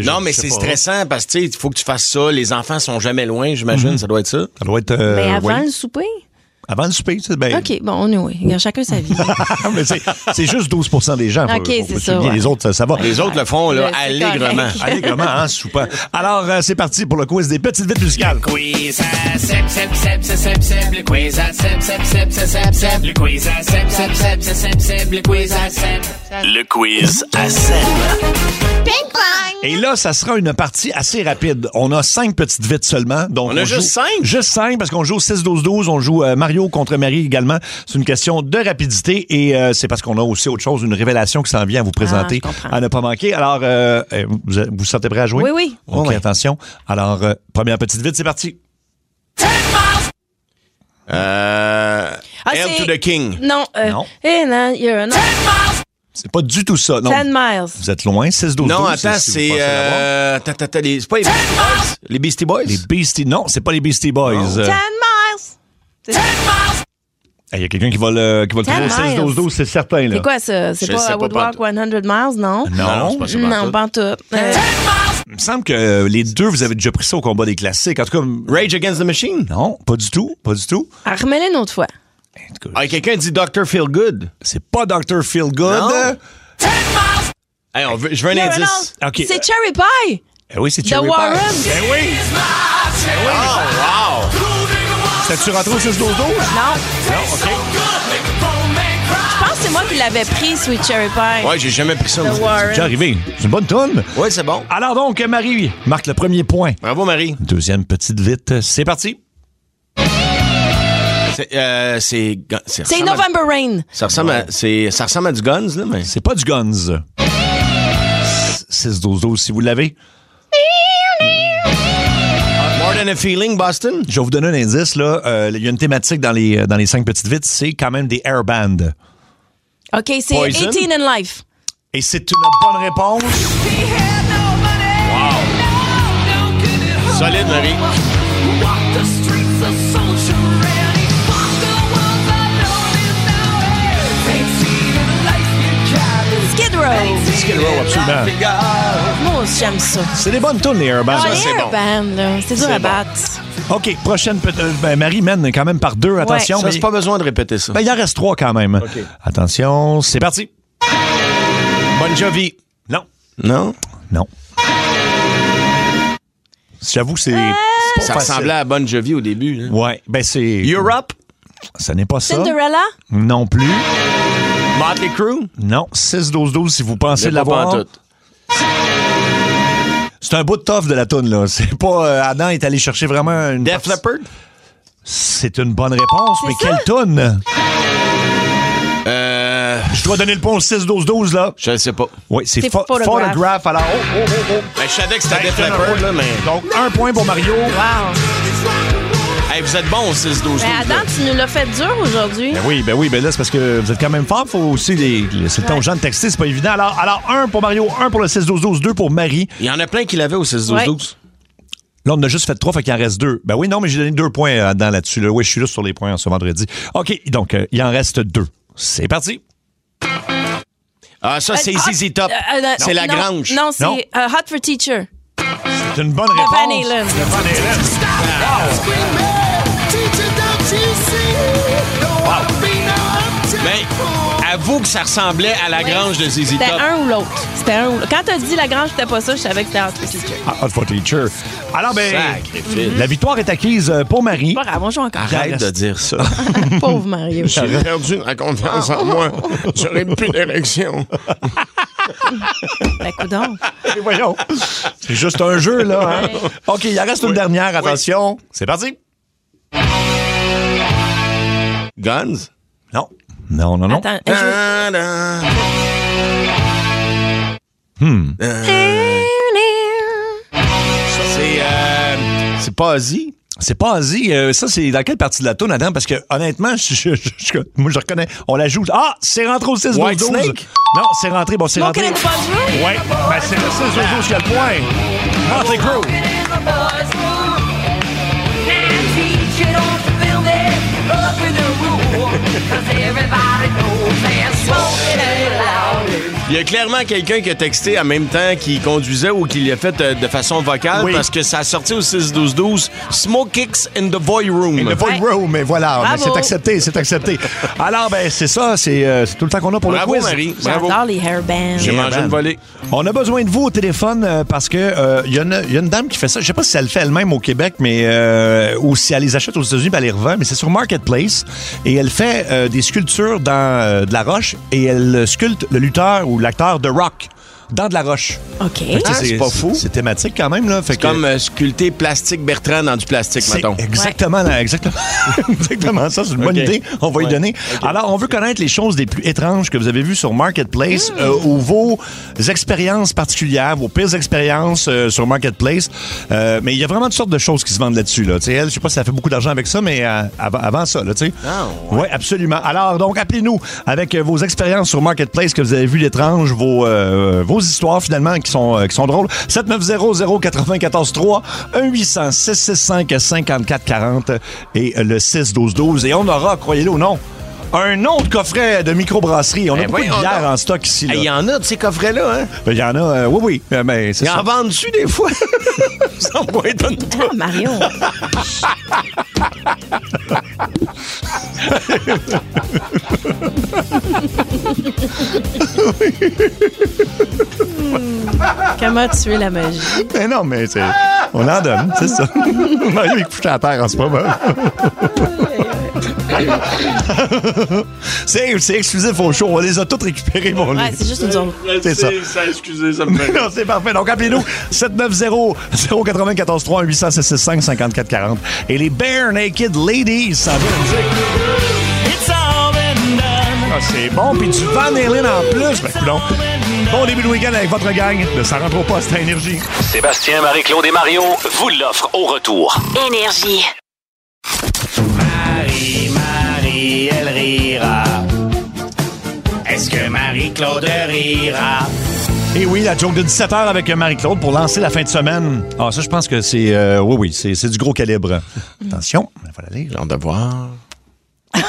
C: Non, mais c'est stressant parce que tu sais, il faut que tu fasses ça. Les enfants sont jamais loin, j'imagine. Ça doit être ça.
D: Mm-hmm. Ça doit être. euh,
E: mais avant le souper?
D: Avant le souper, tu sais, ben,
E: OK, bon, on est oui. Regarde, Chacun sa
D: [LAUGHS]
E: vie.
D: Ah, mais c'est- c'est juste 12 des gens.
E: Ok,
D: faut- faut
E: c'est
D: le
E: ça,
D: souligner.
E: ouais.
D: Les autres, ça, ça va.
C: Les autres le font là,
E: Ben, c'est
C: allègrement.
E: correct.
D: Allègrement, hein, soupant. Alors, euh, c'est parti pour le quiz des petites vites musicales.
S: Quiz à sep, sep, sep, sep, sep, sep, le quiz à sep, sep, sep, sep, sep, sep, le quiz à sep, sep, sep, sep, sep, sep, le quiz à sep.
R: Le quiz à
D: Et là, ça sera une partie assez rapide. On a cinq petites vites seulement. Donc
C: On a juste
D: joue- Juste cinq, parce qu'on joue au 6-12-12. On joue euh, Mario contre Marie également. C'est une question de rapidité et euh, c'est parce qu'on a aussi autre chose, une révélation qui s'en vient à vous présenter.
E: Ah, je comprends.
D: à ne pas manquer. Alors, euh, euh, vous vous vous sentez prêt à jouer?
E: Oui, oui.
D: OK, attention. Alors, euh, première petite vite, c'est parti.
C: Euh,
E: Ah,
C: Hail
E: c'est-
C: to the King.
E: Non. Euh,
D: Non.
E: eh, non, you're a-
D: C'est pas du tout ça. Non.
E: 10 miles.
D: Vous êtes loin, 6-12-12.
C: Non,
D: si-
C: attends,
D: si vous
C: c'est.
D: pensez l'avoir.
C: euh, attends, attends, attends, les- c'est pas les Beastie Boys? Les Beastie Boys?
D: Les Beastie... Non, c'est pas les Beastie Boys.
E: 10
D: Euh,
E: miles. C'est
D: Il y a quelqu'un qui va le, qui va le
E: Ten
D: trouver au
E: miles.
D: 16-12-12, c'est certain. Là.
E: c'est quoi ça? C'est
D: Je
E: pas
D: sais
E: I
D: pas,
E: Would
D: pas
E: Walk 100 Miles, non?
D: Non, c'est pas ça,
E: Non, pas en tout. Euh,
D: Il me semble que euh, les deux, vous avez déjà pris ça au combat des classiques. En tout cas, m-
C: Rage Against the Machine?
D: non, pas du tout, pas du tout.
E: ah, Remets-le une autre fois.
C: Ah, quelqu'un dit Dr. Feel Good.
D: C'est pas Dr. Feelgood.
C: Non. Hey, on veut- je veux un
E: Non,
C: indice.
E: non,
D: OK.
E: C'est Cherry Pie.
D: Eh oui, c'est
E: The
D: Cherry Pie.
E: Warren.
D: Eh oui,
G: Ah,
C: Oh, wow!
D: c'est-tu rentré au 6 12 12
E: Non. Je pense que c'est moi qui l'avais pris, Sweet Cherry Pie.
C: Ouais, j'ai jamais pris ça.
E: The
C: moi.
D: C'est
E: Warren.
D: déjà arrivé. C'est une bonne tonne.
C: Ouais, c'est bon.
D: Alors donc, Marie marque le premier point.
C: Bravo, Marie.
D: Deuxième petite vite, c'est parti.
C: C'est. euh, c'est gu- ça
E: C'est
C: ressemble à-
E: November Rain.
C: Ça ressemble, à, c'est- ça ressemble à du Guns, là, mais.
D: C'est pas du Guns. 6 12 12 si vous l'avez.
C: More than a feeling, Boston?
D: Je vais vous donner un indice. là. Euh, Il y a une thématique dans les, euh, dans les cinq petites vites. C'est quand même des air bands.
E: OK, c'est
C: Poison.
E: 18 in Life.
D: Et c'est une bonne réponse.
C: Solide, Marie.
E: Skid Row.
D: Skid Row, absolument.
E: Moi aussi, j'aime ça.
D: C'est des bonnes tunes, les air bands.
E: Ah,
D: Ça,
E: les
D: c'est
E: air
D: bon.
E: bands, là, c'est dur à battre.
D: OK, prochaine. peut- euh, ben, Marie mène quand même par deux. Attention.
C: Ça,
D: mais-
C: c'est pas besoin de répéter ça.
D: ben, il en reste trois quand même. Attention, c'est parti.
C: Bonne Jovi.
D: Non.
C: Non?
D: Non. J'avoue, c'est. c'est pas
C: Ça
D: facile.
C: ressemblait à Bonne Jovi au début. là.
D: Ouais, ben c'est.
C: Europe?
D: Ça n'est pas ça.
E: Cinderella?
D: Non plus.
C: Motley Crue?
D: Non. 6-12-12 si vous pensez
C: J'ai pas
D: l'avoir.
C: pantoute.
D: C'est un bout de toffe de la toune, là. C'est pas. euh, Adam est allé chercher vraiment une.
C: Def
D: partie-
C: Leppard?
D: C'est une bonne réponse, mais
E: ça?
D: quelle toune?
C: Euh.
D: Je dois donner le pont au 6-12-12, là.
C: Je ne sais pas.
D: Oui, c'est
E: C'est
D: pho-
E: photographe.
D: photographe. Alors, oh, oh, oh, oh.
C: Ben, je savais que c'était
D: Hey,
C: Def
D: donne un
C: Leppard,
D: point.
C: là, mais.
D: Donc, un point pour Mario.
E: Wow.
C: Hey, vous êtes bon au 6-12.
E: Mais Ben, Adam, tu nous l'as fait dur aujourd'hui.
D: Ben oui, ben oui, ben là, c'est parce que vous êtes quand même fort. Faut aussi les. les- c'est le temps aux gens de texter, c'est pas évident. Alors, alors, un pour Mario, un pour le 6-12-12, deux pour Marie.
C: Il y en a plein qui l'avaient au 6-12-12.
D: Là, on en a juste fait trois, fait qu'il en reste deux. Ben oui, non, mais j'ai donné deux points euh, dans là-dessus. là. Oui, je suis là sur les points ce vendredi. OK, donc, euh, il en reste deux. C'est parti.
C: Ah, ça, c'est
E: Ah,
C: ZZ Top.
E: euh, euh,
C: C'est la
E: non,
C: grange.
E: Non, c'est
D: Non.
E: euh, Hot for Teacher.
D: C'est une bonne
E: De
D: réponse.
E: Van Halen.
C: Mais Ben, avoue que ça ressemblait à la grange de ZZ
E: C'était
C: Top.
E: Ben, un ou l'autre. C'était un ou l'autre. Quand t'as dit la grange, c'était pas ça, je savais que c'était Hot for Teacher.
D: Ah, Hot for Teacher. Alors, ben.
C: Sacrifice.
D: La victoire est acquise euh, pour Marie.
E: Pas grave, on joue encore.
C: Arrête de dire ça. [LAUGHS]
E: Pauvre Mario.
C: J'ai perdu la confiance en moi. J'aurais plus d'érection.
E: Ben, coudonc.
D: Mais voyons. C'est juste un jeu, là. hein? OK, il en reste une dernière. Attention. C'est parti.
C: Guns?
D: Non. Non, non, non.
E: Attends, je veux-
C: Ta-da. Hmm. Euh,
D: euh, C'est pas Ozzy? C'est pas Ozzy. Euh, ça, c'est dans quelle partie de la toune, Adam? Parce que, honnêtement, je, je- je- je- moi, je reconnais. On la joue. Ah! C'est rentré au 6
G: White
D: 12
G: Snake?
D: Non, c'est rentré. Bon, c'est rentré. Ouais, ben c'est le 6 12 qui a le point. Motley Crue.
C: Il y a clairement quelqu'un qui a texté en même temps qu'il conduisait ou qui l'a fait euh, de façon vocale parce que ça a sorti au 6-12-12 Smoke Kicks in the Void Room.
D: In the Void Room, mais voilà,
C: Bravo.
D: mais c'est accepté, c'est accepté. Alors, ben, c'est ça, c'est euh, c'est tout le temps qu'on a pour
C: Bravo,
D: le quiz.
C: Marie.
E: J'adore les hairbands.
D: J'ai mangé une volée. On a besoin de vous au téléphone euh, parce que euh, il y, a une- il y a une dame qui fait ça. Je sais pas si elle le fait elle-même au Québec, mais euh, ou si elle les achète aux États-Unis, puis elle les revend. Mais c'est sur Marketplace et elle fait euh, des sculptures dans euh, de la roche et elle euh, sculpte le lutteur ou l'acteur de rock dans de la roche.
E: Ok.
C: Ah,
D: Fait que, tu sais, Ah, c'est pas fou. C'est thématique quand même là. Fait
C: C'est comme euh, sculpter plastique Bertrand dans du plastique,
D: c'est
C: mettons.
D: Exactement, là, exactement, [LAUGHS] exactement ça. C'est une bonne
C: Ok.
D: idée. On va
C: Ouais.
D: y donner. Alors, on veut connaître les choses les plus étranges que vous avez vues sur Marketplace
C: Hmm.
D: euh, ou vos expériences particulières, vos pires expériences euh, sur Marketplace. Euh, mais il y a vraiment toutes sortes de choses qui se vendent là-dessus. Là. Tu sais, Elle, je sais pas si elle fait beaucoup d'argent avec ça, mais euh, avant, avant ça, là, tu sais.
C: Ah,
D: Oui, absolument. Alors, donc, appelez-nous avec euh, vos expériences sur Marketplace que vous avez vues d'étranges, vos, euh, vos histoires finalement qui sont, euh, qui sont drôles. 790-0943, 1-800-665-5440 et euh, le 6-12-12. Et on aura, croyez-le ou non, un autre coffret de microbrasserie. On a beaucoup de
C: Eh voyons
D: bière
C: donc.
D: en stock ici. là.
C: Eh, Il y en a de ces coffrets-là, hein?
D: Ben, Il y en a, euh, oui, oui. euh, ben, c'est
C: Ils en
D: ça.
C: vendent dessus des fois. Ça en boit une tonne.
E: Ah, Mario. Hmm. Comment tu es la magie?
D: Mais non, mais c'est. On en donne, c'est
E: [LAUGHS]
D: ça. Mario est couché à terre en ce moment. [LAUGHS] c'est c'est exclusif au show. On les a toutes récupérées, mon
E: Ouais,
D: lit.
E: c'est juste nous autres.
D: C'est ça.
C: excusez,
D: [LAUGHS]
C: ça
D: Non, c'est parfait. Donc, appelez-nous 790-094-3-800-665-5440. Et les Bare Naked Ladies, ça vient nous dire. Ah, c'est bon. Puis du Van Halen en plus. Ben, coudonc. Bon début de week-end avec votre gang. De ça rentre au poste à énergie.
B: Sébastien, Marie-Claude et Mario vous l'offrent au retour.
A: Énergie.
S: Marie, Marie, elle rira. Est-ce que Marie-Claude rira?
D: Et Eh oui, la joke de 17h avec Marie-Claude pour lancer la fin de semaine. Ah, ça, je pense que c'est. euh, oui, oui, c'est c'est du gros calibre. Attention, il faut aller. J'ai de [LAUGHS] voir.
E: Ah,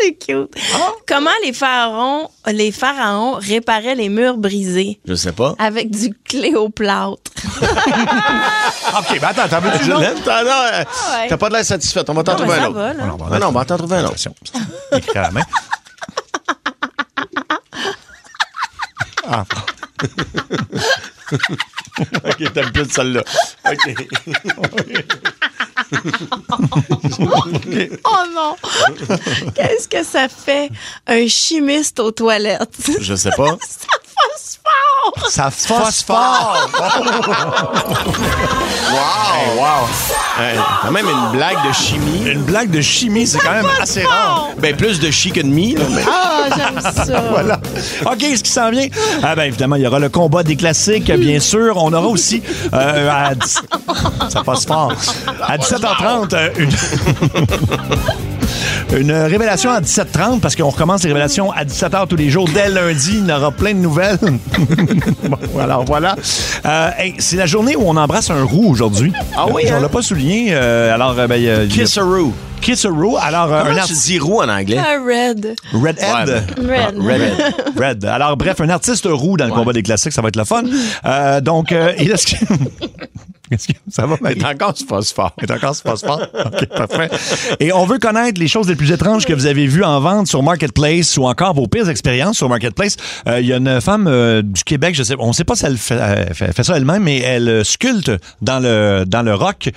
E: C'est cute.
D: Ah.
E: Comment les pharaons, les pharaons réparaient les murs brisés?
C: Je sais pas.
E: Avec du cléoplâtre.
D: OK, ben attends, t'as
C: vu
E: non? Ah, ouais.
C: euh, T'as pas de l'air satisfaite. On va t'en
E: Non,
C: trouver
E: mais
C: un
E: ça
C: autre.
E: va, là.
C: Ah non, on va t'en trouver un autre.
D: Écris à la main. Ah.
C: [LAUGHS] OK, t'aimes plus celle-là.
D: [LAUGHS]
C: OK.
E: [LAUGHS] Oh non! Qu'est-ce que ça fait un chimiste aux toilettes?
C: Je sais pas.
E: ça phosphore!
D: Ça
C: phosphore! Wow! wow! quand même une blague de chimie.
D: Une blague de chimie, c'est quand même assez rare.
C: Ben, plus de chi que de mi, là, mais-
E: Ah, j'aime ça.
D: voilà. OK, ce qui s'en vient. Ah ben évidemment, il y aura le combat des classiques, bien sûr. On aura aussi euh, à dix- ça passe fort. À 17h30, euh, [LAUGHS] une... une révélation à 17h30 parce qu'on recommence les révélations à 17h tous les jours dès lundi. Il y en aura plein de nouvelles. [LAUGHS] bon, alors voilà. Euh, hey, c'est la journée où on embrasse un roux aujourd'hui.
C: Ah oui,
D: On
C: hein?
D: l'a pas souligné. euh, alors, euh, ben, il y a- il y a-
C: Kiss a roux.
D: Kiss a roux. Alors, euh,
C: Comment
D: un
C: tu
D: artiste-
C: dis roux en anglais?
E: Un red.
D: Redhead.
C: Ouais,
E: Red.
D: Ah, Redhead.
E: [LAUGHS]
D: Red. Alors, bref, un artiste roux dans le combat des classiques, ça va être le fun. Euh, donc, euh, il est-ce que... [LAUGHS] est-ce que ça va, Marie?
C: encore ce phosphore.
D: Il est encore ce phosphore. [LAUGHS] OK, parfait. Et on veut connaître les choses les plus étranges que vous avez vues en vente sur Marketplace ou encore vos pires expériences sur Marketplace. Euh, Il y a une femme euh, du Québec, je sais, on ne sait pas si elle fait, euh, fait- fait ça elle-même, mais elle euh, sculpte dans le, dans le rock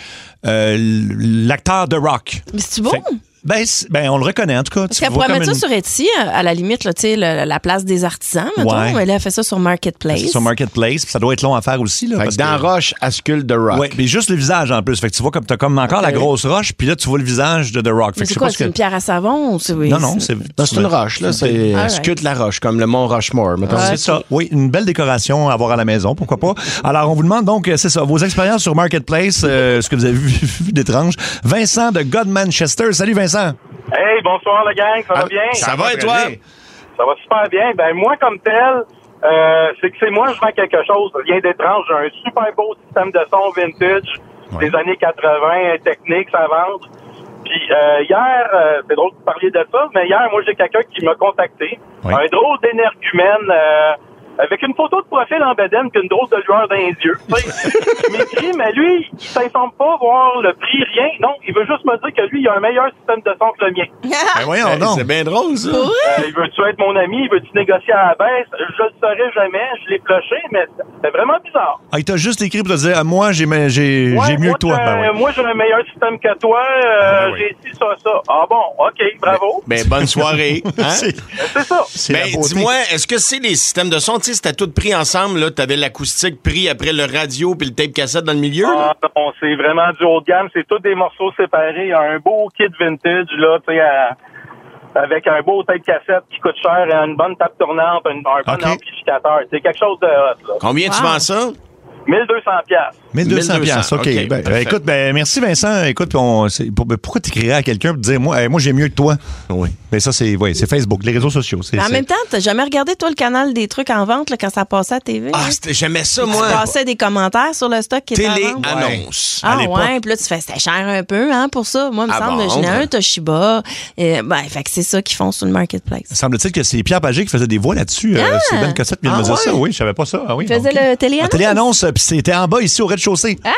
D: euh, l'acteur de rock.
E: Mais c'est-tu beau?
D: Fait- Ben, c'est- ben, on le reconnaît, en tout cas.
E: Parce
D: tu
E: qu'elle
D: vois
E: pourrait mettre
D: comme
E: ça sur Etsy, euh, à la limite, là, tu sais, le- la place des artisans, mettons.
D: Ouais.
E: Mais là, elle fait ça sur Marketplace.
D: Sur Marketplace, puis ça doit être long à faire aussi. Là, parce
C: dans Roche, à Sculpt The Rock.
D: Oui, mais juste le visage en plus. Fait que tu vois comme t'as comme encore la grosse roche, puis là tu vois le visage de The Rock. Fait
E: Mais
D: que je
E: c'est
D: sais
E: quoi,
D: pas ce
E: c'est
D: que-
E: une pierre à savon? ou c'est- oui,
D: Non, non, c'est.
C: Non, c'est une roche, là. C'est
E: Alright.
C: sculpte la roche, comme le Mont Rushmore. mettons.
D: C'est ça. Oui, une belle décoration à avoir à la maison, pourquoi pas. Alors, on vous demande donc, euh, c'est ça, vos expériences sur Marketplace, euh, ce que vous avez vu, [LAUGHS] vu d'étrange. Vincent de God Manchester. Salut, Vincent.
N: Hey, bonsoir la gang, ça va bien?
D: Ah, ça va et toi?
N: Ça va super bien. Ben moi comme tel, euh, c'est que c'est moi je vends quelque chose, rien d'étrange. J'ai un super beau système de son vintage des années 80, technique, ça vendre. Puis euh, hier, euh, c'est drôle de parler de ça, mais hier, moi j'ai quelqu'un qui m'a contacté, un drôle d'énergumène. euh, avec une photo de profil en bedaine puis une drôle de lueur dans les
C: [LAUGHS]
N: yeux. tu sais. Il m'écrit, mais lui, il s'informe pas voir le prix, rien. Non, il veut juste me dire que lui, il a un meilleur système de son que le mien.
D: [LAUGHS] Ben voyons donc.
C: C'est bien drôle, ça.
N: Euh, il veut-tu être mon ami? Il veut-tu négocier à la baisse? Je le saurais jamais. Je l'ai floché, mais c'est vraiment bizarre.
D: Ah, il t'a juste écrit pour te dire, Ah, moi, j'ai me- j'ai
N: Ouais,
D: j'ai mieux
N: moi,
D: que toi.
N: t'as-
D: Ben oui. Ah, ben
N: Moi, j'ai un meilleur système que toi. euh, J'ai dit ça, ça. Ah bon, OK, bravo.
C: Ben, bonne
D: [LAUGHS]
C: soirée. Hein?
N: C'est ça.
C: Ben,
N: la beauté.
C: dis-moi, est-ce que c'est des systèmes de son? Tu sais, c'était tout pris ensemble, là. T'avais l'acoustique pris après le radio puis le tape cassette dans le milieu, là.
N: Ah non, c'est vraiment du haut de gamme. C'est tous des morceaux séparés. Il y a un beau kit vintage, là, tu sais, à- avec un beau tête cassette qui coûte cher, une bonne tape tournante, une- un bon amplificateur. C'est quelque chose de hot, là.
C: Combien tu vends ça?
N: 1200 piastres.
D: 1200 piastres, OK.
C: OK,
D: Ben,
C: parfait.
D: écoute, ben, merci Vincent. Écoute, puis on- c'est- pour- ben, pourquoi t'écrirais à quelqu'un pour dire, moi, hey, moi j'ai mieux que toi? Oui. Mais ça, c'est ouais, c'est Facebook, les réseaux sociaux. c'est-
E: Mais en
D: c'est-
E: même temps, t'as jamais regardé, toi, le canal des trucs en vente là, quand ça passait à TV? Ah,
C: J'aimais ça,
E: Tu
C: moi.
E: passais des commentaires sur le stock qui était en vente.
C: Télé-annonce.
E: Ah ouais, puis là tu fais c'était cher un peu hein pour ça. Moi il me
D: Ah
E: semble
D: bon?
E: j'en ai un Toshiba. Euh, ben fait que c'est ça qu'ils font sur le marketplace.
D: Semble-t-il que c'est Pierre Pagé qui faisait des voix là-dessus. euh,
E: Ah!
D: c'est Ben Cossette qui vient de me
E: Ah
D: dire ça.
E: ouais?
D: Oui, je savais pas ça. Ah oui.
E: Ils faisaient le
D: La
E: téléannonce.
D: téléannonce, puis c'était en bas ici au rez-de-chaussée.
E: Ah!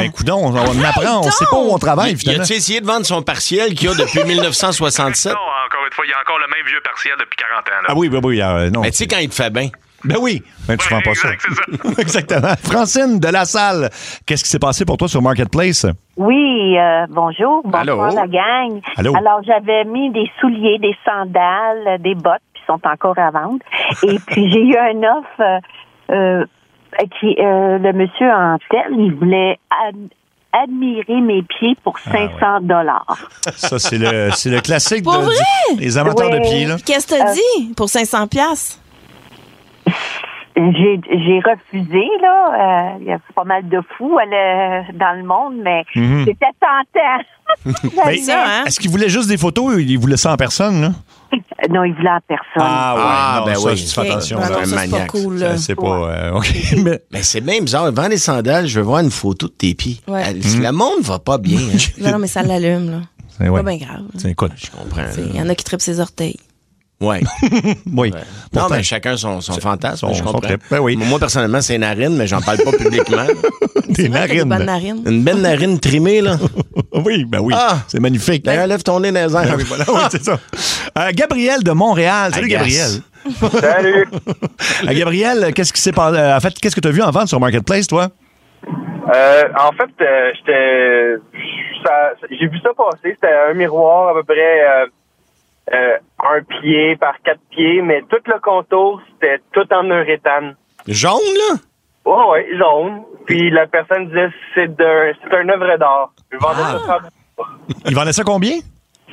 D: Ben, coudonc, on, on
C: Arrête
D: apprend, on
C: donc!
D: sait pas où on travaille,
C: Il- Il
D: finalement.
C: a-tu essayé de vendre son partiel qu'il a
D: [LAUGHS]
C: depuis 1967?
T: Non, encore une fois, il y a encore le même vieux partiel depuis 40 ans. Là.
D: Ah oui, ben oui, euh, non.
C: Mais tu sais, quand il te fait bien.
D: Ben oui. Ben, tu prends pas ça. [LAUGHS] Exactement. Francine de la salle, qu'est-ce qui s'est passé pour toi sur Marketplace?
U: Oui, euh, bonjour, bonsoir
D: Allô?
U: la gang.
D: Allô?
U: Alors j'avais mis des souliers, des sandales, euh, des bottes qui sont encore à
D: [LAUGHS]
U: vendre. Et puis j'ai eu un offre euh, euh, qui euh, le monsieur en tête, il voulait ad- admirer mes pieds pour
D: Ah
U: 500 dollars.
D: Ça, c'est le, c'est le classique
E: Pour
D: de-
E: vrai?
D: du- des amateurs de pieds. Là. [LAUGHS]
E: Qu'est-ce que
U: Euh,
E: t'as dit pour 500 pièces
U: J'ai j'ai refusé là, Euh, il y a pas mal de fous à le- dans le monde, mais
D: Mhm.
U: c'était tentant.
D: Mais Est-ce qu'ils voulaient juste des photos ou ils voulaient ça en personne? Là?
U: [LAUGHS] Non, il voulait en personne.
D: Ah, ouais,
C: Ah,
D: non,
C: ben
D: ça,
C: oui.
D: je fais attention.
C: Ben
D: là.
C: non, ça, c'est pas
D: Maniaque.
C: cool,
D: Ça,
C: là.
D: C'est pas. euh, OK. [LAUGHS] Mais,
C: c'est bien bizarre. Vends les sandales, je veux voir une photo de tes pieds.
E: Ouais.
C: Elle- Le monde va pas bien.
E: [LAUGHS]
C: hein.
E: Ben Non non mais ça l'allume là.
C: C'est- ouais.
E: Pas bien grave.
D: [LAUGHS] Tiens, écoute.
C: Je comprends. là.
E: Il y en a qui trippent ses orteils.
C: Ouais.
D: [LAUGHS] oui.
C: Non,
D: Pourtant-
C: mais chacun son, son fantasme, je comprends.
D: trip. Ben oui.
C: Moi, personnellement, c'est narine, mais j'en parle
D: [LAUGHS]
C: pas publiquement.
D: Des vrai que t'as des narines. bonnes narines.
C: Une belle narine trimée, là.
D: [LAUGHS] oui, ben oui. C'est magnifique.
C: D'ailleurs, lève ton nez dans les airs.
D: Ah oui, voilà, oui, c'est ça. Euh, Gabriel de Montréal. Salut,
C: Agace.
D: Gabriel.
N: Salut.
D: Euh, Gabriel, qu'est-ce qui s'est passé? euh, En fait, qu'est-ce que tu as vu en vente sur Marketplace, toi? [LAUGHS]
N: Euh, en fait, euh, j'étais, ça- j'ai vu ça passer. C'était un miroir à peu près euh, euh, un pied par quatre pieds, mais tout le contour c'était tout en uréthane.
C: Jaune, là?
N: Ouais, ouais, jaune. Puis la personne disait c'est d'un, c'est un œuvre d'art. Je vendais
C: Ah.
N: ça
D: Il vendait ça combien?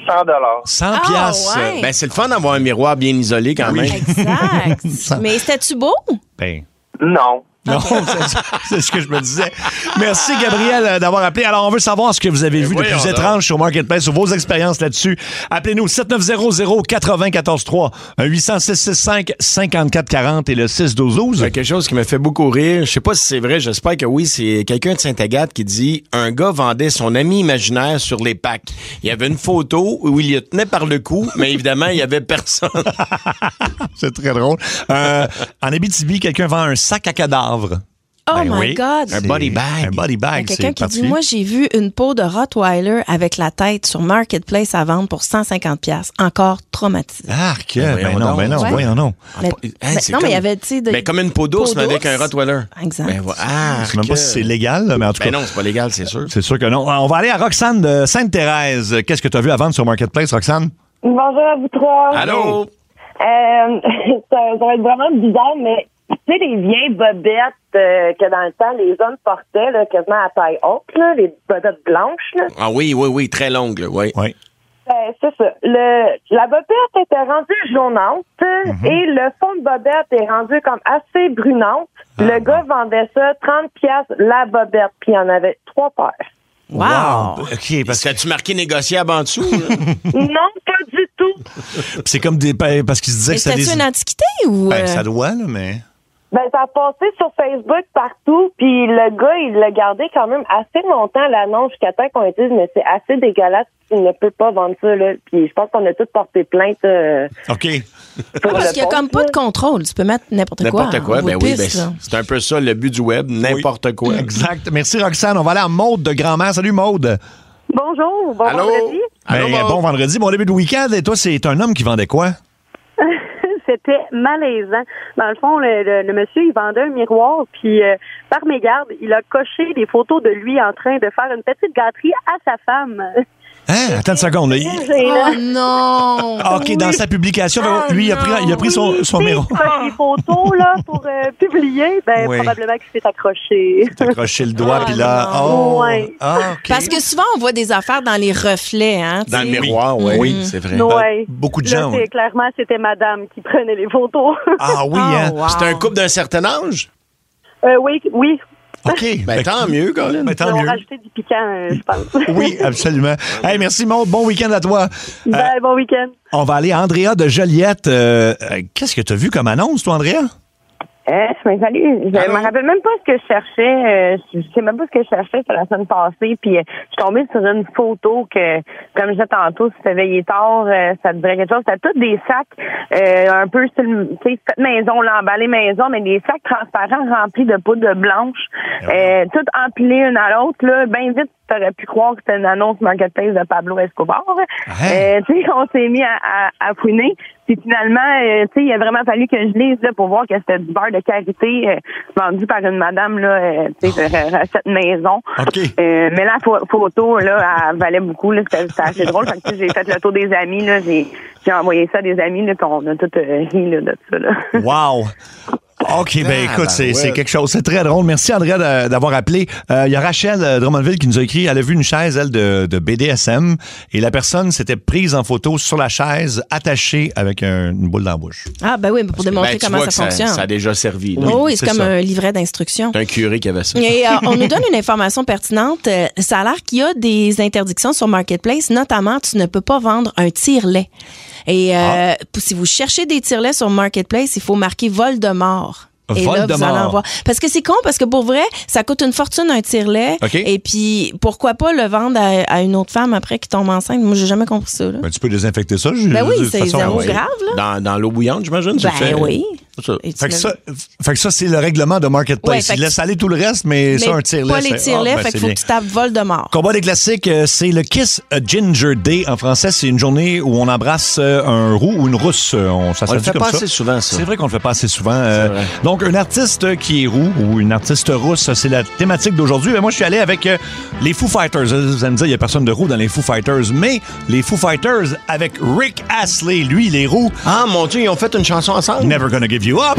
N: 100 dollars.
D: 100
E: Ah, piastres. ouais.
C: Ben, c'est le fun d'avoir un miroir bien isolé quand même.
E: Exact. mais c'était-tu beau?
C: Ben.
N: Non.
D: Non, c'est- c'est ce que je me disais. Merci, Gabriel, euh, d'avoir appelé. Alors, on veut savoir ce que vous avez vu
C: Ben
D: de
C: voyons
D: plus
C: donc.
D: étrange sur Marketplace, sur vos expériences là-dessus. Appelez-nous 7900-943, 800-665-5440 et le 612-12.
C: Il y a quelque chose qui me fait beaucoup rire. Je sais pas si c'est vrai, j'espère que oui. C'est quelqu'un de Saint-Agathe qui dit un gars vendait son ami imaginaire sur les packs. Il y avait une photo où il le tenait par le cou, mais évidemment, il y
E: [LAUGHS]
C: avait personne.
D: [LAUGHS] C'est très drôle. Euh, en Abitibi, quelqu'un vend un sac à cadavres.
E: Oh
D: Ben
E: my
D: oui,
E: God!
D: Un body bag. Un body
E: Il y a
C: Ah,
D: bag,
E: quelqu'un
D: c'est
E: qui dit
D: particulier.
E: Moi, j'ai vu une peau de Rottweiler avec la tête sur Marketplace à vendre pour 150$. Encore traumatisé.
D: Arc, ben,
C: voyons
D: non,
C: donc.
D: ben non,
E: Ouais.
D: voyons non.
E: Mais-
C: Hey,
E: mais
C: c'est
E: non,
C: comme-
E: mais il y avait, tu sais, de-
C: Mais Ben, comme une peau d'ours,
E: peau
C: mais avec
E: d'ours.
C: un Rottweiler.
E: Exact.
C: Ben, voilà.
D: Je ne sais même pas
C: que-
D: si c'est légal, là, mais en tout
C: Ben
D: cas.
C: non, c'est pas légal, c'est sûr.
D: C'est sûr que non. Euh, On va aller à Roxane de Sainte-Thérèse. Qu'est-ce que tu as vu à vendre sur Marketplace, Roxane?
V: Bonjour à vous trois.
D: Allô?
V: Euh, [LAUGHS] ça, ça va être vraiment bizarre, mais tu sais, les vieilles bobettes euh, que dans le temps, les hommes portaient là, quasiment à taille haute, là, les bobettes blanches, là.
C: Ah oui, oui, oui, très longue, là, oui.
D: Oui.
V: Ben, c'est ça. Le, la bobette était rendue jaunante
D: Mhm.
V: et le fond de bobette est rendu comme assez brunante.
D: Ah,
V: le gars vendait ça 30 pièces la bobette, puis il y en avait trois paires.
C: Wow! OK, parce que tu marqué négociable en dessous? [LAUGHS]
V: non, pas du tout.
D: C'est comme des. pa- Parce qu'ils se disaient
V: Mais
D: que c'était
V: c'était-tu
D: des.
V: une antiquité ou,
D: Ben,
V: euh?
D: ça doit, là, mais.
V: Ben, ça a passé sur Facebook partout, puis le gars, il l'a gardé quand même assez longtemps, l'annonce, jusqu'à temps qu'on dise, mais c'est assez dégueulasse, tu ne peux pas vendre ça, là. Puis je pense qu'on a tous porté plainte. euh,
D: OK.
E: Parce qu'il n'y a comme pas de contrôle. Tu peux mettre n'importe quoi.
C: N'importe quoi,
E: en
C: ben
E: haut de
C: oui, ben,
E: piste, là.
C: c'est un peu ça le but du web, n'importe quoi.
D: Exact. Merci, Roxane. On va aller à Maude de Grand-Mère. Salut, Maude.
V: Bonjour, bon vendredi.
D: Ben, bon vendredi, bon début de week-end. Et toi, c'est un homme qui vendait quoi?
W: [LAUGHS] C'était malaisant. Dans le fond, le, le- le monsieur, il vendait un miroir, puis euh, par mégarde, il a coché des photos de lui en train de faire une petite gâterie à sa femme. [LAUGHS]
D: Hein? Attends une seconde. là. Il-
W: Oh non! Ah,
D: Ah, OK, dans sa publication, ben, lui, il a pris, il a pris son, son miroir.
W: des photos là, pour euh, publier, ben,
D: Oui.
W: probablement qu'il s'est accroché. [LAUGHS]
D: Accroché le doigt, puis là. Oh!
W: Ouais.
D: Ah, OK.
E: Parce que souvent, on voit des affaires dans les reflets. Hein, tu
D: Dans le
E: sais.
D: miroir, ouais. Oui,
E: Mhm.
D: c'est vrai.
W: Ouais.
D: beaucoup de
W: Là,
D: gens,
W: c'est-
D: ouais.
W: Clairement, c'était madame qui prenait les photos.
D: Ah oui, hein?
W: Oh,
C: C'est un couple d'un certain âge?
W: Euh, oui, oui. [LAUGHS]
D: OK.
C: Ben, tant mieux, Colin.
D: Ben,
W: Ils
D: tant
W: ont
D: mieux.
W: rajouté du piquant, euh, je pense.
D: Oui, absolument. Hey, merci, Maude. Bon week-end à toi. Euh,
W: Ben, bon week-end.
D: on va aller à Andrea de Joliette. Euh, euh, Qu'est-ce que tu as vu comme annonce, toi, Andrea?
V: Euh, mais salut. Je me rappelle même pas ce que je cherchais. euh, je je sais même pas ce que je cherchais sur la semaine passée. Puis euh, je suis tombée sur une photo que, comme je disais tantôt, si tu te veillais tard, euh, ça te dirait quelque chose. C'était tous des sacs euh, un peu sur le- tu sais, fait maison, là, emballé maison, mais des sacs transparents remplis de poudre blanche, euh, toutes empilées une à l'autre. Là, ben vite, tu aurais pu croire que c'était une annonce marketplace de Pablo Escobar. Euh, tu sais, on s'est mis à, à, à fouiner. Puis finalement, euh, tu sais, il a vraiment fallu que je lise là, pour voir que c'était du beurre de karité euh, vendu par une madame là, euh, tu sais, sur, euh, à cette maison. Euh, mais la pho- photo là, elle valait beaucoup. là. C'était c'était assez drôle. Fait que, tu sais, j'ai fait le tour des amis. Là, j'ai, j'ai envoyé ça à des amis. Là, puis on a tout euh, ri là, de ça. Là.
D: Wow! OK, ben
V: Ah,
D: écoute,
V: ben
D: c'est
V: ouais.
D: c'est quelque chose. C'est très drôle. Merci, Andrea, d'a- d'avoir appelé. Euh, Il y a Rachel euh, Drummondville qui nous a écrit elle a vu une chaise, elle, de, de BDSM, et la personne s'était prise en photo sur la chaise, attachée avec un- une boule dans la bouche.
E: Ah, ben oui, mais pour démontrer
C: Ben, tu
E: comment
C: vois
E: ça
C: que ça,
E: fonctionne.
C: ça a déjà servi. là.
E: Oui, c'est comme un livret d'instruction.
C: C'est un curé qui avait ça.
E: Et euh, on nous donne une information pertinente. Euh, Ça a l'air qu'il y a des interdictions sur Marketplace, notamment tu ne peux pas vendre un tire-lait. Et euh, p- si vous cherchez des tire-laits sur Marketplace, il faut marquer vol de mort. Et là, vous
D: Voldemort.
E: allez en voir. Parce que c'est con, parce que pour vrai, ça coûte une fortune un tire-lait.
D: OK.
E: Et puis, pourquoi pas le vendre à, à une autre femme après qui tombe enceinte? Moi, j'ai jamais compris ça. là.
D: Ben, tu peux désinfecter ça. je-
E: Ben oui,
D: de toute
E: c'est
D: façon,
E: zéro
D: ouais.
E: grave,
C: Dans, dans l'eau bouillante, j'imagine? tu
E: Ben
C: le fais.
E: oui.
C: Ça.
D: Fait que, ça, fait que ça, c'est le règlement de
E: Ouais,
D: Marketplace.
E: fait
D: Il
E: que-
D: laisse aller tout le reste, mais,
E: Mais
D: ça, un tire-lait.
E: Pas les
D: c'est- ah,
E: tire-lait,
D: ben,
E: fait
D: c'est
E: qu'il faut
D: bien.
E: que tu tapes vol de mort.
D: Combat des classiques, euh, c'est le Kiss a Ginger Day en français. C'est une journée où on embrasse euh, un roux ou une rousse. Euh, On, ça
C: On le
D: s'appelle
C: fait
D: comme
C: pas assez souvent, ça.
D: C'est vrai qu'on le fait pas assez souvent. euh, donc, un artiste qui est roux ou une artiste rousse, c'est la thématique d'aujourd'hui. Mais moi, je suis allé avec euh, les Foo Fighters. Euh, Vous allez me dire, il y a personne de roux dans les Foo Fighters. Mais les Foo Fighters avec Rick Astley, lui, il est roux.
C: Ah, mon Dieu, ils ont fait une chanson ensemble.
D: Never Gonna Give You Up.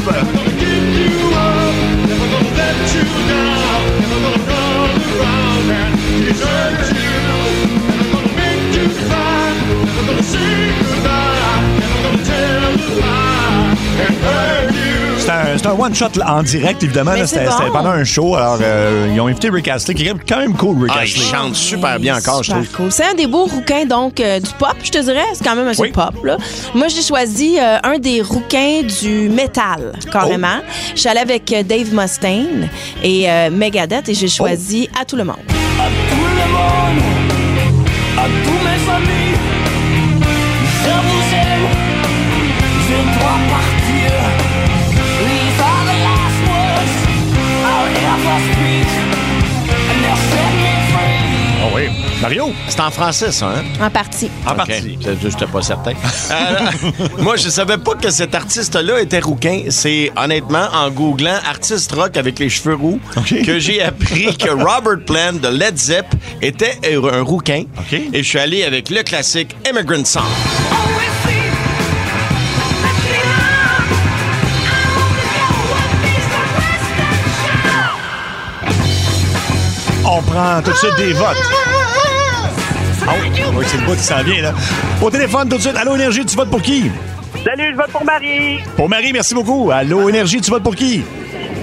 D: C'est un, c'est un one-shot là, en direct, évidemment.
C: Mais
D: là,
C: c'est
D: C'était
C: bon.
D: c'était pendant un show. Alors, euh, ils ont invité Rick Astley, qui est quand même cool, Rick
C: Ah, il
D: Astley.
C: chante super bien encore, je
E: Super
C: trouve.
E: cool. C'est un des beaux rouquins, donc, euh, du pop, je te dirais. C'est quand même assez
D: Oui.
E: pop, là. Moi, j'ai choisi euh, un des rouquins du métal, carrément.
D: Oh.
E: Je suis allée avec euh, Dave Mustaine et euh, Megadeth et j'ai
D: Oh.
E: choisi À tout le monde.
S: tout le monde, à tous mes amis, je vous aime, je dois partir. These are the last words I'll ever
D: Ah Mario?
C: C'est en français, ça, hein?
E: En partie.
C: En partie. Je n'étais pas certain. [LAUGHS] Euh, moi, je savais pas que cet artiste-là était rouquin. C'est honnêtement en googlant artiste rock avec les cheveux roux que j'ai appris que Robert Plant de Led Zepp était un rouquin. Et je suis allé avec le classique Immigrant Song.
D: On prend tout de suite des votes. Ah oui, oui, c'est le bout qui s'en vient, là. Au téléphone, tout de suite. Allô, Énergie, tu votes pour qui?
N: Salut, je vote pour Marie.
D: Pour Marie, merci beaucoup. Allô, Énergie, tu votes pour qui?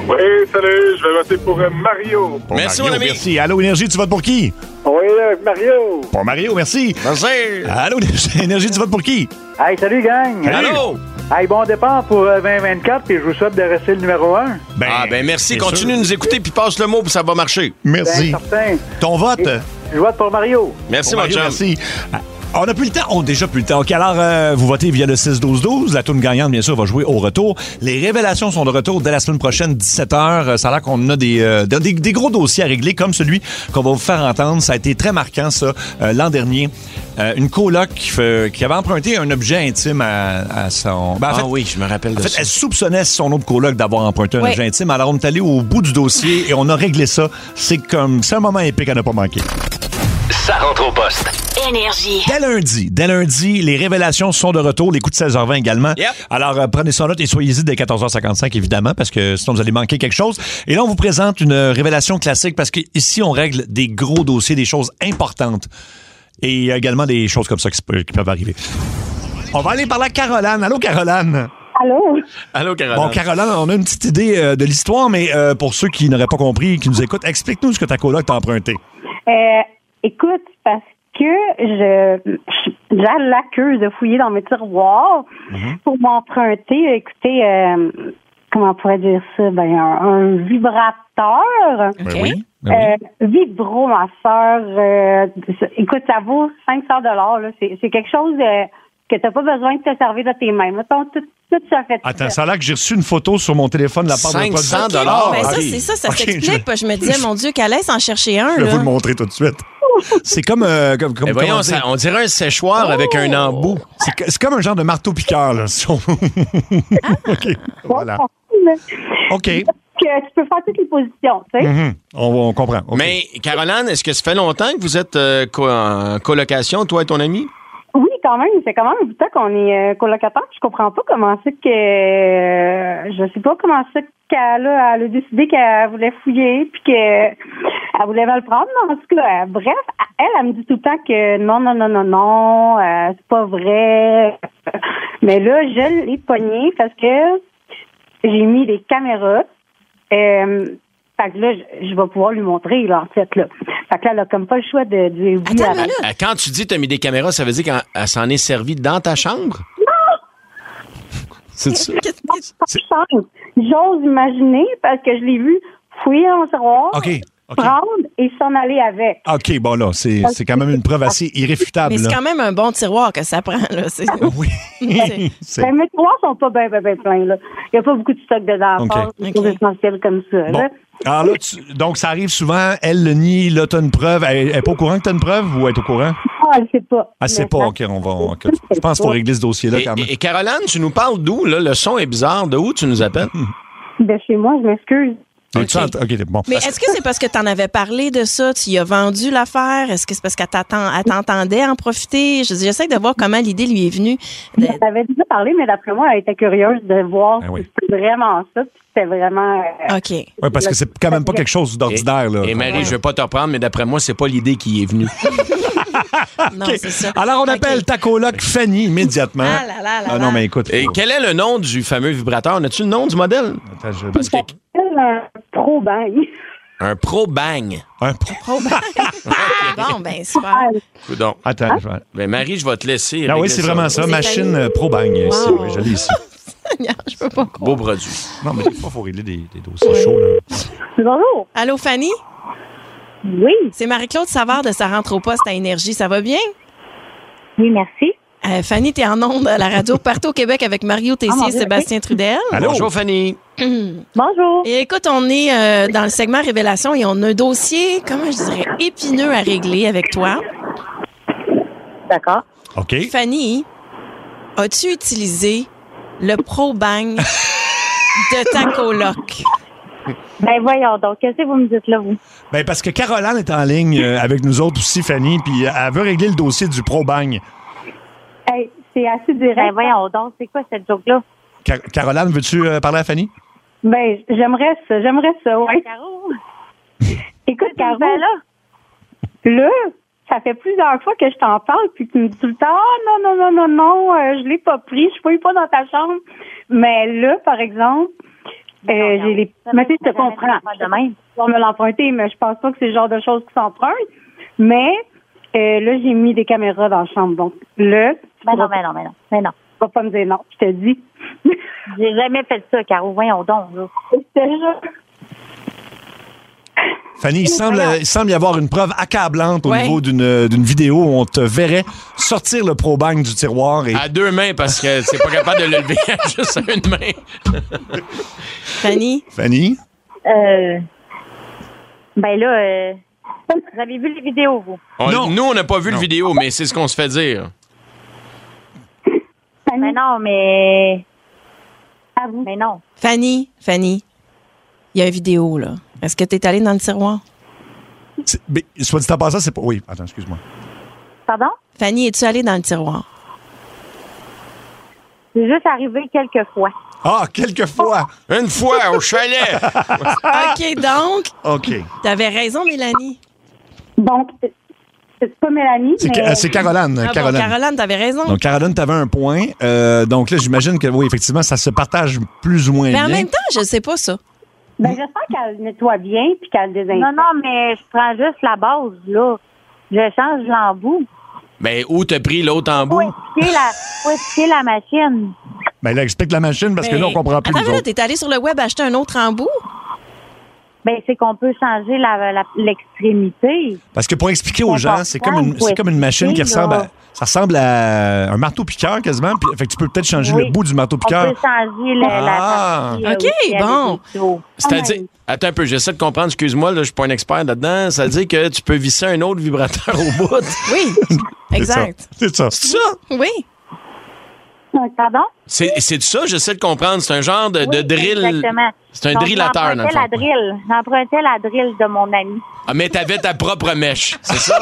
N: Oui, salut, je vais voter pour euh, Mario.
D: Pour Mario, Merci. Allô, Énergie, tu votes pour qui?
N: Oui, euh, Mario.
D: Pour Mario, merci.
C: Merci.
D: Allô, Énergie, [LAUGHS] tu votes pour qui?
F: Hey, salut, gang.
D: Salut. Allô.
F: Hey, bon départ pour euh, 2024, puis je vous souhaite de rester le numéro 1.
C: ah, ben merci. Continue de nous écouter, puis passe le mot, puis ça va marcher.
D: Merci.
F: Ben, certain.
D: Ton vote?
F: Je vote pour Mario.
C: Merci,
D: Pour
C: mon
D: Mario,
C: chum.
D: Merci. Ah, On n'a plus le temps. On n'a déjà plus le temps. OK, alors, euh, vous votez via le 6-12-12. La tourne gagnante, bien sûr, va jouer au retour. Les révélations sont de retour dès la semaine prochaine, 17h. Euh, Ça a l'air qu'on a des, euh, des, des gros dossiers à régler, comme celui qu'on va vous faire entendre. Ça a été très marquant, ça, euh, l'an dernier. Euh, une coloc qui, fait- qui avait emprunté un objet intime à, à son... Ben, en
C: Ah
D: fait,
C: oui, je me rappelle
D: en
C: de
D: fait,
C: ça.
D: elle soupçonnait son autre coloc d'avoir emprunté un
E: Oui.
D: objet intime. Alors, on est allé au bout du dossier et on a réglé ça. C'est comme... C'est un moment épique à ne pas manquer.
B: Ça rentre au poste.
A: Énergie.
D: Dès lundi, dès lundi, les révélations sont de retour, les coups de 16h20 également. Alors euh, prenez ça en note et soyez-y dès 14h55 évidemment parce que sinon vous allez manquer quelque chose. Et là on vous présente une euh, révélation classique parce qu'ici on règle des gros dossiers, des choses importantes et il y a également des choses comme ça qui, se peut- qui peuvent arriver. On va aller parler à Caroline. Allô Caroline.
F: Allô?
C: Allô, Caroline.
D: Bon Caroline, on a une petite idée euh, de l'histoire mais euh, pour ceux qui n'auraient pas compris, qui nous écoutent, explique-nous ce que ta coloc t'a emprunté.
W: Euh, écoute, parce que je, je j'ai l'accuse de fouiller dans mes tiroirs
D: Mhm.
W: pour m'emprunter, écoutez, euh, comment on pourrait dire ça, ben, un, un vibrateur.
D: Ben oui, ben
W: Euh, vibro, ma soeur, écoute, ça vaut 500 dollars. C'est c'est quelque chose euh, que t'as pas besoin de te servir de tes mains. Mettons, tout, tout ça fait. tout
D: Attends, ça a l'air que j'ai reçu une photo sur mon téléphone de la part de notre
C: 500
D: producteur.
C: dollars.
E: Ben, ça,
D: Ok.
E: c'est ça, ça
D: Ok,
E: s'explique.
D: je-
E: Je... je me disais, mon Dieu, qu'elle laisse en chercher un.
D: Je vais
E: Là.
D: vous le montrer tout de suite. C'est comme, euh, comme, comme
C: Mais Ben, voyons,
D: comment Oh!
C: ça-
D: dire?
C: on dirait un séchoir avec un embout.
D: C'est que- c'est comme un genre de marteau piqueur. Là. si on- [LAUGHS]
E: Ah.
D: OK. Voilà. OK.
W: que tu peux faire toutes les positions, tu sais.
D: Mhm. On, on comprend. OK.
C: Mais, Caroline, est-ce que ça fait longtemps que vous êtes euh, co- en colocation, toi et ton ami?
W: Oui, quand même, c'est quand même un bout de temps qu'on est euh, colocataire. Je comprends pas comment c'est que euh, je sais pas comment c'est qu'elle a, elle a décidé qu'elle voulait fouiller puis qu'elle voulait me le prendre. Mais En tout cas, euh, bref, elle, elle me dit tout le temps que non, non, non, non, non, euh, c'est pas vrai. Mais là, je l'ai pogné parce que j'ai mis des caméras. Euh, fait que là, je, je vais pouvoir lui montrer, là, en fait, là. Fait que là, elle a comme pas le choix de dire oui à-
C: Euh, Quand tu dis que tu as mis des caméras, ça veut dire qu'elle s'en est servie dans ta chambre? C'est ça?
W: J'ose imaginer parce que je l'ai vu fouiller dans le tiroir,
D: OK. OK.
W: prendre et s'en aller avec.
D: OK, bon là, c'est c'est quand même une preuve assez irréfutable.
E: Mais c'est
D: là. Ah
E: quand même un bon tiroir que ça prend. Là. C'est- C'est-
D: [LAUGHS] C'est-
W: Ben, mes tiroirs sont pas bien, bien, bien pleins. là. Il n'y a pas beaucoup de stock dedans, à
D: OK.
W: part des choses essentielles comme ça.
D: Bon.
W: là.
D: Alors là, tu- donc ça arrive souvent, elle le nie, là, t'as une preuve. Elle n'est pas au courant que t'as une preuve ou elle est au courant?
W: Ah, je sais pas.
D: Ah, c'est pas, OK, on va. OK. Je pense qu'on va régler ce dossier-là
C: Et,
D: quand même.
C: et- et Caroline, tu nous parles d'où? Là? Le son est bizarre. De où tu nous appelles?
W: De ben, chez moi, je m'excuse.
D: Es-tu en- [LAUGHS] OK, bon.
E: Mais est-ce que c'est parce que tu en avais parlé de ça? Tu y as vendu l'affaire? Est-ce que c'est parce qu'elle t'attend- elle t'entendait en profiter? Je- J'essaie de voir comment l'idée lui est venue.
V: Ben,
W: Elle avait déjà parlé, mais d'après moi, elle était curieuse de voir
D: Ben oui.
W: si c'était vraiment ça. puis C'était vraiment. euh,
E: OK.
D: Oui, parce que c'est quand même pas quelque chose d'ordinaire. là.
C: Et Marie, je ne veux pas te reprendre, mais d'après moi, c'est pas l'idée qui est venue.
E: [LAUGHS] Non,
D: OK.
E: c'est ça.
D: Alors, on appelle ta coloc Fanny immédiatement.
E: Ah là là là
D: Ah
E: là.
D: non, mais écoute.
C: Et quel est le nom du fameux vibrateur? As-tu le nom du modèle?
D: Attends, je-
C: Parce que
W: Un pro bang.
C: un Pro Bang.
D: Un pro.
W: Oh, ben.
E: [LAUGHS] bon, ben, super.
C: Donc,
E: Ah.
D: Attends, je vais-
C: ben Marie, je vais te laisser.
D: Ah oui,
C: régler
D: c'est vraiment ça.
C: là.
D: Machine euh, pro bang. ici. Oui, je l'ai ici.
E: je peux pas.
C: Beau produit.
D: Non, mais des fois, il faut régler des, des dossiers chauds. Là.
W: Bonjour.
E: Allô, Fanny?
W: Oui.
E: C'est Marie-Claude Savard de Sa rentre au poste à Énergie. Ça va bien? Euh,
W: Oui, merci.
E: Fanny, t'es en onde à la radio partout au Québec avec Mario Tessier
W: Ah, mon
E: et
W: Dieu,
E: Sébastien Trudel.
C: Bonjour, Fanny.
E: Bonjour. Hmm. écoute, on est euh, dans le segment Révélation et on a un dossier, comment je dirais, épineux à régler avec toi.
V: D'accord.
D: OK.
E: Fanny, as-tu utilisé le pro-bang
U: [LAUGHS]
E: de ta coloc?
V: Ben voyons donc, qu'est-ce que vous me dites là, vous?
D: Ben parce que Caroline est en ligne euh, avec nous autres aussi, Fanny, puis euh, elle veut régler le dossier du pro-bang.
V: Hey, c'est assez direct. Ben voyons donc, c'est quoi cette joke-là?
D: Car- Caroline, veux-tu euh, parler à Fanny?
W: Ben, j'aimerais ça, j'aimerais ça, ouais.
U: [LAUGHS]
W: Écoute, Caro, là, ça fait plusieurs fois que je t'en parle, puis tu me dis tout le temps, ah non, non, non, non, non, euh, je l'ai pas pris, je suis pas, pas dans ta chambre. Mais là, par exemple, euh, j'ai les... Mais tu sais, je te comprends. Ils vont me l'emprunter, mais je pense pas que c'est le genre de choses qui s'empruntent. Mais euh, là, j'ai mis des caméras dans la chambre, donc là...
U: Ben non, ben non, ben non, ben non.
W: Tu vas pas me dire non, je te dis.
U: J'ai jamais fait ça, Caro. Voyons donc. [LAUGHS] là.
D: Fanny, il semble, il semble y avoir une preuve accablante au
U: Ouais.
D: niveau d'une d'une vidéo où on te verrait sortir le pro-bang du tiroir.
E: Ah.
D: Et...
C: [LAUGHS] À deux mains, parce que c'est pas capable de le lever à [LAUGHS] juste une main.
E: Fanny?
D: Fanny?
U: Euh, ben là, euh, vous avez vu les vidéos, vous?
C: On- Nous, on n'a pas vu le vidéo, mais c'est ce qu'on se fait dire.
U: Mais Ben non, mais. Mais non.
E: Fanny, Fanny, il y a une vidéo, là. Est-ce que tu es allée dans le tiroir?
D: C'est- mais, soit dit en passant, c'est pas. Oui, attends, excuse-moi.
U: Pardon?
E: Fanny, es-tu allée dans le tiroir?
U: C'est juste arrivé quelques fois.
D: Ah, quelques fois!
C: Une fois au chalet!
E: OK, donc,
D: [LAUGHS] OK.
E: tu avais raison, Mélanie.
W: Donc, c'est pas Mélanie,
D: C'est Ca- c'est Caroline,
E: Ah bon,
D: Caroline.
E: Caroline, t'avais raison.
D: Donc, Caroline, t'avais un point. Euh, donc là, j'imagine que, oui, effectivement, ça se partage plus ou moins
E: Mais en
D: Eh bien.
E: même temps, je sais pas ça.
W: Ben, j'espère qu'elle nettoie bien puis qu'elle désinfecte.
U: Non, non, mais je prends juste la base, là. Je change l'embout.
C: Mais Ben, où t'as pris l'autre embout?
U: Piquer [LAUGHS] la, ouais, piquer la machine.
D: Mais Ben, là, explique la machine parce que là, on comprend plus. nous
E: Attends, là,
D: autres.
E: t'es allée sur le web acheter un autre embout?
D: Euh,
U: Ben, c'est qu'on peut changer la- la- l'extrémité.
D: Parce que pour expliquer aux gens, c'est comme une,
U: Faut
D: c'est comme une machine qui
U: expliquer,
D: ressemble
U: là.
D: à, ça ressemble à un marteau piqueur quasiment. Puis, fait que tu peux peut-être changer
U: Oui.
D: le bout du marteau
U: On
D: piqueur.
U: peut changer le- la
D: Ah.
U: partie, euh, où il y a
E: bon.
U: des tuyaux.
E: Oh
C: C'est-à-dire. Attends un peu, j'essaie de comprendre, excuse-moi, là, je suis pas un expert là-dedans. Ça veut dire que tu peux visser un autre vibrateur au bout.
E: Oui, exact.
D: C'est ça.
C: C'est ça.
E: Oui.
U: Euh, Pardon?
C: C'est c'est ça, j'essaie de comprendre. C'est un genre de, de
U: Oui,
C: drill.
U: Exactement.
C: C'est un
U: Donc,
C: drillateur, dans le
U: j'empruntais la
C: fond.
U: drill. J'empruntais la drill de mon
C: [LAUGHS]
U: ami.
C: Ah, mais t'avais ta propre mèche, [LAUGHS] c'est ça?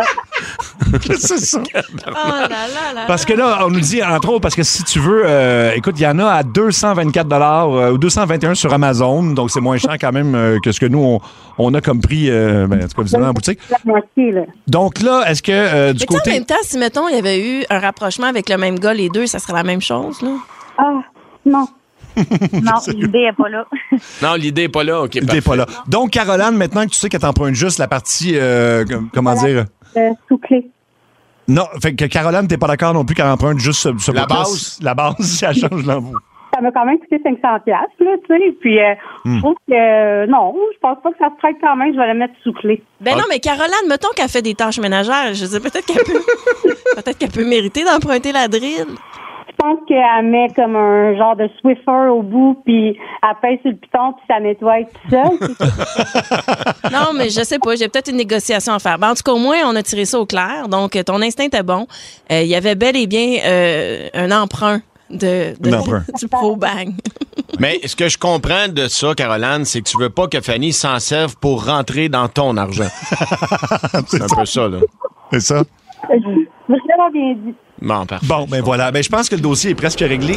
D: [LAUGHS] c'est ça.
E: là là là.
D: Parce que là, on nous dit, entre autres, parce que si tu veux, euh, écoute, il y en a à 224 euh, ou 221 sur Amazon, donc c'est moins cher quand même euh, que ce que nous, on, on a comme prix, euh, ben, en tout cas, visiblement, en boutique.
W: La moitié, là.
D: Donc là, est-ce que euh, du
E: Mais tu sais, en
D: côté...
E: même temps, si, mettons, il y avait eu un rapprochement avec le même gars, les deux, ça serait la même chose, là.
W: Ah, non.
U: Non, l'idée n'est pas là.
C: Non, l'idée est pas là. OK,
D: T'es pas là. Donc, Caroline, maintenant que tu sais qu'elle t'emprunte juste la partie, euh, com- comment dire...
W: Euh, sous-clé.
D: Non, fait que Caroline, t'es pas d'accord non plus qu'elle emprunte juste ce, ce
C: La
D: bout-là.
C: base.
D: [LAUGHS] La base, elle change l'embout.
W: Ça m'a quand même coûté 500 pièces là, tu sais. Puis, euh,
D: Hmm.
W: je trouve que, euh, non, je pense pas que ça se prête quand même. Je vais la mettre sous clé.
E: Ben
D: Ah.
C: Ah.
E: non, mais Caroline, mettons qu'elle fait des tâches ménagères, je sais peut-être qu'elle
W: [LAUGHS]
E: peut, peut-être qu'elle peut mériter d'emprunter la drill.
W: Je pense qu'elle met comme un genre de Swiffer au bout, puis elle pèse sur le piton, puis ça nettoie tout
C: [LAUGHS]
W: seul.
E: Non, mais je sais pas, j'ai peut-être une négociation à faire. Ben, en tout cas, au moins, on a tiré ça au clair. Donc, euh, ton instinct était bon. Euh, Il y avait bel et bien euh, un emprunt de, de-
C: Un emprunt.
E: du pro-bang.
C: Mais ce que je comprends de ça, Caroline, c'est que tu veux pas que Fanny s'en serve pour rentrer dans ton argent. [LAUGHS] c'est un peu ça, là.
D: C'est ça.
W: Vraiment bien dit.
C: Bon, parfait.
D: Bon, ben voilà. Ben, je pense que le dossier est presque réglé.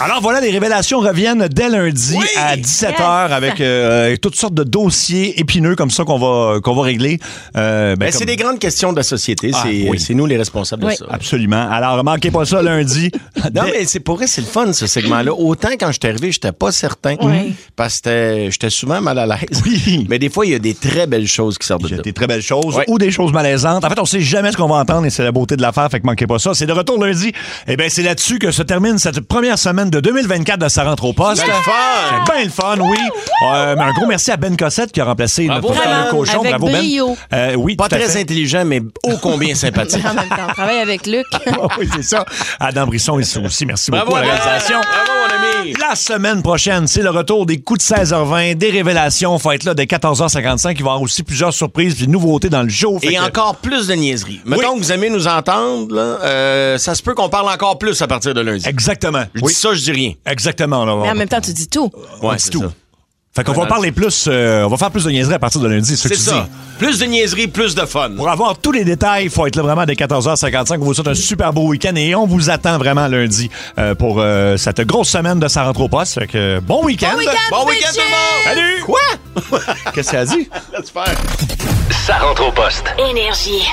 D: Alors voilà, les révélations reviennent dès lundi à 17h avec euh, toutes sortes de dossiers épineux comme ça qu'on va, qu'on va régler. Euh, ben,
C: Ben,
D: comme-
C: C'est des grandes questions de la société.
D: Ah,
C: c'est
D: oui.
C: c'est nous les responsables
D: Oui.
C: de ça.
D: Absolument. Alors, manquez pas ça lundi.
C: Non, mais c'est pour vrai, c'est le fun, ce segment-là. Autant quand je suis arrivé, j'étais pas certain. Mm-hmm.
D: Oui.
C: Parce que c'était- j'étais souvent mal à l'aise. Mais des fois, il y a des très belles choses qui sortent de là.
D: Des très belles choses ou des choses malaisantes. En fait, on sait jamais ce qu'on va entendre et c'est la beauté de l'affaire, fait que manquez pas ça. C'est de retour lundi. Et ben c'est là-dessus que se termine cette première semaine de 2024 de Sa rentre au poste.
C: C'est le fun!
D: C'est bien le fun, oui. Euh, mais un gros merci à Ben Cossette qui a remplacé notre
C: Ben.
D: fameux cochon.
E: Avec
D: Bravo, Ben.
E: brio.
D: Euh, oui,
C: Pas
D: tout à
C: très
D: fait.
C: intelligent, mais ô combien
D: [LAUGHS]
C: sympathique.
E: en même temps, on travaille avec Luc.
D: Ah oui, c'est ça. Adam Brisson est ici aussi. Merci
C: Bravo,
D: beaucoup à la
C: Adam.
D: réalisation.
C: Bravo, mon ami.
D: La semaine prochaine, c'est le retour des coups de 16h20, des révélations. Faut être là dès 14h55. Il va y avoir aussi plusieurs surprises et nouveautés dans le show. Fait
C: Et
D: que-
C: encore plus de niaiseries. Mettons que vous aimez nous entendre, là, euh, ça se peut qu'on parle encore plus à partir de lundi.
D: Exactement.
C: Je dis ça, je dis rien.
D: Exactement. Là, on-
E: Mais en même temps, tu dis tout.
D: on
C: Ouais,
D: dit
C: c'est
D: tout.
C: ça.
D: Fait qu'on va
C: Ouais,
D: parler plus, euh, on va faire plus de niaiseries à partir de lundi, c'est ce que
C: C'est
D: tu
C: ça.
D: dis.
C: Plus de niaiseries, plus de fun.
D: Pour avoir tous les détails, il faut être là vraiment dès 14h55. On vous souhaite un super beau week-end et on vous attend vraiment lundi euh, pour euh, cette grosse semaine de Sa rentre au poste. Fait que bon week-end.
C: Bon week-end, tout le monde!
D: Salut!
C: Quoi?
D: Qu'est-ce que ça dit?
C: Let's faire.
B: Ça rentre au poste.
A: Énergie.